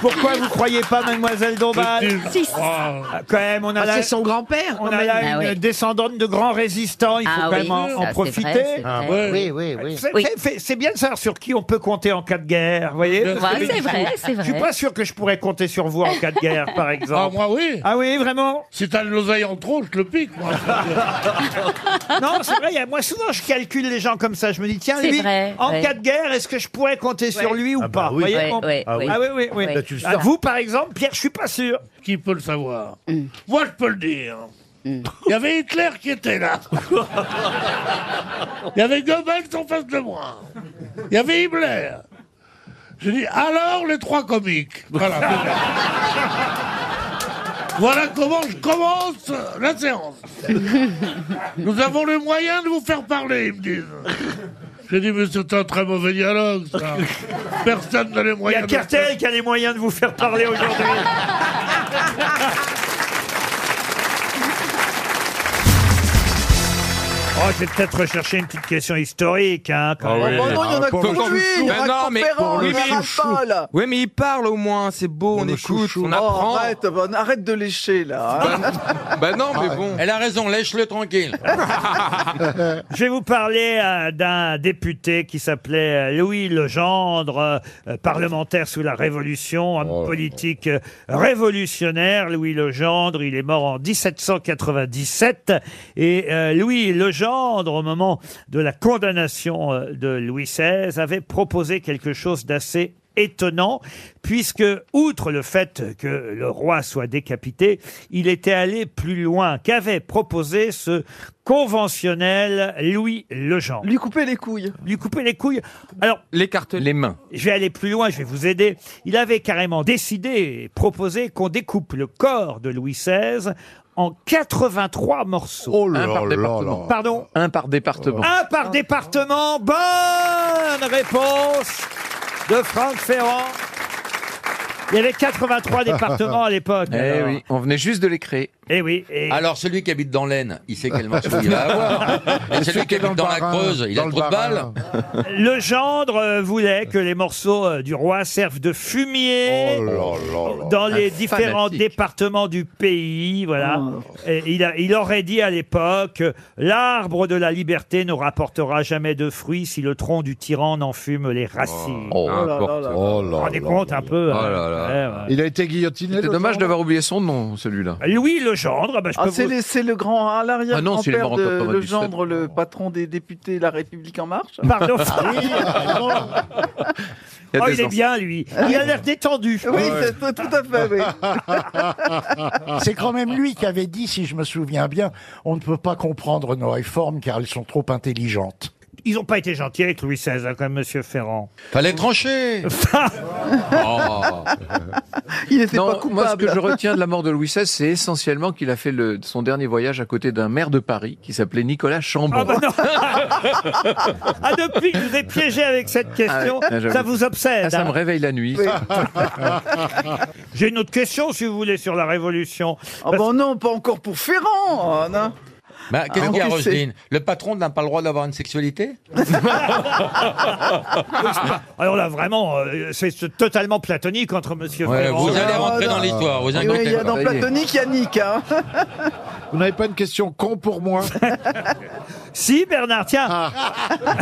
Speaker 1: Pourquoi vous croyez pas, Mademoiselle Dombal
Speaker 10: Si.
Speaker 1: Ah, Quand même, on a
Speaker 39: Ah,
Speaker 1: là,
Speaker 39: c'est son grand-père.
Speaker 1: on
Speaker 39: quand
Speaker 1: a
Speaker 39: même.
Speaker 1: là une descendante de grands résistants. Il faut
Speaker 9: Ah
Speaker 1: quand
Speaker 9: oui,
Speaker 1: même en,
Speaker 9: ça,
Speaker 1: en
Speaker 9: c'est
Speaker 1: profiter.
Speaker 9: vrai, c'est Ah vrai.
Speaker 1: ouais.
Speaker 9: oui, oui.
Speaker 1: C'est-
Speaker 9: Oui.
Speaker 1: c'est- C'est c'est bien de savoir sur qui on peut compter en cas de guerre, vous voyez
Speaker 10: Ouais,
Speaker 1: Parce que
Speaker 9: c'est vrai, c'est
Speaker 1: Je suis
Speaker 9: vrai.
Speaker 1: pas sûr que je pourrais compter sur vous en cas de guerre, par
Speaker 10: Ah,
Speaker 1: exemple.
Speaker 10: moi, oui.
Speaker 1: Ah oui, vraiment
Speaker 10: Si t'as de l'oseille en trop, je te le pique, moi.
Speaker 1: [LAUGHS] Non, c'est vrai, il y a- moi souvent je calcule les gens comme ça, je me dis tiens,
Speaker 9: C'est
Speaker 1: lui,
Speaker 9: vrai,
Speaker 1: en
Speaker 9: ouais.
Speaker 1: cas de guerre, est-ce que je pourrais compter sur lui ou
Speaker 10: Ah bah
Speaker 1: pas
Speaker 10: oui. Bah,
Speaker 1: Vous voyez,
Speaker 9: Ouais,
Speaker 1: on-
Speaker 9: ouais,
Speaker 1: Ah oui,
Speaker 9: ouais.
Speaker 1: ah oui, oui. oui.
Speaker 9: Ouais. Tu le
Speaker 1: Ah,
Speaker 9: sors.
Speaker 1: vous par exemple, Pierre, je suis pas sûr.
Speaker 10: Qui peut le savoir Moi, je peux le dire. Il y avait Hitler qui était là. Il y avait Goebbels en face de moi. Il y avait Himmler.
Speaker 2: J'ai dit, alors les trois comiques. Voilà. Voilà comment je commence la séance. Nous avons les moyens de vous faire parler, ils me disent. J'ai dit, mais c'est un très mauvais dialogue, ça. Personne n'a les
Speaker 1: Il y a
Speaker 2: moyens. de-
Speaker 1: Cartel qui a les moyens de vous faire parler aujourd'hui. Oh, je vais peut-être rechercher une petite question historique. Hein, quand
Speaker 7: Ah
Speaker 1: même.
Speaker 7: oui. Oh, non, il y en a que pour lui, il y en a
Speaker 1: Mais
Speaker 32: Ben
Speaker 7: que
Speaker 1: non,
Speaker 7: pour
Speaker 1: mais
Speaker 7: Ferrand,
Speaker 1: pour
Speaker 7: il
Speaker 1: lui,
Speaker 7: y en a
Speaker 1: mais-
Speaker 7: pas, [LAUGHS] là.
Speaker 5: Oui, mais il parle au moins, c'est beau, on écoute, on
Speaker 7: Oh,
Speaker 5: apprend.
Speaker 7: arrête, bah, arrête de lécher là. hein.
Speaker 32: Ben,
Speaker 5: Bah non, mais bon. Elle a raison, lèche-le
Speaker 32: [LAUGHS]
Speaker 5: tranquille.
Speaker 1: Je vais vous parler euh, d'un député qui s'appelait euh, Louis Legendre, euh, euh, parlementaire sous la Révolution, homme politique euh, révolutionnaire. Louis Legendre, il est mort en 1797. Et euh, Louis Legendre, au moment de la condamnation euh, de Louis XVI, avait proposé quelque chose d'assez étonnant, puisque, outre le fait que le roi soit décapité, il était allé plus loin qu'avait proposé ce conventionnel Louis Legend. Lui couper les couilles. Lui couper les couilles. Alors,
Speaker 5: L'écarteler les mains.
Speaker 1: je vais aller plus loin, je vais vous aider. Il avait carrément décidé et proposé qu'on découpe le corps de Louis XVI en 83 morceaux.
Speaker 5: là Un par là département. là.
Speaker 1: Pardon
Speaker 5: Un par département.
Speaker 1: un par département. Bonne réponse de Franck Ferrand. Il y
Speaker 5: [LAUGHS]
Speaker 1: avait 83 départements à l'époque.
Speaker 5: Eh oui, on venait juste de les créer.
Speaker 1: Eh oui.
Speaker 32: Alors celui qui habite dans l'Aine, il sait quel morceau il va avoir. Et celui qui habite dans la Creuse, il a trop de balles.
Speaker 1: Le gendre euh, voulait que les morceaux euh, du roi servent de
Speaker 8: Oh
Speaker 10: Oh
Speaker 1: fumier
Speaker 5: Oh.
Speaker 1: dans
Speaker 32: Un
Speaker 1: les différents
Speaker 32: fanatique.
Speaker 1: départements du pays. Voilà.
Speaker 5: Oh.
Speaker 1: Et il, a- il aurait dit à l'époque euh, L'arbre de la liberté ne rapportera jamais de fruits si le tronc du tyran n'en fume les racines. Ah,
Speaker 5: Oh,
Speaker 1: Vous
Speaker 5: là là là là.
Speaker 1: vous rendez compte un peu hein Ouais, ouais.
Speaker 5: Il a été guillotiné. C'était dommage d'avoir oublié son nom, celui-là.
Speaker 1: Louis Legendre, [LAUGHS] ah bah, je
Speaker 7: Ah,
Speaker 1: peux
Speaker 7: c'est
Speaker 1: vous-
Speaker 7: les- c'est le grand à l'arrière
Speaker 5: Ah non, c'est les
Speaker 7: grand-père
Speaker 5: morts en
Speaker 7: de le
Speaker 5: 97.
Speaker 7: gendre, le patron des députés La République en marche.
Speaker 1: [LAUGHS]
Speaker 7: Ah
Speaker 1: Pardon.
Speaker 7: Il y a
Speaker 1: [LAUGHS] Oh,
Speaker 7: des
Speaker 1: il est
Speaker 7: ans.
Speaker 1: bien, lui. Il a l'air détendu.
Speaker 7: Oui, c'est- tout à fait,
Speaker 1: [LAUGHS]
Speaker 7: oui.
Speaker 30: [LAUGHS] C'est quand même lui qui avait dit, si je me souviens bien, on ne peut pas comprendre nos réformes car elles sont trop intelligentes.
Speaker 1: Ils n'ont pas été gentils avec Louis XVI, hein, quand même, Monsieur Ferrand.
Speaker 32: Fallait trancher Oh.
Speaker 7: Il était
Speaker 5: non,
Speaker 7: pas coupable.
Speaker 5: Moi, ce que je retiens de
Speaker 7: [LAUGHS]
Speaker 5: la mort de Louis XVI, c'est essentiellement qu'il a fait le- son dernier voyage à côté d'un maire de Paris qui s'appelait Nicolas Chambon.
Speaker 1: [LAUGHS] bah
Speaker 5: [LAUGHS]
Speaker 1: Ah, depuis que je vous ai piégé avec cette question,
Speaker 5: Ah ouais, j'avoue.
Speaker 1: ça vous obsède.
Speaker 5: Ah, ça
Speaker 1: hein.
Speaker 5: me réveille la nuit.
Speaker 1: [LAUGHS] J'ai une autre question, si vous voulez, sur la Révolution.
Speaker 7: Ah bon, non, pas encore pour Ferrand oh, non.
Speaker 32: Bah, Qu'est-ce
Speaker 7: Ah,
Speaker 32: qu'il y a,
Speaker 7: on le sait.
Speaker 32: Roselyne Le patron n'a pas le droit d'avoir une sexualité
Speaker 1: [LAUGHS] Alors là, vraiment, euh, c'est c'est totalement platonique entre Monsieur
Speaker 32: Ouais,
Speaker 1: Ferrand.
Speaker 32: vous allez rentrer dans l'histoire, vous inquiétez
Speaker 7: Ah, Oui, il y a
Speaker 5: Ah,
Speaker 7: dans
Speaker 32: pas. Ça y est.
Speaker 7: Platonique Yannick. Hein.
Speaker 30: Vous n'avez pas une question con pour moi
Speaker 1: [LAUGHS]
Speaker 30: Ah.
Speaker 1: Si, Bernard, tiens.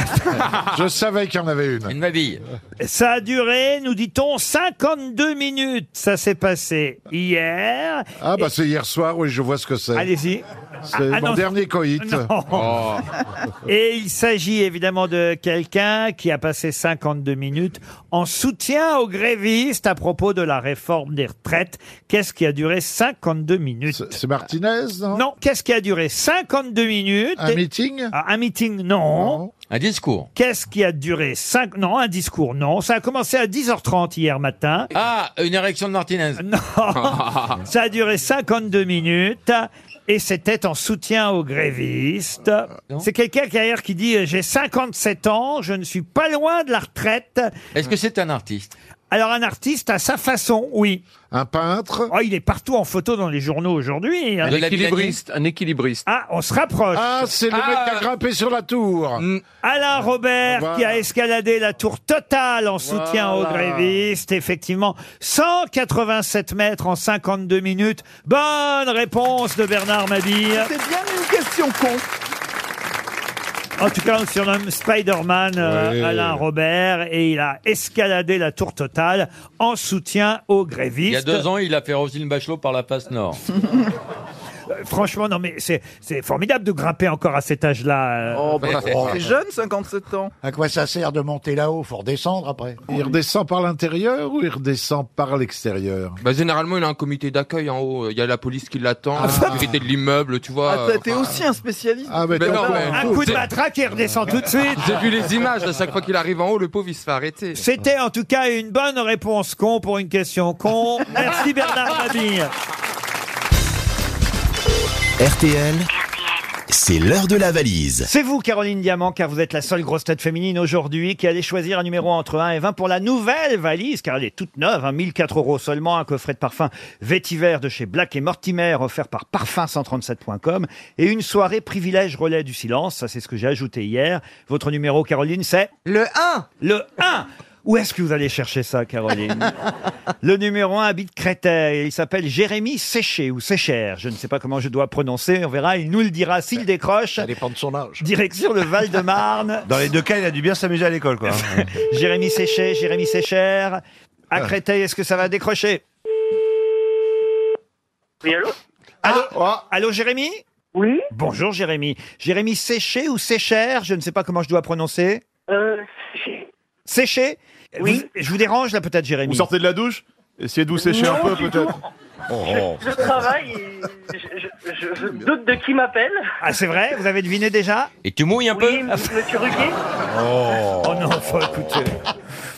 Speaker 1: [LAUGHS]
Speaker 30: Je savais qu'il y en avait une.
Speaker 32: Une mabille.
Speaker 1: Ça a duré, nous dit-on, 52 minutes. Ça s'est passé hier.
Speaker 30: Ah bah c'est hier soir, oui, je vois ce que c'est.
Speaker 1: Allez-y.
Speaker 30: C'est
Speaker 1: Ah, ah,
Speaker 30: mon
Speaker 1: non.
Speaker 30: dernier coït.
Speaker 1: Non.
Speaker 30: Oh.
Speaker 1: Et il s'agit évidemment de quelqu'un qui a passé 52 minutes en soutien aux grévistes à propos de la réforme des retraites. Qu'est-ce qui a duré 52 minutes C'est
Speaker 30: Martinez, non
Speaker 1: Non, qu'est-ce qui a duré 52 minutes
Speaker 30: Un meeting
Speaker 1: Ah, Un meeting, non.
Speaker 32: Un discours.
Speaker 1: Qu'est-ce qui a duré 5 Non, un discours, non. Ça a commencé à 10h30 hier matin.
Speaker 32: Ah, une érection de Martinez.
Speaker 1: Non.
Speaker 7: Ah,
Speaker 5: [LAUGHS]
Speaker 1: Ça a duré 52 minutes. Et c'était en soutien aux grévistes.
Speaker 32: Ah,
Speaker 1: C'est quelqu'un qui a l'air qui dit euh, J'ai 57 ans, je ne suis pas loin de la retraite.
Speaker 32: Est-ce que c'est un artiste
Speaker 1: Alors, un artiste à sa façon, oui.
Speaker 30: Un peintre
Speaker 1: oh, Il est partout en photo dans les journaux aujourd'hui. hein.
Speaker 5: Un équilibriste, un équilibriste.
Speaker 1: Ah, on se rapproche. Mm.
Speaker 30: Ah, c'est le mec qui a grimpé sur la tour.
Speaker 1: Alain Robert
Speaker 30: Voilà.
Speaker 1: qui a escaladé la tour totale en soutien aux
Speaker 30: Voilà.
Speaker 1: grévistes, effectivement. 187 mètres en 52 minutes. Bonne réponse de Bernard Mabille.
Speaker 7: C'est bien une question con.
Speaker 1: En tout cas, on le surnomme Spider-Man euh,
Speaker 30: Ouais.
Speaker 1: Alain Robert et il a escaladé la tour totale en soutien aux
Speaker 5: [LAUGHS]
Speaker 1: grévistes.
Speaker 32: Il y a deux ans, il a fait Roselyne Bachelot par la face nord.
Speaker 1: Euh, Franchement, non, mais c'est c'est formidable de grimper encore à cet âge-là. euh.
Speaker 13: Oh, bah, oh,
Speaker 43: C'est jeune, 57 ans.
Speaker 13: À quoi ça sert de monter là-haut Oh, Faut redescendre après.
Speaker 44: Il redescend par l'intérieur ou il redescend par l'extérieur
Speaker 32: Bah, généralement, il a un comité d'accueil en haut. Il y a la police qui l'attend,
Speaker 7: Ah,
Speaker 32: la sécurité de l'immeuble, tu vois.
Speaker 43: Ah, t'as- t'es
Speaker 32: Enfin,
Speaker 43: aussi un spécialiste.
Speaker 32: Ah, mais Mais non, non, mais-
Speaker 1: Un coup de matraque et redescend tout de suite.
Speaker 32: J'ai vu les images, à chaque fois qu'il arrive en haut, le pauvre, il se fait arrêter.
Speaker 1: C'était en tout cas une bonne réponse con pour une question con. Merci Bernard Mabille.
Speaker 12: RTL, c'est l'heure de la valise.
Speaker 1: C'est vous, Caroline Diamant, car vous êtes la seule grosse tête féminine aujourd'hui qui allait choisir un numéro entre 1 et 20 pour la nouvelle valise, car elle est toute neuve, hein, 1004 euros seulement, un coffret de parfum vétiver de chez Black et Mortimer, offert par parfum137.com, et une soirée privilège relais du silence, ça c'est ce que j'ai ajouté hier. Votre numéro, Caroline, c'est Le 1 Le 1 où est-ce que vous allez chercher ça, Caroline Le numéro 1 habite Créteil. Il s'appelle Jérémy Séché ou Sécher. Je ne sais pas comment je dois prononcer. On verra. Il nous le dira s'il décroche. Ça dépend de son âge. Direction le [LAUGHS] Val-de-Marne.
Speaker 45: Dans les deux cas, il a dû bien s'amuser à l'école, quoi.
Speaker 1: Jérémy Séché, Jérémy Sécher. À Créteil, est-ce que ça va décrocher
Speaker 5: Oui, allô
Speaker 1: Allô,
Speaker 7: Ah.
Speaker 1: allô Jérémy Oui. Bonjour Jérémy. Jérémy Séché ou Sécher, je ne sais pas comment je dois prononcer.
Speaker 5: Euh,
Speaker 1: Séché Oui. je vous dérange là peut-être Jérémy. Vous sortez de la douche Essayez de vous
Speaker 5: sécher un Non, peu, du peut-être. je
Speaker 1: Oh.
Speaker 5: travaille et je, je- je- je doute de qui m'appelle.
Speaker 1: Ah c'est vrai, vous avez deviné déjà
Speaker 32: Et tu mouilles un peu
Speaker 5: Oui, m- monsieur Ruquier
Speaker 1: Oh, non, faut écouter.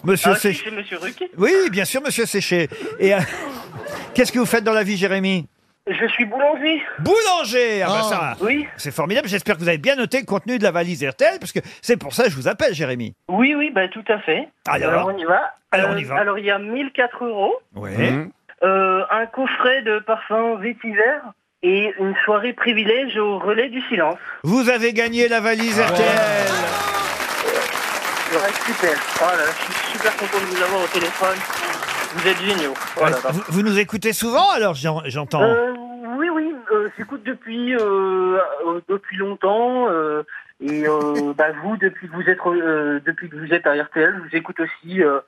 Speaker 1: Monsieur
Speaker 5: Ah, si,
Speaker 1: Séché.
Speaker 5: c'est monsieur Ruquier.
Speaker 1: Oui, bien sûr monsieur Séché. Et euh, qu'est-ce que vous faites dans la vie Jérémy
Speaker 5: Je suis boulanger.
Speaker 1: Boulanger Ah bah
Speaker 5: Oh.
Speaker 1: ça
Speaker 5: Oui.
Speaker 1: C'est formidable, j'espère que vous avez bien noté le contenu de la valise RTL, parce que c'est pour ça que je vous appelle, Jérémy.
Speaker 5: Oui, oui, bah, tout à fait.
Speaker 1: Ah, Alors
Speaker 5: on y va.
Speaker 1: Alors, on
Speaker 5: Euh,
Speaker 1: y va.
Speaker 5: Alors, il y a 1004 euros,
Speaker 1: Ouais.
Speaker 5: euh, un coffret de parfum vétiver et une soirée privilège au relais du silence.
Speaker 1: Vous avez gagné la valise
Speaker 5: Ah.
Speaker 1: RTL
Speaker 5: Ouais, super. Voilà, je suis super content de vous avoir au téléphone. Vous êtes géniaux. Oh Voilà.
Speaker 1: vous, vous nous écoutez souvent alors, j'en- j'entends
Speaker 5: Euh, oui, oui, euh, j'écoute depuis, euh, euh, depuis longtemps. euh, et euh, bah, vous, depuis que vous, êtes, euh, depuis que vous êtes à RTL, je vous écoute aussi. euh,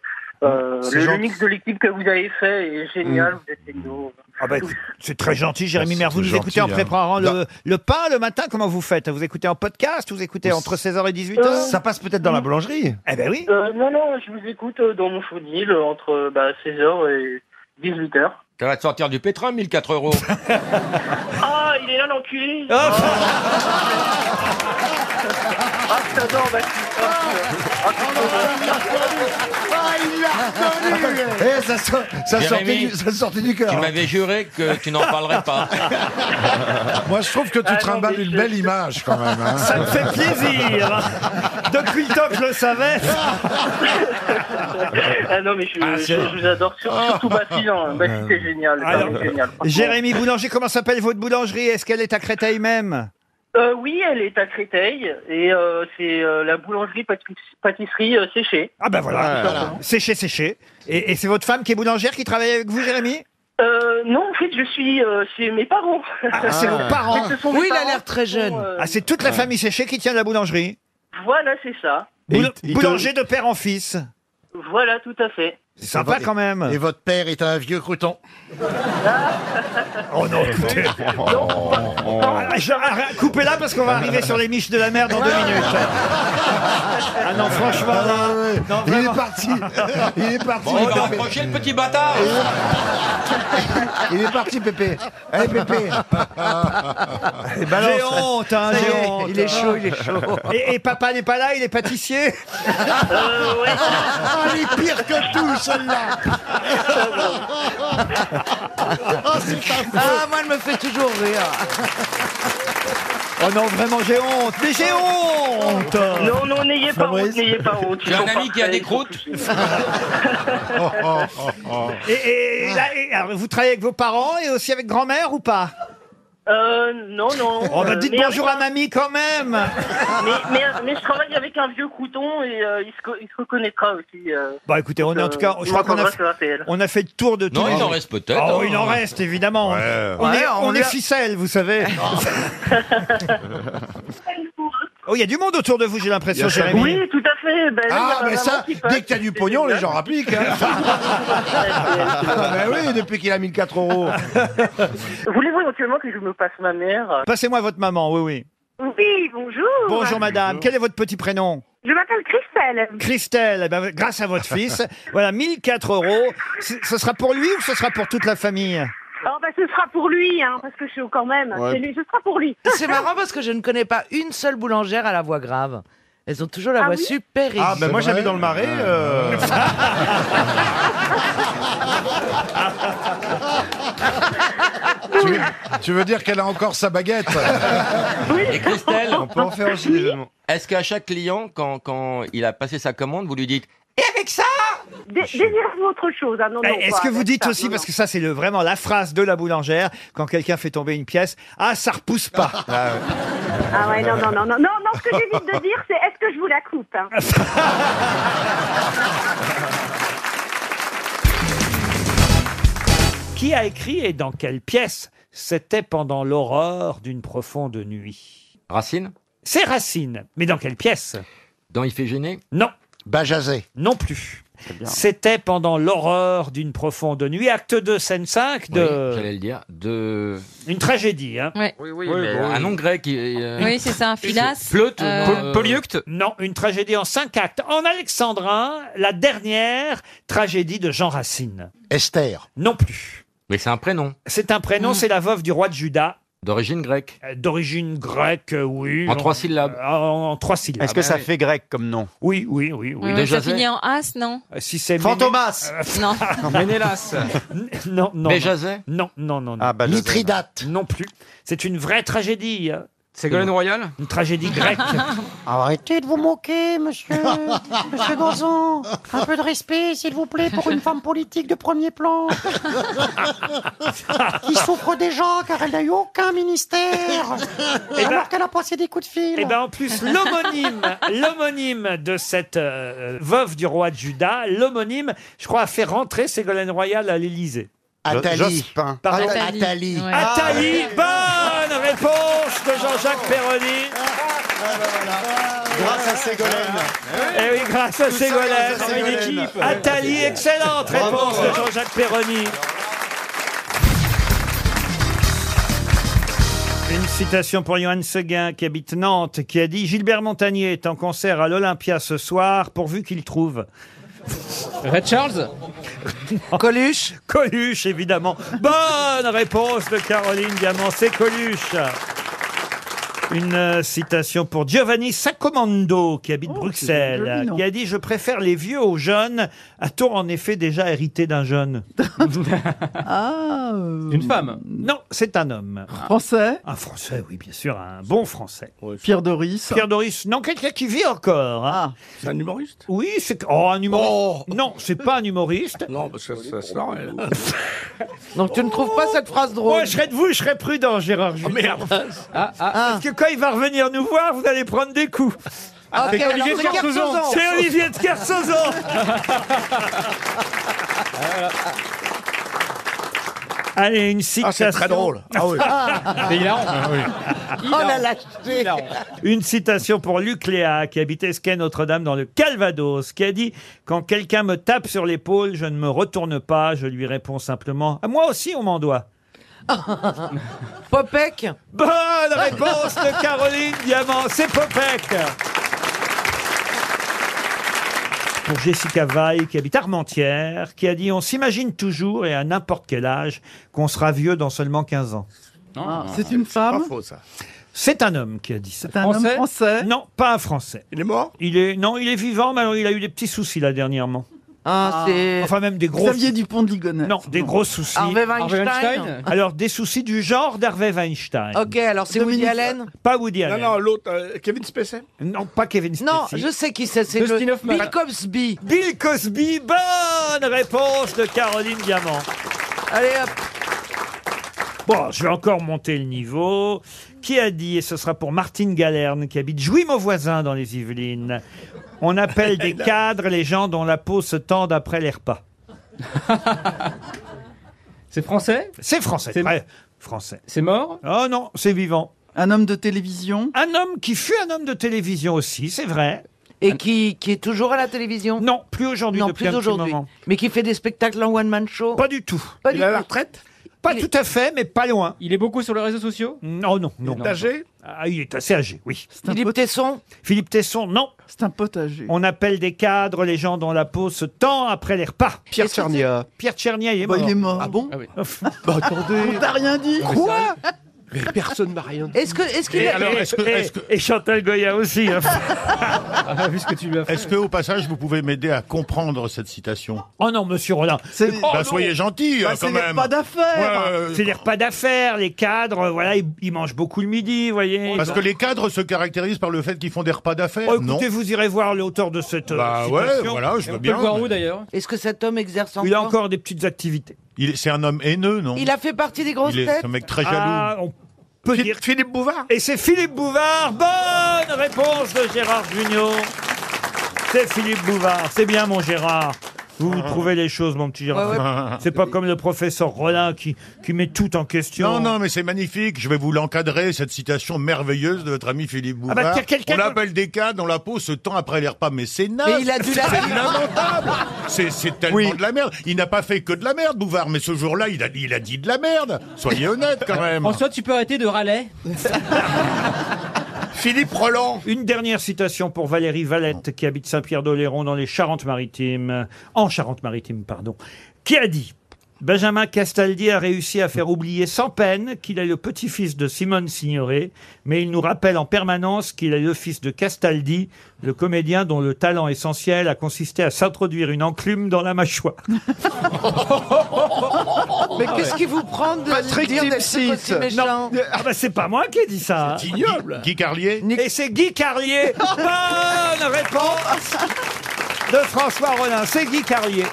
Speaker 5: euh,
Speaker 1: C'est
Speaker 5: le, le
Speaker 1: gentil. Mm.
Speaker 5: mix de l'équipe que vous avez fait est génial. Vous êtes géniaux.
Speaker 1: Ah bah,
Speaker 5: Tous.
Speaker 1: C'est très gentil, Jérémy
Speaker 5: Ah,
Speaker 1: Mère.
Speaker 5: c'est
Speaker 1: Vous nous
Speaker 5: gentil,
Speaker 1: écoutez en
Speaker 5: hein.
Speaker 1: préparant le, le pain le matin, comment vous faites Vous écoutez en podcast Vous écoutez entre 16h et 18h
Speaker 5: Euh, Ça
Speaker 1: passe peut-être dans la boulangerie Eh ben oui
Speaker 5: Euh, non, non, je vous écoute euh, dans mon fournil euh, entre euh, bah, 16h et 18h.
Speaker 32: Ça va te sortir du pétrole, 1004 euros.
Speaker 5: Ah, il est là l'enculé Ah, Ah, je t'adore, Baptiste Ah, ah, putain.
Speaker 8: Ah, il l'a reconnu
Speaker 32: Eh, ça,
Speaker 13: ça sortait du- ça
Speaker 32: cœur. Tu m'avais juré que tu n'en parlerais pas.
Speaker 13: Moi, je trouve que tu trimbales une belle image, quand même. hein.
Speaker 1: Ça me fait plaisir Depuis le temps que je
Speaker 5: [LAUGHS]
Speaker 1: le savais
Speaker 5: Ah non, mais je,
Speaker 1: Ah,
Speaker 5: je-
Speaker 1: c'est-
Speaker 5: je vous adore, sur- surtout
Speaker 32: Ah.
Speaker 5: Baptiste, hein. Baptiste est génial,
Speaker 1: Alors,
Speaker 5: vraiment génial. Franchement.
Speaker 1: Jérémy Boulanger, comment s'appelle votre boulangerie Est-ce qu'elle est à Créteil même
Speaker 5: Euh, Oui, elle est à Créteil, et euh, c'est euh, la boulangerie pâti- pâtisserie euh, séchée.
Speaker 1: Ah ben voilà, séché, séché. Et, et c'est votre femme qui est boulangère qui travaille avec vous, Jérémy
Speaker 5: Euh, non, en fait, je suis euh, chez mes parents.
Speaker 1: Ah,
Speaker 5: [LAUGHS]
Speaker 1: c'est vos parents.
Speaker 5: En fait, ce sont mes parents qui sont, euh,
Speaker 1: Ah, c'est toute la famille séchée qui tient la boulangerie.
Speaker 5: Voilà, c'est ça.
Speaker 1: Boula- boulanger de père en fils.
Speaker 5: Voilà, tout à fait.
Speaker 1: C'est sympa quand même.
Speaker 45: Et votre père est un vieux crouton.
Speaker 1: Oh non, écoutez. Ah, je- arrête, Coupez-la parce
Speaker 45: Ah.
Speaker 1: qu'on va arriver sur les miches de la mer dans deux minutes.
Speaker 45: [LAUGHS]
Speaker 1: Ah non, franchement, là, non,
Speaker 13: Il est
Speaker 1: vraiment.
Speaker 13: parti. Il est parti.
Speaker 32: Bon, il va raccrocher le petit bâtard.
Speaker 13: Il est parti, Pépé. Allez, Pépé. balance.
Speaker 1: J'ai honte, hein,
Speaker 13: Ça y
Speaker 1: j'ai
Speaker 13: est,
Speaker 1: honte.
Speaker 13: il est chaud, il est
Speaker 5: [LAUGHS]
Speaker 13: chaud.
Speaker 1: Et, et papa n'est pas là, il est pâtissier
Speaker 5: Euh,
Speaker 8: Ah, elle est pire que tout, celle-là Ah, Oh, c'est pas
Speaker 46: Ah, moi, elle me fait toujours rire.
Speaker 1: Oh non, vraiment, j'ai honte. Mais j'ai honte
Speaker 5: Non, non, n'ayez pas honte,
Speaker 1: Fabrice.
Speaker 5: n'ayez pas honte. Ils
Speaker 1: J'ai un
Speaker 5: sont
Speaker 1: ami qui a
Speaker 5: parfaits,
Speaker 1: des
Speaker 5: ils sont
Speaker 1: croûtes.
Speaker 5: tous géniaux.
Speaker 1: Et, et- et là, et- alors, vous travaillez avec vos parents et aussi avec grand-mère ou pas
Speaker 5: Euh, [LAUGHS] non, non.
Speaker 1: Oh, bah,
Speaker 5: Euh,
Speaker 1: dites
Speaker 5: mais
Speaker 1: bonjour à mamie quand même
Speaker 5: avec- mais, mais- mais je travaille avec un vieux crouton et euh, il, se, co- il se reconnaîtra aussi. euh.
Speaker 1: Bah écoutez, on est en tout cas,
Speaker 5: Euh,
Speaker 1: je crois qu'on a,
Speaker 5: on va faire.
Speaker 1: on a fait le tour de tout.
Speaker 32: Non, il en reste peut-être,
Speaker 1: Oh,
Speaker 32: hein.
Speaker 1: il en reste évidemment. On,
Speaker 5: Ouais,
Speaker 1: est,
Speaker 5: on
Speaker 1: on est
Speaker 5: lui a- Ah.
Speaker 1: ficelle, vous savez. [LAUGHS]
Speaker 5: [LAUGHS]
Speaker 1: oh, il y a du monde autour de vous, j'ai l'impression, Jérémy.
Speaker 5: Oui, tout à fait.
Speaker 6: fait. Ben,
Speaker 10: Ah, mais ça, dès que t'as du pognon, les gens appliquent.
Speaker 6: [LAUGHS]
Speaker 10: hein. Ah, ben oui, depuis qu'il a 1004 euros.
Speaker 6: [LAUGHS] Voulez-vous éventuellement que je me passe ma mère
Speaker 8: Passez-moi votre maman, oui, oui.
Speaker 6: Oui, bonjour.
Speaker 8: Bonjour madame, quel est votre petit prénom
Speaker 6: Je m'appelle Christelle.
Speaker 8: Christelle, eh ben, grâce à votre
Speaker 6: [LAUGHS]
Speaker 8: fils, voilà, 1004 euros. C- Ce sera pour lui ou ce sera pour toute la famille
Speaker 6: Oh, bah, ce sera pour lui, hein, parce que je suis quand même.
Speaker 8: Ouais.
Speaker 6: C'est lui, ce sera pour lui.
Speaker 5: C'est marrant parce que je ne connais pas une seule boulangère à la voix grave. Elles ont toujours la voix super aiguë.
Speaker 1: bah,
Speaker 10: Ah, ben moi, j'habite dans le marais. euh,
Speaker 13: [LAUGHS] tu, veux, tu veux dire qu'elle a encore sa baguette
Speaker 32: Et Christelle,
Speaker 13: On peut en faire aussi des jeux de mots.
Speaker 32: Est-ce qu'à chaque client, quand, quand il a passé sa commande, vous lui dites
Speaker 6: Et avec ça Désirez-vous autre chose hein, non, non,
Speaker 8: Eh, Est-ce
Speaker 6: quoi,
Speaker 8: que vous
Speaker 6: avec
Speaker 8: dites
Speaker 6: ça,
Speaker 8: aussi,
Speaker 6: non,
Speaker 8: parce que ça c'est le- vraiment la phrase de la boulangère, quand quelqu'un fait tomber une pièce, ah ça repousse pas
Speaker 6: non. Ah ouais, non, non, non, non, non, non, ce que j'évite de dire, c'est est-ce que je vous la coupe hein
Speaker 1: Qui a écrit et dans quelle pièce C'était pendant l'aurore d'une profonde nuit.
Speaker 32: Racine
Speaker 1: C'est Racine. Mais dans quelle pièce
Speaker 32: Dans Iphigénie
Speaker 1: Non.
Speaker 2: Bajazet
Speaker 1: Non plus. C'était pendant l'aurore d'une profonde nuit, acte 2, scène 5 de...
Speaker 32: Oui, J'allais le dire. De...
Speaker 1: Une tragédie, hein
Speaker 32: Oui, oui, mais
Speaker 1: bon,
Speaker 32: un nom grec. qui est, euh,
Speaker 21: Oui, c'est ça, un filasse.
Speaker 32: Pleutre,
Speaker 21: Euh,
Speaker 32: non, euh,
Speaker 1: Non, une tragédie en cinq actes. En alexandrin, la dernière tragédie de Jean Racine.
Speaker 2: Esther.
Speaker 1: Non plus.
Speaker 32: Mais c'est un prénom.
Speaker 1: C'est un prénom, c'est la veuve du roi de Juda.
Speaker 32: D'origine grecque.
Speaker 1: Euh, D'origine grecque, euh, oui.
Speaker 32: En
Speaker 1: On-
Speaker 32: trois syllabes.
Speaker 1: Euh, En, en trois syllabes. Ah
Speaker 32: Est-ce que ça fait
Speaker 8: grec comme nom
Speaker 1: Oui, oui, oui. oui.
Speaker 32: Hmm.
Speaker 21: Ouais, ça finit en as, non
Speaker 1: Euh, Si c'est Euh,
Speaker 8: Fantomas
Speaker 1: [LAUGHS]
Speaker 21: Non.
Speaker 8: Ménélas.
Speaker 1: Non, non.
Speaker 8: Béjazet
Speaker 1: Non, non, non. non.
Speaker 8: Ah, Bajazet.
Speaker 1: Mithridate. Non plus. C'est une vraie tragédie. hein.
Speaker 8: Ségolène
Speaker 32: Royal
Speaker 1: Une tragédie
Speaker 2: [LAUGHS]
Speaker 1: grecque.
Speaker 5: [LAUGHS] Arrêtez de vous moquer, [LAUGHS] monsieur, monsieur Gonzon. Un peu de respect, s'il vous plaît, pour une femme politique de premier plan. Qui souffre déjà car elle n'a eu aucun ministère.
Speaker 1: Eh ben-
Speaker 5: alors qu'elle a passé des coups de fil.
Speaker 1: Et ben en
Speaker 5: [LAUGHS]
Speaker 1: plus, l'homonyme, l'homonyme de cette euh, veuve du roi de Juda, l'homonyme, je crois, a fait rentrer Ségolène Royal à l'Élysée.
Speaker 2: Attali. Jospin.
Speaker 1: Pardon Ah,
Speaker 2: Attali. Attali. Ouais.
Speaker 1: Attali, bonne réponse de Jean-Jacques Perroni.
Speaker 2: Grâce à Ségolène.
Speaker 1: Eh oui, grâce à
Speaker 2: Tout ça
Speaker 1: Ségolène.
Speaker 2: grâce à Ségolène.
Speaker 1: Attali, excellente
Speaker 2: Bravo.
Speaker 1: réponse de Jean-Jacques Perroni. Une citation pour Johan Seguin qui habite Nantes, qui a dit Gilbert Montagnier est en concert à l'Olympia ce soir, pourvu qu'il trouve. Red [LAUGHS] Charles Coluche Coluche, évidemment. Bonne réponse de Caroline Diamant, c'est Coluche. Une euh, citation pour Giovanni Sacomando, qui habite Bruxelles,
Speaker 47: joli nom.
Speaker 1: qui a dit Je préfère les vieux aux jeunes. A-t-on en effet déjà hérité d'un jeune
Speaker 47: Ah.
Speaker 1: Une femme Non, c'est un homme.
Speaker 47: Français
Speaker 1: Un français, oui, bien sûr, un bon français.
Speaker 47: Pierre Doris
Speaker 1: Pierre Doris, non, quelqu'un qui vit encore.
Speaker 47: Ah,
Speaker 1: hein.
Speaker 47: C'est un humoriste
Speaker 1: Oui, c'est. Oh, un humoriste. Non, c'est pas un humoriste.
Speaker 47: [LAUGHS] Non, parce que ça se
Speaker 5: [LAUGHS]
Speaker 47: Donc tu ne trouves pas cette phrase drôle
Speaker 1: Moi, je serais de vous, je serais prudent,
Speaker 5: Oh,
Speaker 1: Gérard. Junior. Parce que quand il va revenir nous voir, vous allez prendre des coups.
Speaker 5: Ah, ok, C'est alors Olivier c'est de Kersauzon. Kersauzon.
Speaker 1: C'est Olivier de Kersauzon. Allez,
Speaker 47: Ah,
Speaker 1: une citation.
Speaker 12: c'est très drôle.
Speaker 1: [LAUGHS]
Speaker 12: Ah oui.
Speaker 1: Mais il a honte.
Speaker 48: Oh la lâcheté
Speaker 1: Une citation pour Luc Léa, qui habite Esquet Notre-Dame dans le Calvados, qui a dit Quand quelqu'un me tape sur l'épaule, je ne me retourne pas, je lui réponds simplement Ah, Moi aussi, on m'en doit.
Speaker 5: Popek
Speaker 1: Bonne réponse de Caroline Diamant, c'est Popek Pour Jessica Vaille, qui habite Armentières, qui a dit On s'imagine toujours et à n'importe quel âge qu'on sera vieux dans seulement 15 ans.
Speaker 47: Ah, c'est une femme
Speaker 1: C'est un homme qui a dit ça.
Speaker 47: C'est un homme Français français
Speaker 1: Non, pas un français. Il est mort Il est non, il est vivant, mais alors il a eu des petits soucis là dernièrement.
Speaker 47: Ah, c'est-
Speaker 1: Enfin même des gros.
Speaker 47: Xavier Dupont de Ligonnès.
Speaker 1: Non, des gros soucis.
Speaker 47: Harvey Weinstein Harvey Weinstein
Speaker 1: Alors des soucis du genre d'Harvey Weinstein.
Speaker 5: Ok, alors c'est Woody Allen
Speaker 1: Pas Woody Allen. Non,
Speaker 5: l'autre, Kevin Spacey
Speaker 1: pas Kevin Spacey.
Speaker 5: Non, je sais qui c'est, c'est le...
Speaker 1: Dustin Hoffman.
Speaker 5: Bill Cosby.
Speaker 1: Bill Cosby, bonne réponse de Caroline Diamant.
Speaker 5: Allez, hop.
Speaker 1: Bon, je vais encore monter le niveau. Qui a dit, et ce sera pour Martine Galerne, qui habite Jouy-Mauvoisin dans les Yvelines, on appelle
Speaker 5: [LAUGHS]
Speaker 1: des cadres les gens dont la peau se tend après les repas.
Speaker 49: C'est français
Speaker 1: [LAUGHS] C'est français,
Speaker 49: C'est-
Speaker 1: très français.
Speaker 49: C'est mort
Speaker 1: Oh non, c'est vivant.
Speaker 47: Un homme de télévision
Speaker 1: Un homme qui fut un homme de télévision aussi, c'est vrai.
Speaker 5: Et qui, qui est toujours à la télévision
Speaker 1: Non, plus aujourd'hui.
Speaker 5: Non,
Speaker 1: depuis
Speaker 5: plus
Speaker 1: un petit
Speaker 5: aujourd'hui.
Speaker 1: moment.
Speaker 5: Mais qui fait des spectacles en one-man show
Speaker 1: Pas du tout.
Speaker 5: Pas du tout.
Speaker 1: retraite Pas tout à fait, mais pas loin. Il est beaucoup sur les réseaux sociaux Non, non, non.
Speaker 5: Il est âgé
Speaker 1: Ah, Il est assez âgé, oui.
Speaker 5: Philippe Tesson
Speaker 1: Philippe Tesson, non.
Speaker 6: C'est un potager.
Speaker 1: On appelle des cadres les gens dont la peau se tend après les repas. Pierre Tchernia. Pierre Tchernia, il est
Speaker 6: Bah,
Speaker 1: mort.
Speaker 6: il est mort.
Speaker 1: Ah bon
Speaker 6: Bah, attendez.
Speaker 1: [LAUGHS]
Speaker 6: On t'a rien dit. Quoi
Speaker 1: Mais personne n'a rien dit.
Speaker 5: Est-ce que, est-ce qu'il
Speaker 1: et,
Speaker 5: a-
Speaker 1: alors, est-ce que- est-ce que- et Chantal Goya aussi.
Speaker 12: [LAUGHS]
Speaker 1: hein. Ah, bah,
Speaker 12: Est-ce que, au passage, vous pouvez m'aider à comprendre cette citation
Speaker 1: Oh non, monsieur Roland.
Speaker 12: C'est- Bah, soyez gentil,
Speaker 1: Bah,
Speaker 12: euh,
Speaker 1: c'est
Speaker 12: quand
Speaker 1: les
Speaker 12: même.
Speaker 1: repas
Speaker 12: Ouais, euh,
Speaker 1: Ah, C'est les repas d'affaires, les cadres, euh, voilà, ils, ils mangent beaucoup le midi, vous voyez.
Speaker 12: Parce que les cadres se caractérisent par le fait qu'ils font des repas d'affaires.
Speaker 1: Oh,
Speaker 12: non.
Speaker 1: écoutez, vous irez voir l'auteur de cette. euh,
Speaker 12: Bah ouais,
Speaker 1: citation.
Speaker 12: voilà, je veux bien.
Speaker 1: d'ailleurs
Speaker 5: Est-ce que cet homme exerce encore
Speaker 1: Il a encore des petites activités.
Speaker 12: Il- C'est un homme haineux, non
Speaker 5: Il a fait partie des grosses
Speaker 12: Il est
Speaker 5: têtes
Speaker 12: un mec très jaloux.
Speaker 1: Ah, on peut dire.
Speaker 12: Philippe Bouvard.
Speaker 1: Et c'est Philippe Bouvard. Bonne réponse de Gérard Junior. C'est Philippe Bouvard. C'est bien, mon Gérard. Vous, vous trouvez les choses, mon petit Gérard.
Speaker 12: Ouais, ouais.
Speaker 1: C'est pas comme le professeur Rollin qui, qui met tout en question.
Speaker 12: Non, non, mais c'est magnifique. Je vais [LAUGHS] vous l'encadrer, cette citation merveilleuse de notre ami Philippe
Speaker 1: Ah
Speaker 12: Bouvard.
Speaker 1: bah, tiens, quelqu'un-
Speaker 12: on l'appelle des cas dont la peau se tend après les repas, mais c'est naze.
Speaker 5: Mais il a dû la-
Speaker 12: C'est lamentable. C'est- C'est tellement de la merde. Il n'a pas fait que de la merde, Bouvard, mais ce jour-là, il a, il a dit de la merde. Soyez honnête, quand même.
Speaker 50: François, tu peux arrêter de
Speaker 12: [LAUGHS]
Speaker 50: râler
Speaker 12: Philippe Roland.
Speaker 1: Une dernière citation pour Valérie Valette, qui habite Saint-Pierre-d'Oléron dans les Charentes-Maritimes, en Charente-Maritime, pardon, qui a dit Benjamin Castaldi a réussi à faire oublier sans peine qu'il est le petit-fils de Simone Signoret, mais il nous rappelle en permanence qu'il est le fils de Castaldi, le comédien dont le talent essentiel a consisté à s'introduire une enclume dans la mâchoire.
Speaker 5: Mais qu'est-ce qui vous prend de dire d'être aussi méchant
Speaker 1: Ah bah c'est pas moi qui ai dit ça.
Speaker 12: C'est ignoble. Guy Carlier.
Speaker 1: Et c'est
Speaker 5: [LAUGHS]
Speaker 1: Guy Carlier. Bonne réponse de François Rollin. C'est Guy Carlier.